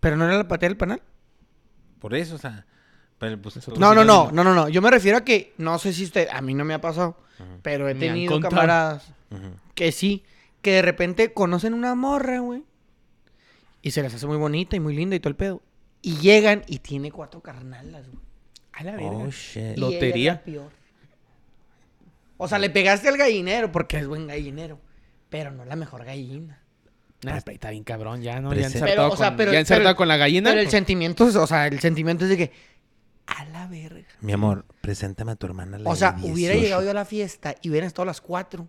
D: Pero no era la patea del penal.
B: Por eso, o sea... pero, pues, tú-
D: No, no, no, no, no, no. Yo me refiero a que, no sé si usted, a mí no me ha pasado, pero he
A: Me han
D: tenido
A: contado.
D: camaradas
B: Ujú.
D: que sí, que de repente conocen una morra, güey. Y se las hace muy bonita y muy linda y todo el pedo. Y llegan y tiene cuatro carnalas, güey.
A: A la
B: Oh, shit.
D: Y ella
A: Lotería.
D: era peor. O sea, le pegaste al gallinero porque es buen gallinero, pero no la mejor gallina.
A: Nah, pero está bien cabrón, ya, ¿no?
B: Pero
A: Ya
B: ese-
A: ensartado,
D: Pero, o sea,
A: con,
D: pero-
A: ya ensartado
D: pero-
A: con la gallina. Pues,
D: Pero el sentimiento, es- o sea, el sentimiento es de que a la verga.
B: Mi amor, preséntame a tu hermana. la
D: O sea,
B: de
D: hubiera
B: 18.
D: llegado yo a la fiesta y hubieran estado las cuatro,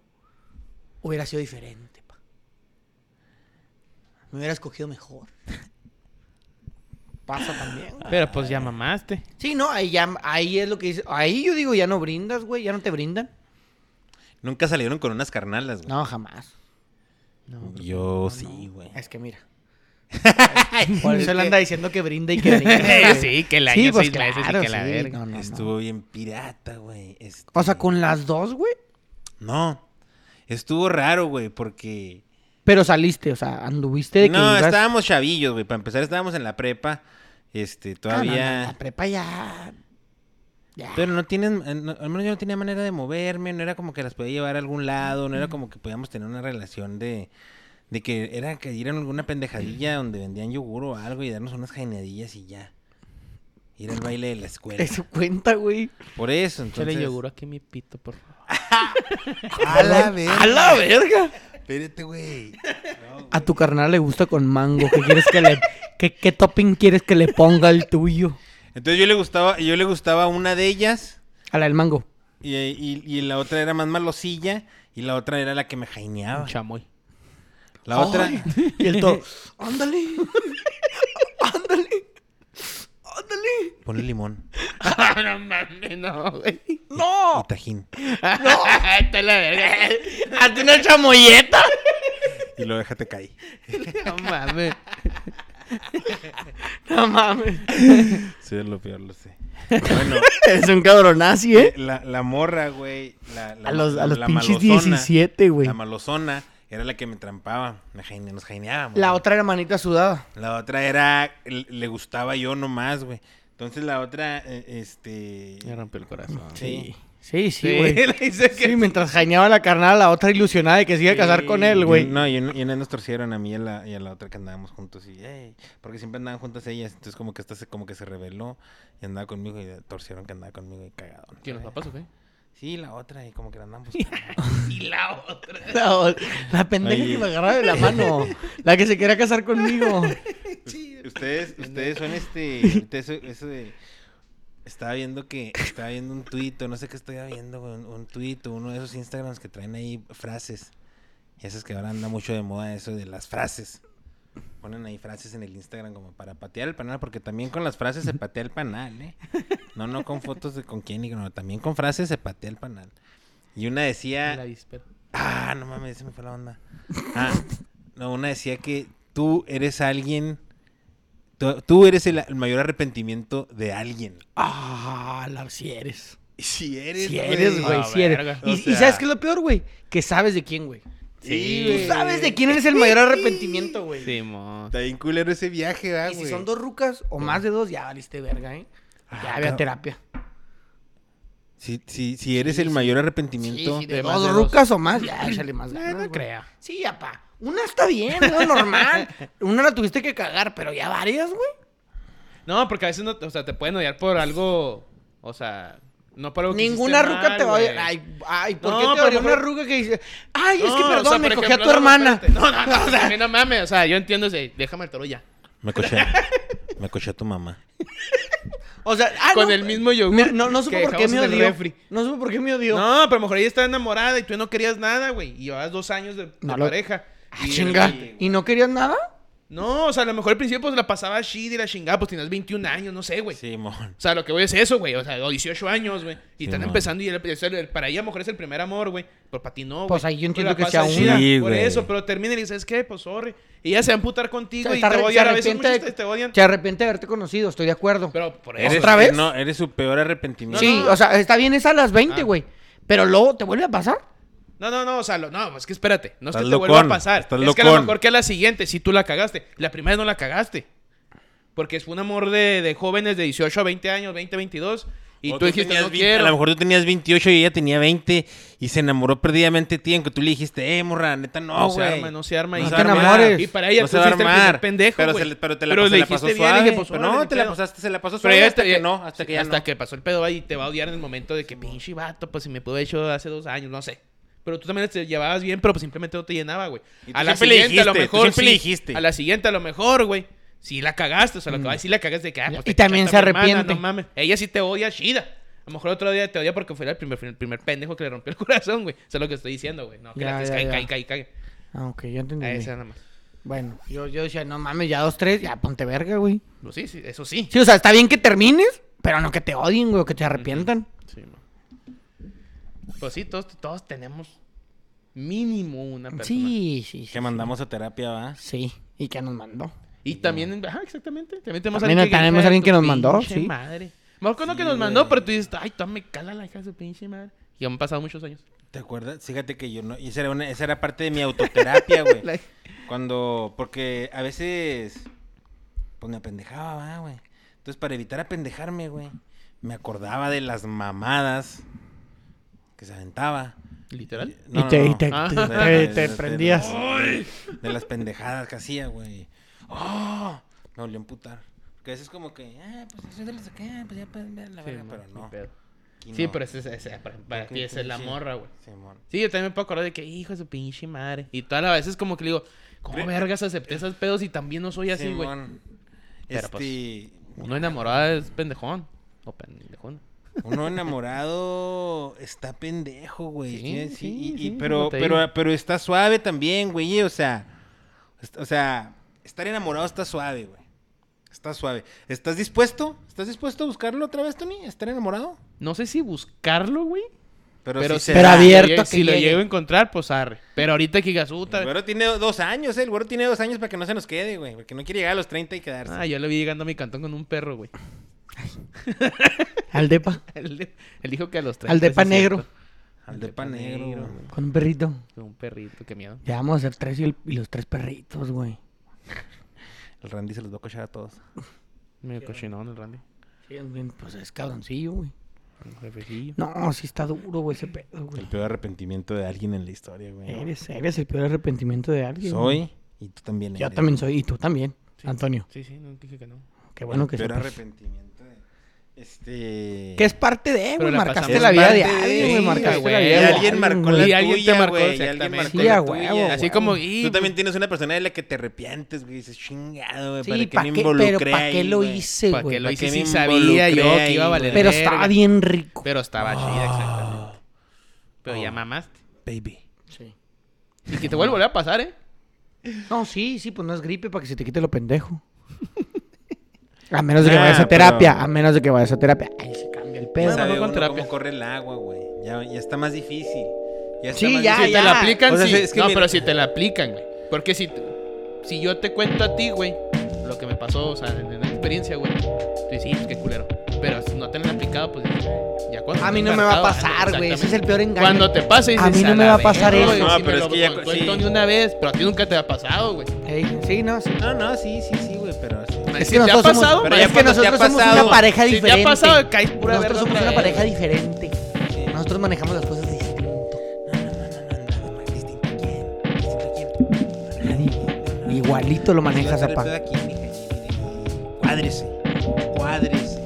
D: hubiera sido diferente, pa. Me hubiera escogido mejor. Pasa también. güey.
A: Pero pues ya mamaste.
D: Sí, no, ahí ya, ahí es lo que dice. Ahí yo digo, ya no brindas, güey, ya no te brindan.
B: Nunca salieron con unas carnalas, güey.
D: No, jamás.
B: Yo sí, güey.
D: Es que mira. Por eso él anda diciendo que brinda y que
A: Eh,
D: brinda.
A: sí, que el año,
D: Sí, pues
A: seis meses y
D: claro,
A: que la
D: sí,
A: verga.
D: no, no, no.
B: Estuvo bien pirata, güey. Este-
D: O sea, con las dos, güey.
B: No. Estuvo raro, güey, porque...
D: Pero saliste, o sea, anduviste de que "Ah,
B: No,
D: ibas-
B: estábamos chavillos, güey. Para empezar, estábamos en la prepa. Este,
D: Ah, no, no,
B: todavía...
D: la prepa ya. Ya.
B: Pero no tienen, eh, no- al menos yo no tenía manera de moverme, no era como que las podía llevar a algún lado, no era como que podíamos tener una relación de, de que era que ir a alguna pendejadilla donde vendían yogur o algo y darnos unas jaineadillas y ya. Ir al baile de la escuela.
D: Eso cuenta, güey.
B: Por eso,
A: Échale
B: entonces.
A: yogur aquí mi pito, por favor.
B: A la verga.
D: A la verga.
B: Espérate, güey.
D: A tu carnal le gusta con mango. ¿Qué quieres que le. ¿Qué, qué topping quieres que le ponga el tuyo?
B: Entonces yo le gustaba, yo le gustaba una de ellas
D: A la del mango.
B: y, y- y la otra era más malosilla y la otra era la que me jaineaba.
D: Ah.
A: Un chamoy.
B: La otra.
D: Ay, Y el todo. Ándale. Ándale. Ándale.
B: Ponle limón
A: Ah, no mames, no, güey.
D: No.
B: y tajín.
A: No. Está la verga.
D: Hazte una chamoyeta.
B: Y lo déjate caer.
A: No mames.
D: No mames.
B: Sí, es lo peor, lo sé. Bueno,
D: Eres un cabronazi,
B: eh,
D: ¿eh?
B: la, la morra, güey. La, la-
D: A los, a los
B: la
D: pinches
B: malosona,
D: 17, güey.
B: La malosona era la que me trampaba. me jaine- nos jaineábamos.
D: La
B: güey.
D: otra era manita sudada.
B: La otra era. l- Le gustaba yo nomás, güey. Entonces la otra, eh, este.
A: Me rompió el corazón.
B: Sí.
D: Sí, Sí, sí,
A: Sí.
D: güey.
B: Le dice
D: Sí, mientras jañaba la carnal a la otra ilusionada de que se iba a casar
A: Sí.
D: con él,
B: güey.
D: güey.
B: No, y, en- y en él nos torcieron a mí y a la, y a la otra que andábamos juntos y, "Ey", porque siempre andaban juntas ellas, entonces como que esta se, como que se reveló y andaba conmigo y torcieron que andaba conmigo y cagado. ¿no?
A: ¿Quién los papás o qué?
B: Sí, la otra y como que la andaban buscando.
A: Y la otra.
D: La, la pendeja
B: Ahí.
D: que me agarraba de la mano. la que se quería casar conmigo.
B: ustedes, ustedes son este, ustedes son- eso de- estaba viendo que, estaba viendo un tuit, o no sé qué estaba viendo, güey, un, un tuit, o uno de esos Instagrams que traen ahí frases. Y esas que ahora anda mucho de moda eso de las frases. Ponen ahí frases en el Instagram como para patear el panal, porque también con las frases se patea el panal, ¿eh? No, no con fotos de con quién, ni con- no, también con frases se patea el panal. Y una decía...
A: La víspera.
B: Ah, no mames, se me fue la onda. Ah, no, una decía que tú eres alguien. Tú, tú eres el, el mayor arrepentimiento de alguien.
D: Ah, la si eres.
B: Y Si eres,
D: Si eres, güey,
A: Ah,
D: si eres.
A: verga.
D: Y,
B: O
D: y
B: sea-
D: ¿sabes qué es lo peor, güey? Que sabes de quién, güey.
B: Sí,
D: Tú
B: güey.
D: sabes de quién eres el mayor arrepentimiento, güey.
A: Simón.
B: Está bien culero ese
A: Ah,
B: viaje, ¿verdad,
D: Y si
B: güey?
D: son dos rucas o más de dos, ya valiste verga, ¿eh?
B: Ah,
D: Ya
B: claro.
D: había terapia.
B: Si, si- si eres el mayor arrepentimiento.
D: Sí, sí, de
A: De más
D: dos
A: de dos.
D: rucas o más, ya échale más ganas. güey.
A: crea.
D: Sí, apá. Una está bien, una normal. Una la tuviste que cagar, pero ya varias, güey.
A: No, porque a veces no, o sea, te pueden odiar por algo, o sea, no por algo que
D: Ninguna
A: hiciste
D: ruca
A: mal,
D: te va a
A: güey.
D: odiar. Ay, ay, ¿por
A: No,
D: qué te
A: pero
D: odió
A: por-
D: una ruca que dice, ay, es que
A: No,
D: perdón,
A: o sea,
D: me
A: por
D: cogí a
A: ejemplo,
D: tu
A: no,
D: hermana?
A: espérate. No, no, no, o sea, a mí no mames, o sea, yo entiendo, ese, déjame el toro ya.
B: Me coché. Me coché a tu mamá.
D: O sea, ah,
A: Con
D: no,
A: el mismo yogur
D: me- No, no supo
A: que
D: por qué
A: dejamos
D: me
A: en el
D: odió.
A: refri.
D: No supo por qué me odió.
A: No, pero a lo mejor ella está enamorada y tú no querías nada, güey. Y llevas dos años de, de
D: No lo-
A: pareja.
D: Ah,
A: Y-
D: chinga.
A: y-
D: ¿Y no querías nada?
A: No, o sea, a lo mejor al principio pues la pasaba shit y la chingada, pues tenías 21 años, no sé, güey.
B: Sí, mon.
A: O sea, lo que voy es eso, güey. O sea, o 18 años, güey. Y están
B: Simón.
A: empezando y el- es el- el- para ella a lo mejor es el primer amor, güey. Pero para ti no, güey.
D: Pues ahí yo
A: Tú
D: entiendo
A: la
D: que
A: pasas
D: sea
A: chida
B: una.
A: Por
B: Sí, güey.
A: eso, pero termina y le dices, ¿qué? Pues sorry. Y ella se va a amputar contigo
D: Se-
A: y
D: se
A: te va a odiar. A veces
D: arrepiente
A: muchos
D: de-
A: te, te odian.
D: Se arrepiente de haberte conocido, estoy de acuerdo.
A: Pero por eso.
B: Eres-
D: ¿Otra vez?
B: No, eres su peor arrepentimiento.
D: sí,
A: No, no.
D: o sea, está bien es a las 20,
A: Ah.
D: güey. Pero luego te vuelve a pasar.
A: No, no, no, o sea, lo- no, es que espérate. No es que
B: Estás
A: te vuelva a
B: locón,
A: pasar.
B: estás
A: es que a lo
B: locón.
A: mejor que a la siguiente, si tú la cagaste. La primera no la cagaste. Porque fue un amor de, de jóvenes de 18 a 20 años, 20, 22. Y
B: O
A: tú dijiste,
B: tenías
A: no
B: 20, A lo
A: quiero.
B: mejor tú tenías 28 y ella tenía 20 y se enamoró perdidamente de ti, aunque tú le dijiste, eh, morra, neta, no,
A: No,
B: güey.
A: se arma, no se arma.
B: No
A: y
B: se
A: va a
D: te
A: armar.
D: enamores.
A: Y para ella
B: no
A: tú
B: se va a
A: fuiste el primer
B: armar.
A: pendejo,
B: pero,
A: güey.
B: se le- pero te la,
A: Pero
B: pasó-
A: le
B: la pasó
A: dijiste bien y
B: suave.
A: dije, pues,
B: Pero
A: órale,
B: no,
A: ni
B: te la
A: pedo.
B: pasaste, se la
D: Pues
B: pasó
A: Pero
B: suave
A: ya
B: hasta
A: está-
B: que no, hasta que ya
A: hasta
B: no.
A: que pasó el pedo ahí te va a odiar en el momento de que pinche vato, pues si me pudo haber hecho hace dos años, no sé. Pero tú también te llevabas bien, pero pues simplemente no te llenaba, güey.
B: Y tú
A: A la
B: siempre le
A: siguiente a lo
B: dijiste, tú
A: mejor
B: siempre le
A: sí,
B: dijiste. Mm.
A: A la siguiente a lo mejor, güey. Si la cagaste, o sea, lo que va a decir, la cagaste de que, ah,
D: Ya,
A: pues,
D: y
A: te
D: también
A: chingaste
D: se
A: a mi hermana,
D: arrepiente.
A: no mames. Ella sí te odia, chida. A lo mejor otro día te odia porque fue el primer, el primer pendejo que le rompió el corazón, güey. Eso es lo que estoy diciendo, güey. No, que
D: Ya,
A: la estés
D: ya,
A: cae,
D: ya.
A: cae, cae, cae.
D: Ah, ok, ya entendí.
A: A esa nada más.
D: Bueno, yo, yo decía, no mames, ya dos, tres, ya ponte verga, güey.
A: Pues sí, sí, eso sí.
D: Sí, o sea, está bien que termines, pero no que te odien, güey, o que te arrepientan.
A: Sí, mo. Pues sí, todos, todos tenemos mínimo una persona.
D: Sí, sí, sí.
B: Que mandamos a terapia, ¿va?
D: Sí, y que nos mandó.
A: Y también, ajá, exactamente. También tenemos
D: También tenemos
A: hija de
D: alguien
A: tu
D: que nos mandó,
A: pinche
D: sí.
A: madre. Me acuerdo que
B: Sí,
A: nos mandó,
B: güey.
A: pero tú dices, ay, todavía me cala la hija de su pinche madre. Y han pasado muchos años.
B: ¿Te acuerdas? Fíjate que yo no. y Esa era, una- esa era parte de mi autoterapia, güey.
A: La-
B: Cuando. Porque a veces. Pues me apendejaba, ¿va, güey. Entonces, para evitar apendejarme, güey, me acordaba de las mamadas que se aventaba.
A: Literal.
B: No,
D: y te,
B: no,
D: y
B: no.
D: te,
A: Ah.
D: te-
B: De-
D: te-
B: de-
D: te
B: de- de-
D: prendías.
B: de- De las pendejadas que hacía, güey. ¡Oh! Me volvió a emputar. Porque a veces como que, ah, pues eso de lo saqué, pues ya pues, ve a la
A: Sí,
B: verga,
A: mo,
B: pero
A: ni
B: no.
A: pedo.
B: aquí
A: Sí,
B: no.
A: pero ese, ese- ese- para, para
B: Porque
A: ti esa es la
B: pinche-
A: morra, güey.
B: Simón.
A: Sí, yo también me puedo acordar de que, hijo de su pinche madre. Y todas las veces como que le digo, ¿cómo
B: Cre-
A: vergas acepté esos pedos y también no soy así, güey?
B: Simón.
A: Pero, pues,
B: Este,
A: Uno enamorada es pendejón. O pendejón.
B: uno enamorado está pendejo, güey.
A: Sí,
B: Tiene- sí,
A: sí,
B: y- y-
A: sí,
B: pero,
A: como te
B: pero,
A: digo.
B: pero está suave también, güey. O sea, est- o sea, estar enamorado está suave, güey. Está suave. ¿Estás dispuesto? ¿Estás dispuesto a buscarlo otra vez, Tony? ¿Estar enamorado?
A: No sé si buscarlo, güey. Pero
B: sí
A: si-
B: se
D: Pero
B: da.
D: había- abierto
A: Si lo lle- Si lo
D: que llegue.
A: llego a encontrar, pues arre. Pero ahorita que digas, puta,
B: El güero tiene dos años, ¿eh? El güero tiene dos años para que no se nos quede, güey. Porque no quiere llegar a los 30 y quedarse.
A: Ah, yo le vi llegando a mi cantón con un perro, güey.
D: Al depa,
A: Él, él dijo que a los tres.
D: Al de pan negro.
B: Al de pan negro, güey.
D: con un perrito.
A: Con un perrito, qué miedo.
D: Ya vamos a hacer tres y, el- y los tres perritos, güey.
B: El Randy se los va a cochar a todos.
A: Me cochinó el Randy.
D: Sí, es bien, pues es cabroncillo, güey.
A: refrigerio.
D: No, sí está duro, güey, ese pedo,
B: El
D: güey.
B: peor arrepentimiento de alguien en la historia, güey.
D: Eres, eres el peor arrepentimiento de alguien. güey.
B: Soy y tú también
D: Yo
B: eres,
D: también
B: güey.
D: soy, y tú también,
A: Sí.
D: Antonio.
A: Sí, sí, no dije que no.
D: Qué bueno que
B: El peor
D: sepas.
B: arrepentimiento de... Este...
D: Que es parte de,
A: Pero
D: güey.
A: la
D: Marcaste
A: pasamos
D: la vida
B: parte
D: de
B: de-
D: alguien,
A: Sí,
D: güey. Marcaste
A: güey,
D: la
B: Y
D: vida de
A: huevo.
B: alguien marcó la
A: Y
B: tuya,
A: alguien te marcó,
B: güey, y alguien
A: exactamente.
B: marcó
D: Sí, a
B: la
D: huevo,
B: tuya.
A: Así como,
B: Tú
A: y,
B: también tienes una persona de la que te arrepientes, güey. Dices, chingado, güey,
D: Sí,
B: ¿para
D: ¿para
B: qué me
D: qué, pero
B: involucré
D: ¿para qué
B: ahí,
D: lo
B: güey?"
D: hice,
A: para que
D: güey?
A: lo
B: ¿para
A: hice
B: qué
A: sí
B: me
A: sabía yo
B: involucré
A: que iba a
B: ahí,
A: valer.
D: Pero
A: verga.
D: estaba bien rico.
A: Pero estaba chida, exactamente. Pero ya mamaste.
B: Baby.
D: Sí.
A: Y que te vuelva a volver a pasar, ¿eh?
D: No, sí, sí, pues no es gripe para que se te quite lo pendejo. A menos de que
B: Ah,
D: vayas a
B: pero-
D: terapia, a menos de que vayas a terapia. Ay, se cambia el
B: Ya
D: pedo.
A: Esa-
B: sabe
A: no con
B: uno
A: terapia.
B: cómo corre el agua, güey. Ya, ya está más difícil. Ya está
D: Sí,
B: más
D: ya,
A: Si
B: difícil.
A: te la aplican,
B: O sea,
A: sí.
B: es que
A: no,
B: mira-
A: pero si te la aplican, güey. Porque si, si yo te cuento a ti, güey, lo que me pasó, o sea, en, en la experiencia, güey, tú dices, "Sí, pues qué culero. Pero si no te lo han aplicado, pues ya cuando
D: A mí no
A: estés
D: me va a
A: embarcado,
D: pasar,
A: ándale,
D: güey. Ese es el
A: exactamente.
D: peor engaño.
A: Cuando te pase, dices,
D: A mí no me
A: la
D: va a pasar
A: verga,
D: eso".
A: güey,
B: No,
A: si
B: pero
A: me
B: es
A: lo
B: que ya cu-
A: cuento
B: sí.
A: ni una vez, pero a ti nunca te ha pasado, güey.
D: Ey, sí, no, sí.
B: No, no, sí, sí, sí, güey, pero... sí.
D: Es
A: Si
D: que
A: te ha
D: nosotros somos,
A: pasado,
B: Pero
D: es
B: ya
D: que
B: cuando te ha
D: nosotros somos
B: pasado,
D: una pareja
A: si
D: diferente.
A: te ha pasado, caes pura verga.
D: nosotros somos
A: otra
D: una
A: vez,
D: pareja
A: güey.
D: diferente.
B: Sí. No,
D: Nosotros manejamos las cosas distinto.
B: no, no, distinto a quién, distinto a quién.
D: Igualito lo manejas,
B: Si va a
D: apá.
B: estar el pedo aquí, mija, Cuádrese, cuádrese.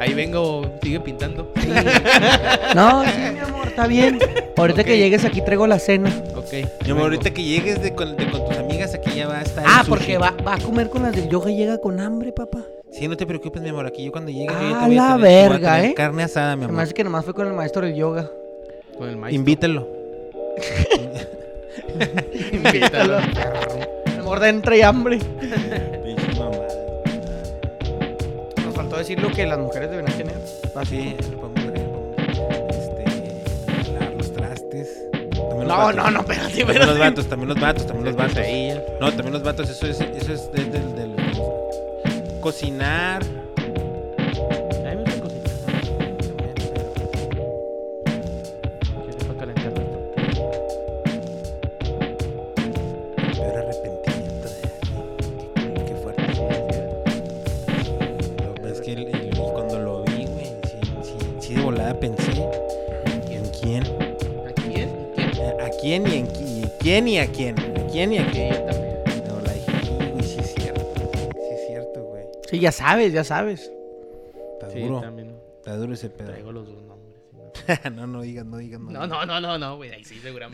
A: Ahí vengo, sigue pintando.
D: No, sí, mi amor, está bien. Ahorita
A: Ok.
D: que llegues aquí traigo la cena.
A: Ok.
B: Yo
A: vengo.
B: ahorita que llegues de con, de con tus amigas aquí ya va a estar
D: Ah,
B: el sushi.
D: porque va, va a comer con las del yoga y llega con hambre, papá.
B: Sí, no te preocupes, mi amor, aquí yo cuando llegue yo
D: Ah,
B: ya te voy
D: la
B: a tener, te voy a
D: verga,
B: tener
D: ¿eh?
B: carne asada, mi
D: Me
B: amor.
D: parece que nomás fue con el maestro del yoga.
A: Con el maíz.
B: Invítalo.
A: Invítalo.
D: Me morde entre y hambre.
B: Pinche mamada.
D: Nos faltó decir lo que las mujeres deben tener.
B: Sí, le podemos poner, este, lavar los trastes. También los
D: No,
B: vatos.
D: no, no, espérate,
B: También los
D: espérate.
B: vatos, también los vatos, también los vatos.
A: Quesadilla.
B: No, también los vatos, eso es, eso es desde el del, cocinar.
A: Dame otra cosita. Que sepa calentar tanto.
B: Peor arrepentimiento de alguien. Qué, qué fuerte. Lo- Es que el- el- cuando lo vi, güey, sí, sí, sí de volada pensé. ¿En quién?
A: ¿A quién? ¿Y ¿eh? quién?
B: ¿A quién y en qui- y quién y a quién? ¿A quién y a
A: Sí,
B: quién?
A: yo también.
B: No, la dije, "Sí, güey, sí es cierto. Sí es cierto, güey.
D: Sí, ya sabes, ya sabes.
B: Está
A: Sí,
B: duro.
A: también.
B: Está duro ese pedo.
A: Traigo los dos nombres.
B: no, no digas, no digas.
A: No, no, no, no, no, güey. Ahí sí, seguramente.